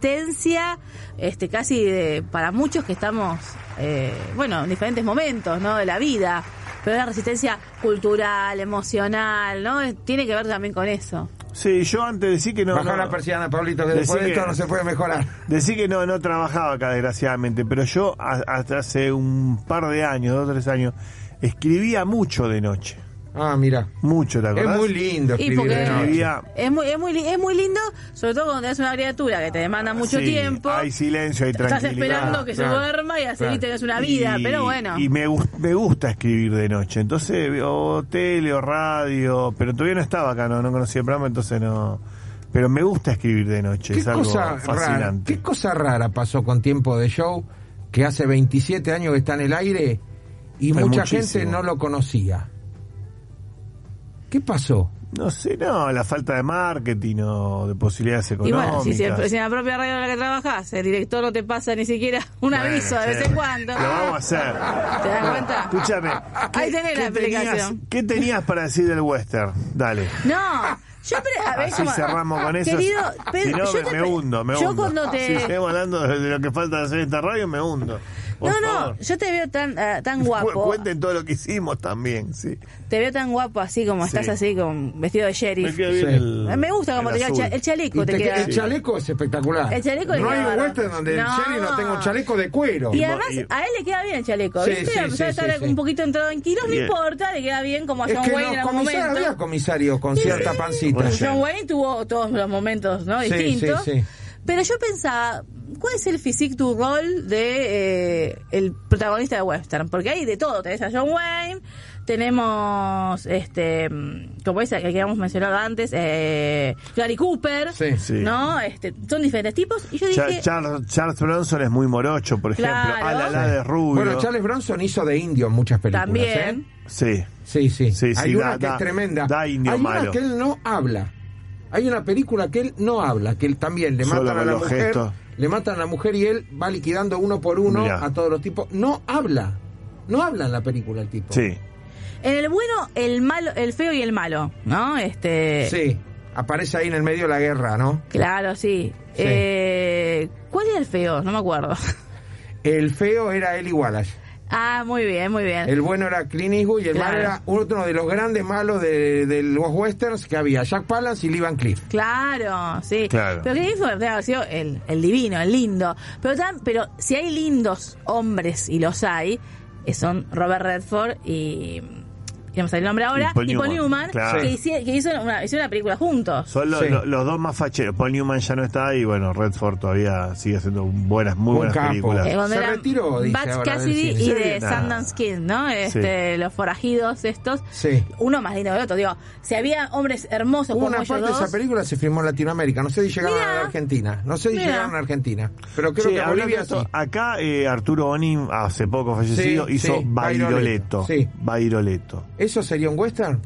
Speaker 4: resistencia, este, casi de- para muchos que estamos, eh, bueno, en diferentes momentos, ¿no? De la vida. Pero es la resistencia cultural, emocional, ¿no? Es- tiene que ver también con eso.
Speaker 3: Sí, yo antes decí que no.
Speaker 2: Baja
Speaker 3: no-
Speaker 2: la persiana, Pablito, que
Speaker 3: Decí
Speaker 2: después de
Speaker 3: que-
Speaker 2: esto no se puede mejorar.
Speaker 3: Decí que no, no trabajaba acá, desgraciadamente, pero yo a- hasta hace un par de años, dos o tres años, escribía mucho de noche.
Speaker 2: Ah, mira.
Speaker 3: Mucho, ¿te
Speaker 2: Es
Speaker 3: acordás?
Speaker 2: muy lindo
Speaker 4: Y
Speaker 2: escribir
Speaker 4: porque
Speaker 2: de noche.
Speaker 3: Escribía-
Speaker 4: es muy, es muy, li- es muy lindo, sobre todo cuando tenés una criatura que te demanda mucho
Speaker 3: Sí,
Speaker 4: tiempo.
Speaker 3: Hay silencio, hay
Speaker 4: Estás
Speaker 3: tranquilidad.
Speaker 4: esperando que
Speaker 2: claro,
Speaker 4: se duerma y así
Speaker 2: claro.
Speaker 4: tenés una vida,
Speaker 3: Y-
Speaker 4: pero bueno.
Speaker 3: Y me, gus- me gusta escribir de noche. Entonces, o tele, o radio, pero todavía no estaba acá, no, no conocía el programa, entonces no. Pero me gusta escribir de noche,
Speaker 2: ¿Qué
Speaker 3: es algo
Speaker 2: cosa, rara,
Speaker 3: fascinante.
Speaker 2: ¿Qué cosa rara pasó con Tiempo de Show? Que hace 27 años que está en el aire y
Speaker 3: Hay
Speaker 2: mucha
Speaker 3: muchísimo.
Speaker 2: gente no lo conocía. ¿Qué pasó?
Speaker 3: No sé, no, la falta de marketing o de posibilidades
Speaker 4: Y
Speaker 3: económicas.
Speaker 4: bueno, si, siempre- si en la propia radio en la que trabajás, el director no te pasa ni siquiera un
Speaker 3: Bueno,
Speaker 4: aviso de vez
Speaker 3: che,
Speaker 4: en cuando.
Speaker 3: Lo vamos a hacer.
Speaker 4: ¿Te das cuenta?
Speaker 3: Escúchame.
Speaker 4: Ahí tenés la
Speaker 3: tenías,
Speaker 4: explicación.
Speaker 3: ¿Qué tenías para decir del western? Dale.
Speaker 4: No, yo pre- a ver,
Speaker 3: Así
Speaker 4: como-
Speaker 3: cerramos con eso.
Speaker 4: ah, Querido, Pedro,
Speaker 3: si no,
Speaker 4: yo
Speaker 3: me,
Speaker 4: te
Speaker 3: me
Speaker 4: pre-
Speaker 3: hundo, me
Speaker 4: yo
Speaker 3: hundo.
Speaker 4: cuando te
Speaker 3: Si seguimos hablando de de lo que falta de hacer en esta radio, me hundo. Por
Speaker 4: No, no,
Speaker 3: favor.
Speaker 4: yo te veo tan ah, tan
Speaker 3: Cu-
Speaker 4: guapo.
Speaker 3: Cuenten todo lo que hicimos también, sí.
Speaker 4: Te veo tan guapo así como
Speaker 3: Sí.
Speaker 4: estás así con vestido de
Speaker 3: Me
Speaker 4: sheriff.
Speaker 3: queda bien
Speaker 2: Sí.
Speaker 3: el-
Speaker 4: Me gusta como
Speaker 3: el
Speaker 4: te queda el,
Speaker 3: azul.
Speaker 4: cha- el
Speaker 2: Y
Speaker 4: chaleco, te
Speaker 2: te-
Speaker 4: queda.
Speaker 2: El chaleco es espectacular.
Speaker 4: El chaleco le
Speaker 2: no
Speaker 4: queda
Speaker 2: hay
Speaker 4: bárbaro.
Speaker 2: western donde el
Speaker 4: No.
Speaker 2: sheriff no tenga un chaleco de cuero.
Speaker 4: Y además
Speaker 3: y-
Speaker 4: a él le queda bien el chaleco,
Speaker 2: Sí,
Speaker 4: ¿viste?
Speaker 2: sí,
Speaker 4: a pesar
Speaker 2: sí,
Speaker 4: de
Speaker 2: sí,
Speaker 4: estar
Speaker 2: sí.
Speaker 4: un poquito entrado en kilos, no
Speaker 3: Bien.
Speaker 4: importa, le queda bien como a
Speaker 2: es
Speaker 4: John
Speaker 2: que
Speaker 4: Wayne en
Speaker 2: los
Speaker 4: algún
Speaker 2: comisarios,
Speaker 4: momento.
Speaker 2: había comisarios con cierta pancita.
Speaker 3: Bueno,
Speaker 4: John Wayne tuvo todos los momentos ¿no?
Speaker 2: Sí,
Speaker 4: distintos.
Speaker 2: sí, sí.
Speaker 4: Pero yo pensaba, ¿cuál es el physique tu rol de eh, el protagonista de western? Porque hay de todo, tenés a John Wayne, tenemos este mm, como esa que habíamos mencionado antes, eh, Gary Cooper,
Speaker 2: Sí,
Speaker 3: sí.
Speaker 4: ¿no? Este, son diferentes tipos y yo
Speaker 3: Cha-
Speaker 4: dije,
Speaker 3: Charles, Charles Bronson es muy morocho, por ejemplo.
Speaker 4: Claro.
Speaker 3: Alala de rubio.
Speaker 2: Bueno, Charles Bronson hizo de indio en muchas películas.
Speaker 4: También.
Speaker 2: ¿eh?
Speaker 3: Sí.
Speaker 2: Sí, sí.
Speaker 3: Sí,
Speaker 2: Hay
Speaker 3: sí,
Speaker 2: una
Speaker 3: da-
Speaker 2: que
Speaker 3: da-
Speaker 2: es tremenda.
Speaker 3: da indio
Speaker 2: Hay una
Speaker 3: malo.
Speaker 2: que él no habla. Hay una película que él no habla, que él también le
Speaker 3: Solo
Speaker 2: matan a
Speaker 3: con
Speaker 2: la
Speaker 3: los
Speaker 2: mujer,
Speaker 3: gestos.
Speaker 2: le matan a la mujer y él va liquidando uno por uno
Speaker 3: Mirá.
Speaker 2: a todos los tipos. No habla. No habla en la película el tipo.
Speaker 3: Sí.
Speaker 4: en el bueno, el malo, el feo y el malo, ¿no? Este
Speaker 2: Sí. Aparece ahí en el medio de la guerra, ¿no?
Speaker 4: Claro, sí.
Speaker 2: Sí.
Speaker 4: Eh, ¿Cuál era el feo? No me acuerdo. [LAUGHS]
Speaker 2: El feo era Eli Wallace.
Speaker 4: Ah, muy bien, muy bien.
Speaker 2: El bueno era Clint Eastwood y el
Speaker 4: Claro.
Speaker 2: malo era uno de los grandes malos de, de los westerns que había. Jack Palance y Lee Van Cleef.
Speaker 4: Claro, sí.
Speaker 3: Claro.
Speaker 4: Pero que fue ha sido el, el divino, el lindo. Pero, tan- pero si hay lindos hombres, y los hay, eh, son Robert Redford y. No me sale el nombre ahora.
Speaker 3: Y Paul
Speaker 4: y Paul
Speaker 3: Newman,
Speaker 4: Newman,
Speaker 3: claro.
Speaker 4: que, hici- que hizo una, hicieron una película juntos.
Speaker 3: Son los,
Speaker 2: Sí.
Speaker 3: los- los dos más facheros. Paul Newman ya no está y bueno, Redford todavía sigue haciendo buenas, muy
Speaker 2: Un
Speaker 3: buenas
Speaker 2: capo.
Speaker 3: películas.
Speaker 4: Eh, cuando
Speaker 2: Se
Speaker 4: eran
Speaker 2: retiró, dice,
Speaker 4: Butch
Speaker 2: ahora del
Speaker 4: Cassidy
Speaker 2: cine.
Speaker 4: y
Speaker 3: ¿En
Speaker 4: de
Speaker 3: serio?
Speaker 4: Sundance Kid, ¿no? Este, Los forajidos estos.
Speaker 2: Sí.
Speaker 4: Uno más lindo que el otro. Digo, si había hombres hermosos
Speaker 2: Hubo
Speaker 4: como
Speaker 2: una
Speaker 4: ellos
Speaker 2: parte de
Speaker 4: dos,
Speaker 2: esa película se filmó en Latinoamérica. No sé si llegaron a
Speaker 4: Mirá.
Speaker 2: la Argentina. No sé si
Speaker 4: Mirá.
Speaker 2: llegaron a Argentina. Pero creo
Speaker 3: Che,
Speaker 2: que a
Speaker 3: hablando
Speaker 2: Bolivia
Speaker 3: de
Speaker 2: sí.
Speaker 3: esto, Acá eh, Arturo Bonin, hace poco fallecido,
Speaker 2: Sí,
Speaker 3: hizo
Speaker 2: sí,
Speaker 3: Bairoleto.
Speaker 2: Bairoleto, sí.
Speaker 3: Bairoleto.
Speaker 2: ¿Eso sería un western?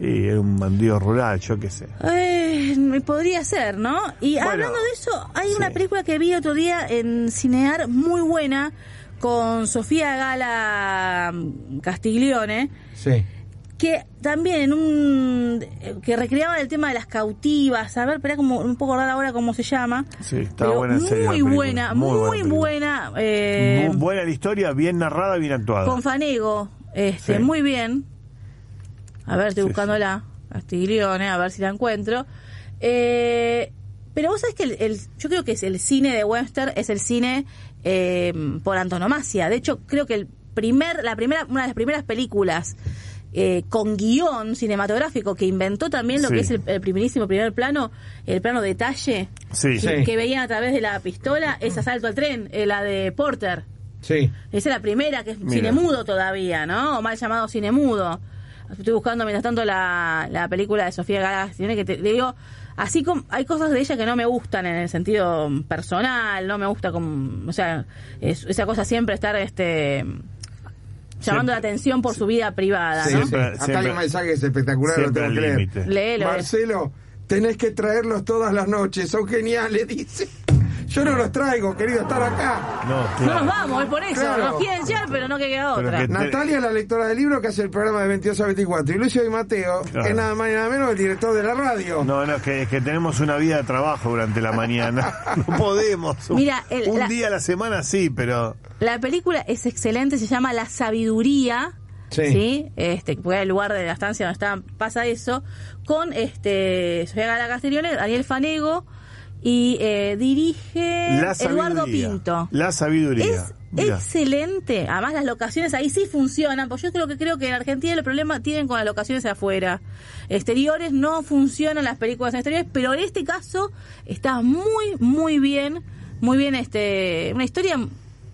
Speaker 3: Y era un bandido rural, yo qué sé.
Speaker 4: Eh, me podría ser, ¿no? Y
Speaker 3: Bueno,
Speaker 4: hablando de eso, hay
Speaker 3: sí.
Speaker 4: una película que vi otro día en Cinear muy buena con Sofía Gala mm, Castiglione
Speaker 2: Sí.
Speaker 4: que también en un eh, que recreaba el tema de las cautivas, a ver, espera como un poco rara ahora cómo se llama.
Speaker 3: Sí, estaba
Speaker 4: pero
Speaker 3: buena en serio la
Speaker 4: muy
Speaker 3: película.
Speaker 4: buena,
Speaker 3: Muy
Speaker 4: muy,
Speaker 3: buena
Speaker 4: buena,
Speaker 3: película.
Speaker 4: eh,
Speaker 3: Bu- buena la historia, bien narrada, bien actuada.
Speaker 4: con Fanego, este,
Speaker 3: Sí.
Speaker 4: muy bien. A ver, estoy
Speaker 3: Sí,
Speaker 4: buscándola, Castiglione, a ver si la encuentro. Eh, pero vos sabés que el, el- yo creo que es el cine de Webster es el cine eh, por antonomasia. De hecho, creo que el primer, la primera, una de las primeras películas eh, con guión cinematográfico que inventó también lo
Speaker 3: Sí.
Speaker 4: que es el, el primerísimo primer plano, el plano detalle
Speaker 3: Sí,
Speaker 2: Sí.
Speaker 4: que veían a través de la pistola, es asalto al tren, eh, la de Porter.
Speaker 2: Sí.
Speaker 4: Esa es la primera, que es
Speaker 3: Mira.
Speaker 4: cine mudo todavía, ¿no? O mal llamado cine mudo. Estoy buscando mientras tanto la, la película de Sofía Gala Castiglione, que te, le digo, Así como hay cosas de ella que no me gustan en el sentido personal, no me gusta como, o sea, es- esa cosa siempre estar este llamando
Speaker 3: Siempre.
Speaker 4: la atención por su vida privada,
Speaker 2: Sí,
Speaker 4: ¿no?
Speaker 2: sí.
Speaker 3: Siempre-
Speaker 2: Acá hay
Speaker 3: siempre-
Speaker 2: un mensaje espectacular, lo
Speaker 3: siempre
Speaker 2: tengo
Speaker 3: al
Speaker 2: que leer.
Speaker 3: límite.
Speaker 4: Léelo. eh.
Speaker 2: Marcelo, tenés que traerlos todas las noches, son geniales, [LAUGHS] dice. Yo no los traigo, querido, estar acá.
Speaker 3: No,
Speaker 4: No nos
Speaker 3: claro.
Speaker 4: vamos, es por eso.
Speaker 2: Claro.
Speaker 4: Nos quieren ya, pero no que queda
Speaker 3: Pero
Speaker 4: otra.
Speaker 3: que-
Speaker 2: Natalia, la lectora del libro que hace el programa de 22 a 24. Y Lucio Di Mateo
Speaker 3: Claro.
Speaker 2: es nada más y nada menos el director de la radio.
Speaker 3: No, no, es que, es que tenemos una vida de trabajo durante la
Speaker 4: [LAUGHS]
Speaker 3: mañana. No podemos. Un-
Speaker 4: Mira, el-
Speaker 3: un
Speaker 4: la-
Speaker 3: día a la semana sí, pero.
Speaker 4: La película es excelente, se llama La Sabiduría.
Speaker 2: Sí.
Speaker 4: Sí. Este, porque era el lugar de la estancia donde está, pasa eso. Con este, Sofía Gala Castiglione, Daniel Fanego y eh, dirige
Speaker 3: La sabiduría.
Speaker 4: Eduardo Pinto.
Speaker 3: La sabiduría.
Speaker 4: Es
Speaker 3: Mirá.
Speaker 4: excelente. Además, las locaciones ahí sí funcionan. Pues yo creo que creo que en Argentina el problema tienen con las locaciones afuera. Exteriores no funcionan las películas en exteriores, pero en este caso está muy, muy bien. Muy bien, este. Una historia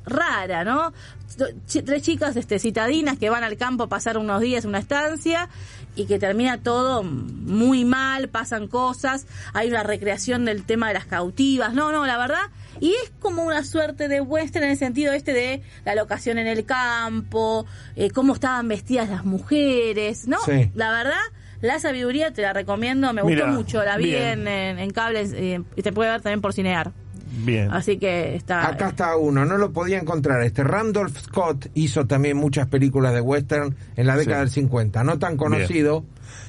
Speaker 4: rara, ¿no? Do- chi- Tres chicas este, citadinas que van al campo a pasar unos días en una estancia y que termina todo muy mal, pasan cosas, hay una recreación del tema de las cautivas, no, no, la verdad, y es como una suerte de western en el sentido este de la locación en el campo, eh, cómo estaban vestidas las mujeres, ¿no?
Speaker 2: Sí.
Speaker 4: La verdad, la sabiduría te la recomiendo, me
Speaker 3: Mira,
Speaker 4: gustó mucho, la vi
Speaker 3: bien.
Speaker 4: en, en, en cables eh, y te puede ver también por cinear,
Speaker 3: Bien.
Speaker 4: así que está...
Speaker 2: Acá está uno, no lo podía encontrar. Este Randolph Scott hizo también muchas películas de western en la década
Speaker 3: Sí.
Speaker 2: del 50, no tan conocido.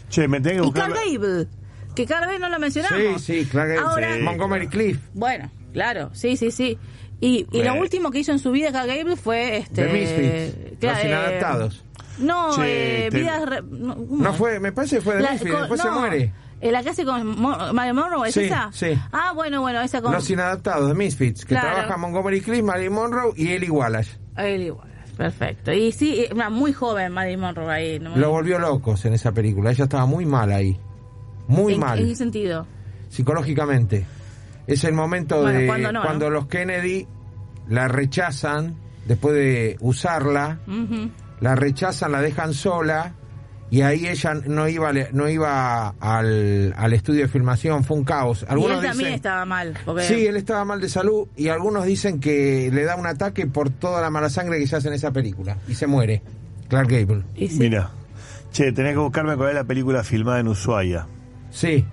Speaker 3: Che, me tengo que
Speaker 4: Y
Speaker 3: buscar.
Speaker 4: Clark Gable, que Clark Gable no lo mencionamos.
Speaker 2: Sí, sí, claro. que
Speaker 4: Ahora,
Speaker 2: sí. Montgomery Cliff.
Speaker 4: Bueno, claro, sí, sí, sí. Y, y
Speaker 3: Me-
Speaker 4: lo último que hizo en su vida Clark Gable fue este.
Speaker 2: The Misfits,
Speaker 4: claro,
Speaker 2: Los
Speaker 4: eh,
Speaker 2: Inadaptados.
Speaker 4: No,
Speaker 3: Che,
Speaker 4: eh,
Speaker 3: te-
Speaker 4: vidas. re- no, ¿cómo
Speaker 2: No
Speaker 4: es?
Speaker 2: fue, me parece que fue de
Speaker 4: La-
Speaker 2: Misfits,
Speaker 4: con-
Speaker 2: después se
Speaker 4: no,
Speaker 2: muere.
Speaker 4: eh, la que hace con Mo- Marilyn Monroe, ¿es
Speaker 2: Sí,
Speaker 4: esa?
Speaker 2: sí.
Speaker 4: Ah, bueno, bueno, esa con.
Speaker 2: Los Inadaptados, de Misfits, que
Speaker 4: Claro.
Speaker 2: trabaja Montgomery Cliff, Marilyn Monroe y Eli Wallace.
Speaker 4: Él igual, perfecto. Y sí, eh, una muy joven Marilyn Monroe ahí. ¿no?
Speaker 2: Lo volvió locos en esa película. Ella estaba muy mal ahí. Muy
Speaker 4: ¿En-
Speaker 2: mal,
Speaker 4: ¿En qué sentido?
Speaker 2: psicológicamente. Es el momento
Speaker 4: Bueno,
Speaker 2: de
Speaker 4: cuando no, ¿no?
Speaker 2: los Kennedy la rechazan después de usarla.
Speaker 4: Ujú.
Speaker 2: la rechazan, la dejan sola y ahí ella no iba al- no iba al, al estudio de filmación, fue un caos.
Speaker 4: Y él
Speaker 2: Algunos
Speaker 4: también
Speaker 2: dicen,
Speaker 4: estaba mal. Porque...
Speaker 2: Sí, él estaba mal de salud y algunos dicen que le da un ataque por toda la mala sangre que se hace en esa película y se muere. Clark Gable.
Speaker 4: y sí.
Speaker 3: Mira. Che, tenés que buscarme cuál es la película filmada en Ushuaia.
Speaker 2: Sí.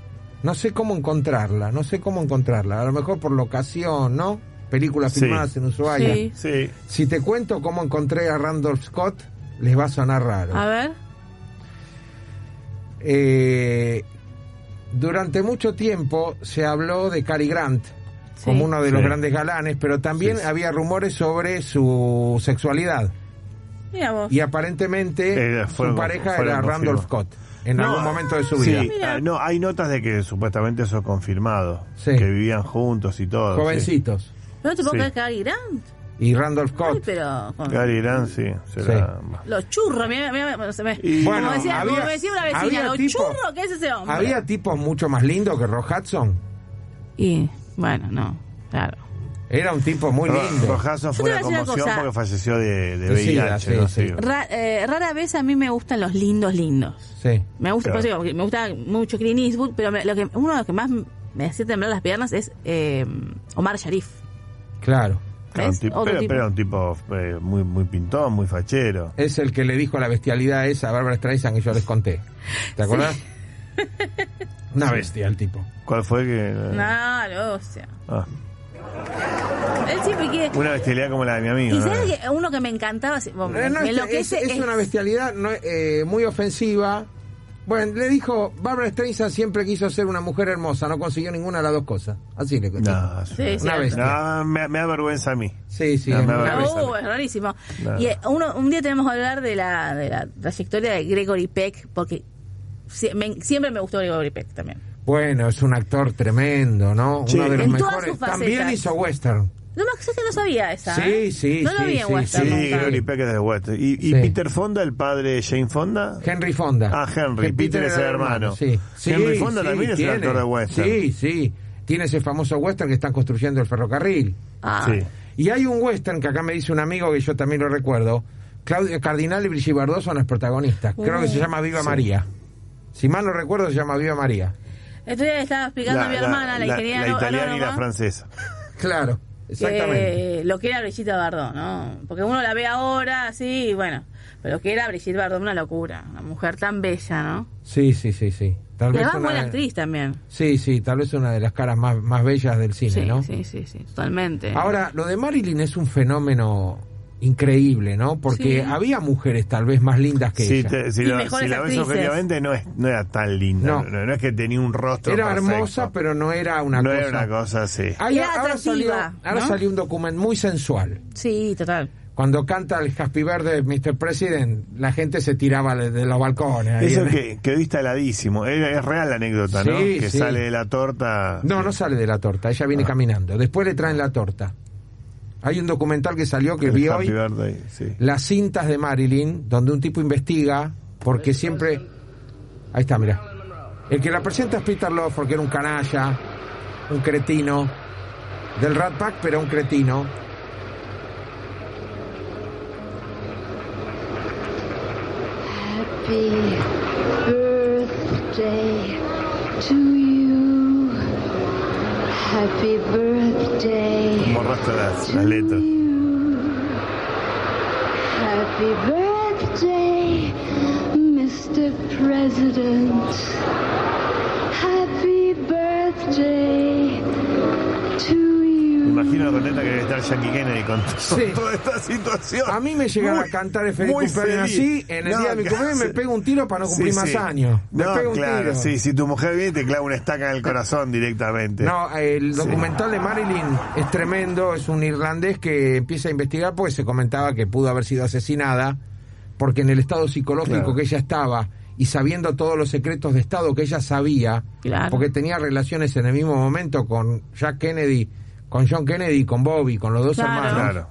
Speaker 2: No sé cómo encontrarla, no sé cómo encontrarla. A lo mejor por locación, ¿no? Películas
Speaker 3: Sí.
Speaker 2: filmadas en Ushuaia.
Speaker 4: Sí.
Speaker 3: Sí.
Speaker 2: Si te cuento cómo encontré a Randolph Scott, les va a sonar raro.
Speaker 4: A ver.
Speaker 2: Eh, durante mucho tiempo se habló de Cary Grant
Speaker 4: Sí.
Speaker 2: como uno de los
Speaker 3: Sí.
Speaker 2: grandes galanes, pero también
Speaker 3: Sí, sí.
Speaker 2: había rumores sobre su sexualidad.
Speaker 4: Mira vos.
Speaker 2: Y aparentemente
Speaker 3: Eh,
Speaker 2: su
Speaker 3: fueron-
Speaker 2: pareja
Speaker 3: fueron
Speaker 2: era Randolph Scott
Speaker 3: confirmados.
Speaker 2: en
Speaker 3: No,
Speaker 2: algún momento de su
Speaker 3: sí,
Speaker 2: vida.
Speaker 4: Mira.
Speaker 3: ah, no, hay notas de que supuestamente eso es confirmado.
Speaker 2: Sí.
Speaker 3: Que vivían juntos y todo. sí.
Speaker 2: Jovencitos.
Speaker 4: No te puedo
Speaker 3: Sí.
Speaker 4: creer que Gary Grant.
Speaker 2: Y Randolph
Speaker 4: Ay,
Speaker 2: Scott.
Speaker 4: pero. con-
Speaker 3: Gary Grant, sí. será-
Speaker 4: Los churros, mira, mira, mira, se me-
Speaker 3: Y-
Speaker 4: como,
Speaker 2: Bueno,
Speaker 4: decía, como
Speaker 2: había-
Speaker 4: me decía una
Speaker 2: había
Speaker 4: vecina, los
Speaker 2: tipo-
Speaker 4: churros, ¿qué es ese hombre?
Speaker 2: Había tipos mucho más lindos que Rock Hudson.
Speaker 4: Y bueno, no, claro.
Speaker 2: Era un tipo muy
Speaker 3: Ro-
Speaker 2: lindo.
Speaker 3: Rojazo
Speaker 4: Yo te
Speaker 3: fue
Speaker 4: voy a
Speaker 3: una
Speaker 4: decir una
Speaker 3: conmoción
Speaker 4: cosa.
Speaker 3: porque falleció de, de
Speaker 2: De sida,
Speaker 3: VIH.
Speaker 2: sí,
Speaker 3: ¿no?
Speaker 2: sí.
Speaker 3: Sí.
Speaker 4: Ra- eh, rara vez a mí me gustan los lindos, lindos.
Speaker 2: Sí.
Speaker 4: Me gusta,
Speaker 3: Claro.
Speaker 4: por eso digo, me gusta mucho Clint Eastwood, pero me- lo que, uno de los que más me hace temblar las piernas es eh, Omar Sharif.
Speaker 2: Claro.
Speaker 3: Era un
Speaker 4: ¿Ves?
Speaker 3: tipo-
Speaker 4: Otro
Speaker 3: pero,
Speaker 4: tipo.
Speaker 3: pero era un tipo eh, muy, muy pintón, muy fachero.
Speaker 2: Es el que le dijo la bestialidad esa a Barbara Streisand que yo les conté. ¿Te
Speaker 3: [LAUGHS]
Speaker 2: acordás? Una bestia el tipo.
Speaker 3: ¿Cuál fue que.?
Speaker 4: No, no, o sea.
Speaker 3: Ah,
Speaker 4: Él siempre quiere.
Speaker 3: una bestialidad como la de mi amigo.
Speaker 4: Y
Speaker 3: ¿no?
Speaker 4: sabes que uno que me encantaba, si- bueno,
Speaker 2: Eh, no,
Speaker 4: me
Speaker 2: es- es,
Speaker 4: enloquece
Speaker 2: es una bestialidad no, eh, muy ofensiva. Bueno, le dijo, Barbara Streisand siempre quiso ser una mujer hermosa, no consiguió ninguna de las dos cosas. Así le conté.
Speaker 3: No, es
Speaker 4: Sí,
Speaker 3: una-
Speaker 4: cierto.
Speaker 2: bestia.
Speaker 3: No, me, me da vergüenza a mí.
Speaker 2: Sí, sí.
Speaker 3: No,
Speaker 2: es
Speaker 3: me
Speaker 2: muy-
Speaker 3: va a ver.
Speaker 4: Uh, es rarísimo.
Speaker 3: Claro.
Speaker 4: Y eh, uno, un día tenemos que hablar de la, de la trayectoria de Gregory Peck, porque sie- me- siempre me gustó Gregory Peck también.
Speaker 2: Bueno, es un actor tremendo, ¿no?
Speaker 3: Sí.
Speaker 2: Uno de los
Speaker 4: En todas
Speaker 2: mejores.
Speaker 4: sus facetas.
Speaker 2: También hizo western.
Speaker 4: No más que no sabía esa.
Speaker 2: Sí,
Speaker 4: ¿eh?
Speaker 2: sí,
Speaker 4: No lo
Speaker 2: sí,
Speaker 4: vi en
Speaker 2: sí,
Speaker 3: Sí,
Speaker 4: Western nunca.
Speaker 3: Gregory Peck es de West. ¿Y, y
Speaker 2: Sí.
Speaker 3: Peter Fonda, el padre de Jane Fonda?
Speaker 2: Henry Fonda.
Speaker 3: Ah, Henry.
Speaker 2: Que
Speaker 3: Peter es
Speaker 2: era
Speaker 3: el hermano.
Speaker 2: Sí.
Speaker 3: Henry
Speaker 2: Sí,
Speaker 3: Fonda
Speaker 2: sí,
Speaker 3: también es un
Speaker 2: tiene.
Speaker 3: actor de western.
Speaker 2: Sí, sí. Tiene ese famoso western que están construyendo el ferrocarril.
Speaker 4: Ah,
Speaker 3: Sí.
Speaker 2: Y hay un western que acá me dice un amigo que yo también lo recuerdo. Claudia Cardinal y Brigitte
Speaker 3: [LAUGHS]
Speaker 2: Bardot son las protagonistas. Creo que se llama Viva María. Si mal no recuerdo, se llama Viva María.
Speaker 4: Entonces le estaba explicando a mi hermana, la, ingeniera
Speaker 3: la
Speaker 4: no-
Speaker 3: italiana y la
Speaker 4: agrónoma,
Speaker 3: francesa.
Speaker 2: Claro, exactamente.
Speaker 4: que lo que era Brigitte Bardot, ¿no? Porque uno la ve ahora, así, y bueno. Pero que era Brigitte Bardot, una locura. Una mujer tan bella, ¿no?
Speaker 2: Sí, sí, sí, sí. Tal
Speaker 4: Y
Speaker 2: vez
Speaker 4: además
Speaker 2: una
Speaker 4: buena
Speaker 2: de-
Speaker 4: actriz también.
Speaker 2: Sí, sí, tal vez una de las caras más, más bellas del cine,
Speaker 4: Sí,
Speaker 2: ¿no?
Speaker 4: sí, sí, sí, totalmente.
Speaker 2: Ahora, lo de Marilyn es un fenómeno increíble, ¿no? Porque
Speaker 4: Sí.
Speaker 2: había mujeres tal vez más lindas que
Speaker 3: Si,
Speaker 2: ella.
Speaker 3: te- si
Speaker 4: Y
Speaker 3: lo-
Speaker 4: mejores
Speaker 3: si la ves
Speaker 4: actrices.
Speaker 3: objetivamente, no, es, no era tan linda.
Speaker 2: No.
Speaker 3: No. no es que tenía un rostro.
Speaker 2: Era
Speaker 3: perfecto.
Speaker 2: hermosa, pero no era una
Speaker 3: no
Speaker 2: cosa.
Speaker 3: era una cosa así.
Speaker 2: Ahí
Speaker 4: Era
Speaker 2: ahora salió,
Speaker 4: atractiva,
Speaker 2: ahora
Speaker 4: ¿no?
Speaker 2: salió un documento muy sensual.
Speaker 4: Sí, total.
Speaker 2: Cuando canta el Happy Verde, Mr. President, la gente se tiraba de de los balcones. ahí
Speaker 3: Eso
Speaker 2: en-
Speaker 3: que quedó instaladísimo. Es, es real la anécdota, ¿no?
Speaker 2: Sí,
Speaker 3: Que
Speaker 2: sí.
Speaker 3: sale de la torta.
Speaker 2: No, no sale de la torta, ella
Speaker 3: Ah.
Speaker 2: viene caminando. Después le traen la torta. Hay un documental que salió que
Speaker 3: el
Speaker 2: vi
Speaker 3: Happy
Speaker 2: hoy,
Speaker 3: Birthday, sí.
Speaker 2: Las cintas de Marilyn, donde un tipo investiga, porque siempre... Ahí está, mira. El que la presenta es Peter Love, porque era un canalla, un cretino, del Rat Pack, pero un cretino.
Speaker 6: Happy birthday to you. Happy birthday
Speaker 3: Como rastro las,
Speaker 6: to
Speaker 3: las letras.
Speaker 6: you. Happy birthday, Mr. President. Happy birthday to
Speaker 3: Me
Speaker 6: you.
Speaker 3: imagino la contenta que debe estar Jackie Kennedy con [LAUGHS] todo-
Speaker 2: Sí.
Speaker 3: toda esta situación.
Speaker 2: A mí me llegaba
Speaker 3: Muy-
Speaker 2: a cantar el feliz
Speaker 3: muy
Speaker 2: cumpleaños
Speaker 3: feliz.
Speaker 2: así, en el
Speaker 3: No,
Speaker 2: día
Speaker 3: [LAUGHS]
Speaker 2: de mi
Speaker 3: claro,
Speaker 2: cumpleaños me
Speaker 3: sí.
Speaker 2: pego un tiro para no
Speaker 3: Sí,
Speaker 2: cumplir más
Speaker 3: sí.
Speaker 2: años. Me
Speaker 3: No,
Speaker 2: pego un
Speaker 3: claro,
Speaker 2: tiro.
Speaker 3: sí, si tu mujer viene te clava una estaca en el corazón directamente.
Speaker 2: No, el
Speaker 3: Este, Sí.
Speaker 2: documental de Marilyn es tremendo, es un irlandés que empieza a investigar porque se comentaba que pudo haber sido asesinada porque en el estado psicológico
Speaker 3: Claro.
Speaker 2: que ella estaba y sabiendo todos los secretos de estado que ella sabía,
Speaker 4: Claro.
Speaker 2: porque tenía relaciones en el mismo momento con Jack Kennedy, con John Kennedy y con Bobby, con los dos
Speaker 4: Claro.
Speaker 2: hermanos.
Speaker 3: Claro,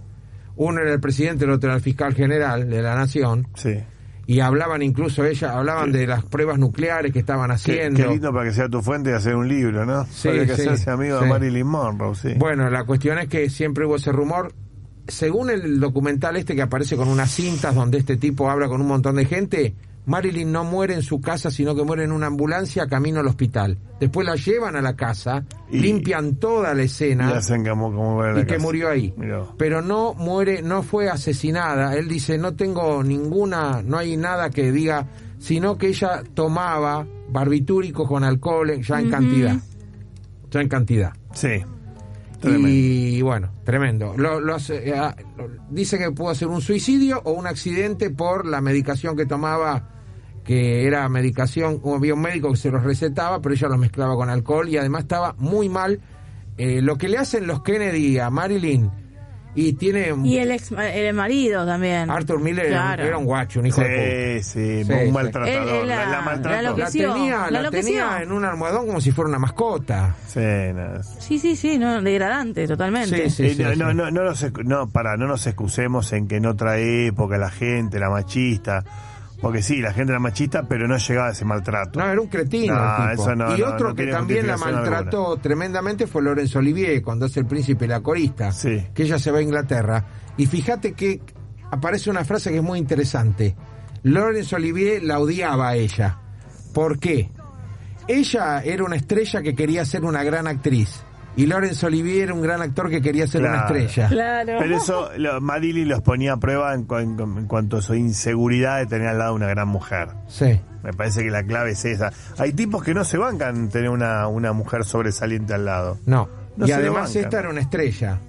Speaker 2: Uno era el presidente, el otro era el fiscal general de la nación
Speaker 3: sí.
Speaker 2: y hablaban incluso ella, hablaban de las pruebas nucleares que estaban
Speaker 3: Qué,
Speaker 2: haciendo.
Speaker 3: qué lindo para que sea tu fuente de hacer un libro, ¿no?
Speaker 2: Sí,
Speaker 3: Habría que
Speaker 2: sí,
Speaker 3: hacerse amigo
Speaker 2: sí.
Speaker 3: de Marilyn Monroe, sí.
Speaker 2: Bueno, la cuestión es que siempre hubo ese rumor. Según el documental este que aparece con unas cintas donde este tipo habla con un montón de gente, Marilyn no muere en su casa, sino que muere en una ambulancia camino al hospital. Después la llevan a la casa,
Speaker 3: Y-
Speaker 2: limpian toda la
Speaker 3: y
Speaker 2: escena
Speaker 3: hacen como, como para la
Speaker 2: y que
Speaker 3: casa.
Speaker 2: murió ahí.
Speaker 3: Mirá vos.
Speaker 2: Pero no muere, no fue asesinada. Él dice, no tengo ninguna, no hay nada que diga, sino que ella tomaba barbitúricos con alcohol en- ya en cantidad. Ya en cantidad.
Speaker 3: Sí. Tremendo.
Speaker 2: Y bueno, tremendo. Lo, lo hace- eh, ah, lo- dice que pudo ser un suicidio o un accidente por la medicación que tomaba, que era medicación, o había un médico que se los recetaba, pero ella los mezclaba con alcohol y además estaba muy mal. Eh, lo que le hacen los Kennedy a Marilyn y tiene un-
Speaker 4: Y el ex el marido también.
Speaker 2: Arthur Miller era un-
Speaker 4: Claro.
Speaker 2: era un guacho, un hijo de
Speaker 3: Sí,
Speaker 2: Sí,
Speaker 3: sí,
Speaker 2: sí.
Speaker 3: un maltratador.
Speaker 4: Él- él la-
Speaker 3: la, la maltrató.
Speaker 4: la
Speaker 2: puta. La
Speaker 4: Enloqueció,
Speaker 2: tenía,
Speaker 4: la
Speaker 2: la tenía
Speaker 4: enloqueció.
Speaker 2: en un almohadón como si fuera una mascota.
Speaker 3: Sí, no,
Speaker 4: Sí, sí, sí, no, degradante, totalmente.
Speaker 2: Sí, sí.
Speaker 3: Eh, no, no, no, no nos, excu- no, para, no nos excusemos en que en otra época la gente era machista. Porque sí, la gente era machista, pero no llegaba a ese maltrato.
Speaker 2: No, era un cretino.
Speaker 3: No,
Speaker 2: el tipo.
Speaker 3: eso no,
Speaker 2: y
Speaker 3: no,
Speaker 2: otro
Speaker 3: no
Speaker 2: que
Speaker 3: tiene
Speaker 2: también la
Speaker 3: justificación
Speaker 2: maltrató tremendamente fue Lorenzo Olivier cuando hace El Príncipe y la Corista,
Speaker 3: Sí.
Speaker 2: que ella se va a Inglaterra. Y fíjate que aparece una frase que es muy interesante. Lorenzo Olivier la odiaba a ella. ¿Por qué? Ella era una estrella que quería ser una gran actriz. Y Lorenzo Olivier era un gran actor que quería ser una
Speaker 3: Claro.
Speaker 2: estrella.
Speaker 4: Claro.
Speaker 3: Pero eso, lo, Madili los ponía a prueba en, cu- en- en cuanto a su inseguridad de tener al lado una gran mujer.
Speaker 2: Sí.
Speaker 3: Me parece que la clave es esa. Hay tipos que no se bancan tener una, una mujer sobresaliente al lado.
Speaker 2: No.
Speaker 3: No
Speaker 2: y
Speaker 3: se lo
Speaker 2: además
Speaker 3: bancan.
Speaker 2: esta era una estrella.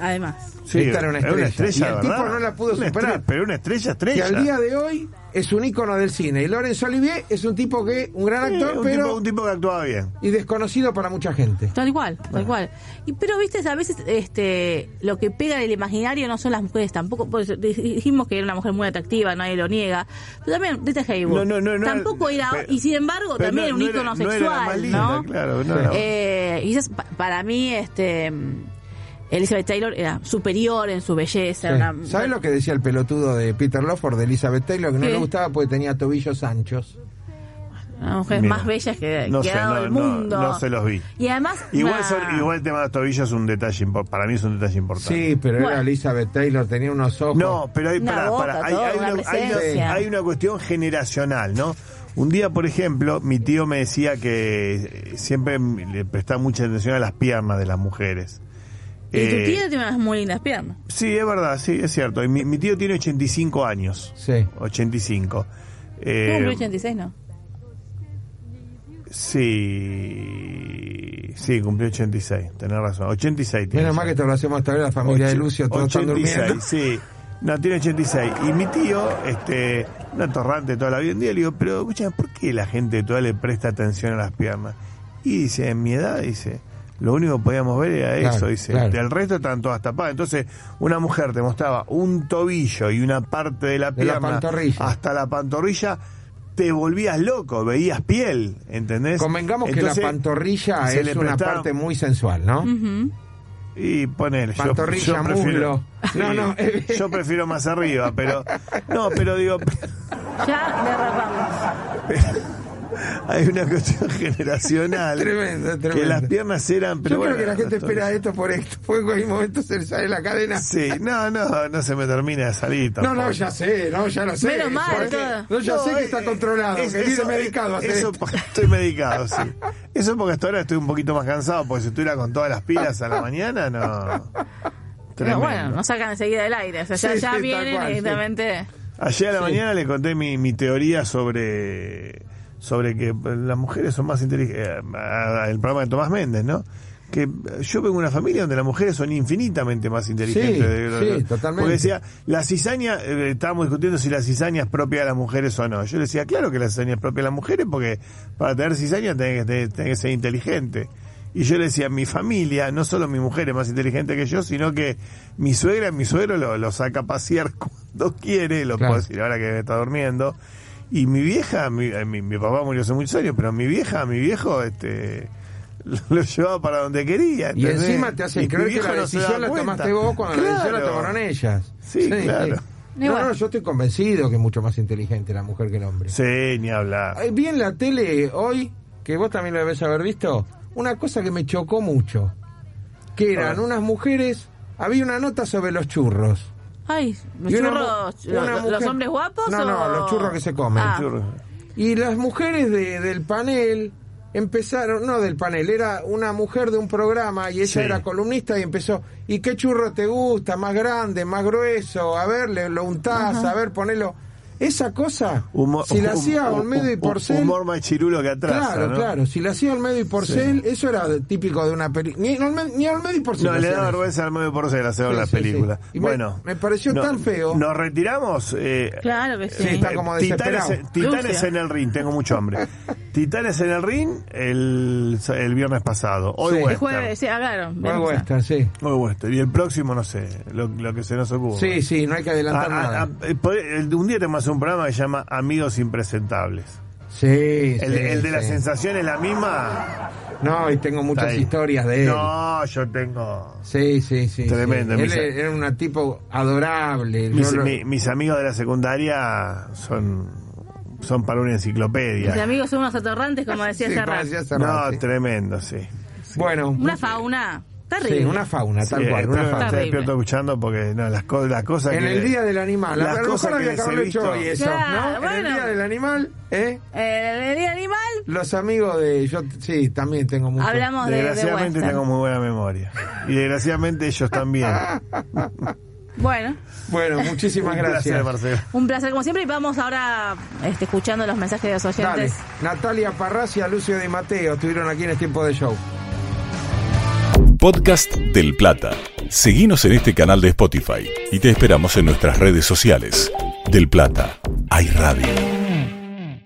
Speaker 4: Además.
Speaker 2: Esta era una estrella. Y el
Speaker 3: ¿verdad?
Speaker 2: tipo no la pudo
Speaker 3: Una
Speaker 2: superar.
Speaker 3: estrella, pero una estrella
Speaker 2: que
Speaker 3: estrella.
Speaker 2: al día de hoy es un ícono del cine. Y Lorenzo Olivier es un tipo que, un gran
Speaker 3: Sí,
Speaker 2: actor,
Speaker 3: un
Speaker 2: pero
Speaker 3: tipo- un tipo que actuaba bien.
Speaker 2: y desconocido para mucha gente.
Speaker 4: Tal cual, tal cual. Y, pero viste, a veces este, lo que pega en el imaginario no son las mujeres tampoco. por eso dij- dijimos que era una mujer muy atractiva, nadie lo niega. Pero también, desde Hayward.
Speaker 3: No, no, no, no,
Speaker 4: tampoco era.
Speaker 3: pero-
Speaker 4: y sin embargo,
Speaker 3: pero
Speaker 4: también
Speaker 3: no-
Speaker 4: era un
Speaker 3: no era-
Speaker 4: ícono
Speaker 3: no era la más
Speaker 4: sexual,
Speaker 3: linda,
Speaker 4: ¿no?
Speaker 3: claro, no, no.
Speaker 4: Eh, quizás pa- para mí, este. mm, Elizabeth Taylor era superior en su belleza. era una-
Speaker 2: ¿Sabes lo que decía el pelotudo de Peter Lawford, de Elizabeth Taylor, que no
Speaker 4: ¿Qué?
Speaker 2: le gustaba porque tenía tobillos anchos?
Speaker 4: Las mujeres
Speaker 3: Mira.
Speaker 4: más bellas que,
Speaker 3: No
Speaker 4: que
Speaker 3: sé,
Speaker 4: ha dado
Speaker 3: no,
Speaker 4: el
Speaker 3: no,
Speaker 4: mundo.
Speaker 3: no se los vi.
Speaker 4: Y además.
Speaker 3: Igual,
Speaker 4: nah,
Speaker 3: son- igual el tema de los tobillos es un detalle impor- Para mí es un detalle importante.
Speaker 2: Sí, pero era
Speaker 4: Bueno.
Speaker 2: Elizabeth Taylor, tenía unos ojos.
Speaker 3: No, pero hay,
Speaker 4: Una
Speaker 3: pará,
Speaker 4: boca,
Speaker 3: pará, hay,
Speaker 4: todo,
Speaker 3: hay
Speaker 4: una
Speaker 3: una, hay una-
Speaker 4: presencia.
Speaker 3: hay una cuestión generacional, ¿no? Un día, por ejemplo, mi tío me decía que siempre le prestaba mucha atención a las piernas de las mujeres.
Speaker 4: Y
Speaker 3: Eh,
Speaker 4: tu tía tiene unas muy lindas piernas.
Speaker 3: Sí, es verdad, sí, es cierto. Y mi, mi tío tiene 85 años.
Speaker 2: Sí.
Speaker 3: 85.
Speaker 4: Tú
Speaker 3: Eh,
Speaker 4: cumplís 86, ¿no?
Speaker 3: Sí. Sí, cumplió 86. Tenés razón. 86 tiene.
Speaker 2: Menos mal que te lo hacemos hasta ahora la familia de
Speaker 3: Ocho-
Speaker 2: Lucio, todos están
Speaker 3: 86,
Speaker 2: durmiendo.
Speaker 3: Sí. No, tiene 86. Y mi tío, este, un atorrante toda la vida, un día le digo, pero escucha, ¿por qué la gente toda le presta atención a las piernas? Y dice, en mi edad, dice, lo único que podíamos ver era
Speaker 2: Claro,
Speaker 3: eso, dice.
Speaker 2: claro.
Speaker 3: Del resto estaban todas tapadas. Entonces, una mujer te mostraba un tobillo y una parte de la
Speaker 2: De la
Speaker 3: pierna
Speaker 2: pantorrilla.
Speaker 3: hasta la pantorrilla, te volvías loco, veías piel, ¿entendés?
Speaker 2: Convengamos que
Speaker 3: Entonces,
Speaker 2: la pantorrilla
Speaker 3: se
Speaker 2: es
Speaker 3: le
Speaker 2: una
Speaker 3: prestaba-
Speaker 2: parte muy sensual, ¿no?
Speaker 4: Ujú.
Speaker 3: Y ponele, yo-
Speaker 2: Pantorrilla,
Speaker 3: yo, prefiero,
Speaker 2: muslo. No, no, eh.
Speaker 3: yo prefiero más arriba, pero no, pero digo, [LAUGHS]
Speaker 4: Ya derrapamos.
Speaker 3: hay una cuestión generacional.
Speaker 2: Tremendo, tremendo.
Speaker 3: Que las piernas eran, pero
Speaker 2: Yo
Speaker 3: bueno,
Speaker 2: creo que la gente
Speaker 3: esto-
Speaker 2: espera esto por esto, porque en cualquier momento se le sale la cadena.
Speaker 3: Sí, no, no, no se me termina de salir
Speaker 2: No,
Speaker 3: tampoco.
Speaker 2: no, ya sé, no, ya lo sé.
Speaker 4: Menos mal,
Speaker 2: Porque-
Speaker 4: todo.
Speaker 2: No, ya
Speaker 3: No,
Speaker 2: sé que
Speaker 3: eh,
Speaker 2: está controlado,
Speaker 3: es-
Speaker 2: que viene medicado. a hacer
Speaker 3: Eso
Speaker 2: esto.
Speaker 3: porque estoy medicado, sí. Eso porque hasta ahora estoy un poquito más cansado, porque si estuviera con todas las pilas a la mañana, no.
Speaker 4: Pero
Speaker 3: Tremendo.
Speaker 4: bueno, nos sacan enseguida del aire. O sea, ya,
Speaker 2: Sí,
Speaker 4: ya
Speaker 2: sí, tal
Speaker 4: vienen
Speaker 2: cual, sí.
Speaker 4: directamente.
Speaker 3: Ayer a la mañana le conté mi, mi teoría sobre, sobre que las mujeres son más inteligentes. El programa de Tomás Méndez, ¿no? Que yo vengo de una familia donde las mujeres son infinitamente más inteligentes.
Speaker 2: Sí,
Speaker 3: de-
Speaker 2: sí, totalmente.
Speaker 3: Porque decía, la cizaña, eh, estábamos discutiendo si la cizaña es propia de las mujeres o no. Yo le decía, claro que la cizaña es propia de las mujeres porque para tener cizaña tenés que, tenés- tenés que ser inteligente. Y yo le decía, mi familia, no solo mi mujer es más inteligente que yo, sino que mi suegra, mi suegro lo, lo saca a pasear [LAUGHS] cuando quiere, lo
Speaker 2: Claro.
Speaker 3: puedo decir ahora que está durmiendo. Y mi vieja, mi, eh, mi- mi papá murió hace muchos años, pero mi vieja, mi viejo, este [LAUGHS] lo, lo llevaba para donde quería.
Speaker 2: Y
Speaker 3: ¿entendés?
Speaker 2: encima te
Speaker 3: Y
Speaker 2: hacen
Speaker 3: mi
Speaker 2: creer que
Speaker 3: viejo
Speaker 2: la
Speaker 3: no se
Speaker 2: decisión
Speaker 3: daba
Speaker 2: la
Speaker 3: cuenta.
Speaker 2: tomaste vos cuando la decisión la
Speaker 3: Claro.
Speaker 2: tomaron ellas.
Speaker 3: Sí, claro.
Speaker 2: No,
Speaker 4: Igual.
Speaker 2: no, yo estoy convencido que es mucho más inteligente la mujer que el hombre.
Speaker 3: Sí, ni hablar.
Speaker 2: Eh, Vi en la tele hoy, que vos también lo debes haber visto, una cosa que me chocó mucho. Que eran
Speaker 3: Ah.
Speaker 2: unas mujeres, había una nota sobre los churros.
Speaker 4: Ay, ¿los
Speaker 2: Y una
Speaker 4: churros,
Speaker 2: mu- una
Speaker 4: los,
Speaker 2: mujer-
Speaker 4: los hombres guapos?
Speaker 2: No, no,
Speaker 4: o-
Speaker 2: los churros que se comen.
Speaker 4: Ah,
Speaker 3: Churro.
Speaker 2: Y las mujeres de- del panel empezaron, no del panel, era una mujer de un programa y ella
Speaker 3: Sí.
Speaker 2: era columnista y empezó, ¿y qué churro te gusta? ¿Más grande? ¿Más grueso? A ver, le, lo untás, a ver, ponelo. Esa cosa,
Speaker 3: Humo-
Speaker 2: si la
Speaker 3: hum-
Speaker 2: hacía
Speaker 3: hum-
Speaker 2: Olmedo y
Speaker 3: hum-
Speaker 2: Porcel...
Speaker 3: Humor más chirulo que atrás.
Speaker 2: Claro, claro. Si la hacía Olmedo y Porcel, eso era de- típico de una película. Ni, Olme- ni Olmedo y Porcel.
Speaker 3: No, le
Speaker 2: hacían
Speaker 3: da
Speaker 2: eso.
Speaker 3: vergüenza al medio porcel hacer
Speaker 2: Sí,
Speaker 3: las
Speaker 2: sí, sí.
Speaker 3: películas.
Speaker 2: Y me-
Speaker 3: Bueno.
Speaker 2: me pareció
Speaker 3: no-
Speaker 2: tan feo.
Speaker 3: ¿Nos retiramos? Eh,
Speaker 4: Claro que sí.
Speaker 2: Sí, está como
Speaker 3: Titanes,
Speaker 2: desesperado.
Speaker 3: Titanes
Speaker 4: Lucio.
Speaker 3: en el ring, tengo
Speaker 2: [LAUGHS]
Speaker 3: mucho hambre. Titanes en el ring el, el viernes pasado. Hoy
Speaker 2: Sí.
Speaker 3: Western.
Speaker 4: El jueves, sí, ah, claro.
Speaker 2: Muy
Speaker 4: veremos.
Speaker 2: Western, sí.
Speaker 3: Hoy Western. Y el próximo, no sé, lo, lo que se nos ocurra.
Speaker 2: Sí, sí, no hay que adelantar
Speaker 3: Ah, ah,
Speaker 2: nada.
Speaker 3: ah, eh, podés- el- un día tenemos que hacer un programa que se llama Amigos Impresentables.
Speaker 2: sí,
Speaker 3: El,
Speaker 2: sí,
Speaker 3: el de la
Speaker 2: sí.
Speaker 3: sensación es la misma.
Speaker 2: No, y tengo
Speaker 3: Está
Speaker 2: muchas
Speaker 3: ahí.
Speaker 2: historias de él.
Speaker 3: No, yo tengo.
Speaker 2: Sí, sí, sí.
Speaker 3: Tremendo,
Speaker 2: sí. Él
Speaker 3: mis-
Speaker 2: era- era un tipo adorable. Yo
Speaker 3: Mis,
Speaker 2: lo-
Speaker 3: mi- mis amigos de la secundaria son, son para una
Speaker 4: Mis
Speaker 3: enciclopedia.
Speaker 4: amigos son unos atorrantes, como decía
Speaker 2: Sí,
Speaker 4: Serrat.
Speaker 2: parecía Serrat,
Speaker 3: No,
Speaker 2: sí.
Speaker 3: tremendo, sí.
Speaker 2: Bueno,
Speaker 4: Una fauna. Terrible.
Speaker 2: sí, una fauna, tal
Speaker 3: Sí,
Speaker 2: cual,
Speaker 3: espero
Speaker 2: una fauna.
Speaker 3: que esté
Speaker 4: Terrible.
Speaker 3: despierto escuchando porque no, las, co- las cosas
Speaker 2: En
Speaker 3: que-
Speaker 2: el Día del Animal,
Speaker 3: las
Speaker 2: a lo mejor
Speaker 3: cosas que
Speaker 2: había
Speaker 3: les
Speaker 2: que
Speaker 3: he
Speaker 2: haberlo hecho
Speaker 3: visto.
Speaker 2: hoy eso,
Speaker 4: Claro,
Speaker 2: ¿no? En
Speaker 4: bueno.
Speaker 2: el Día del Animal, ¿eh?
Speaker 4: Eh, El, día animal,
Speaker 2: Los amigos de... Yo sí, también tengo mucho.
Speaker 4: hablamos de, de
Speaker 3: Desgraciadamente
Speaker 4: Western.
Speaker 3: tengo muy buena memoria. Y desgraciadamente ellos también.
Speaker 2: [LAUGHS]
Speaker 4: Bueno,
Speaker 2: Bueno, muchísimas
Speaker 3: [LAUGHS] Un
Speaker 2: gracias.
Speaker 3: placer, Marcelo.
Speaker 4: un placer como siempre. Y vamos ahora este, escuchando los mensajes de los
Speaker 2: Dale.
Speaker 4: oyentes.
Speaker 2: Natalia Parracia, Lucio Di Mateo estuvieron aquí en el tiempo de show.
Speaker 1: Podcast del Plata. Seguinos en este canal de Spotify y te esperamos en nuestras redes sociales. Del Plata, hay radio.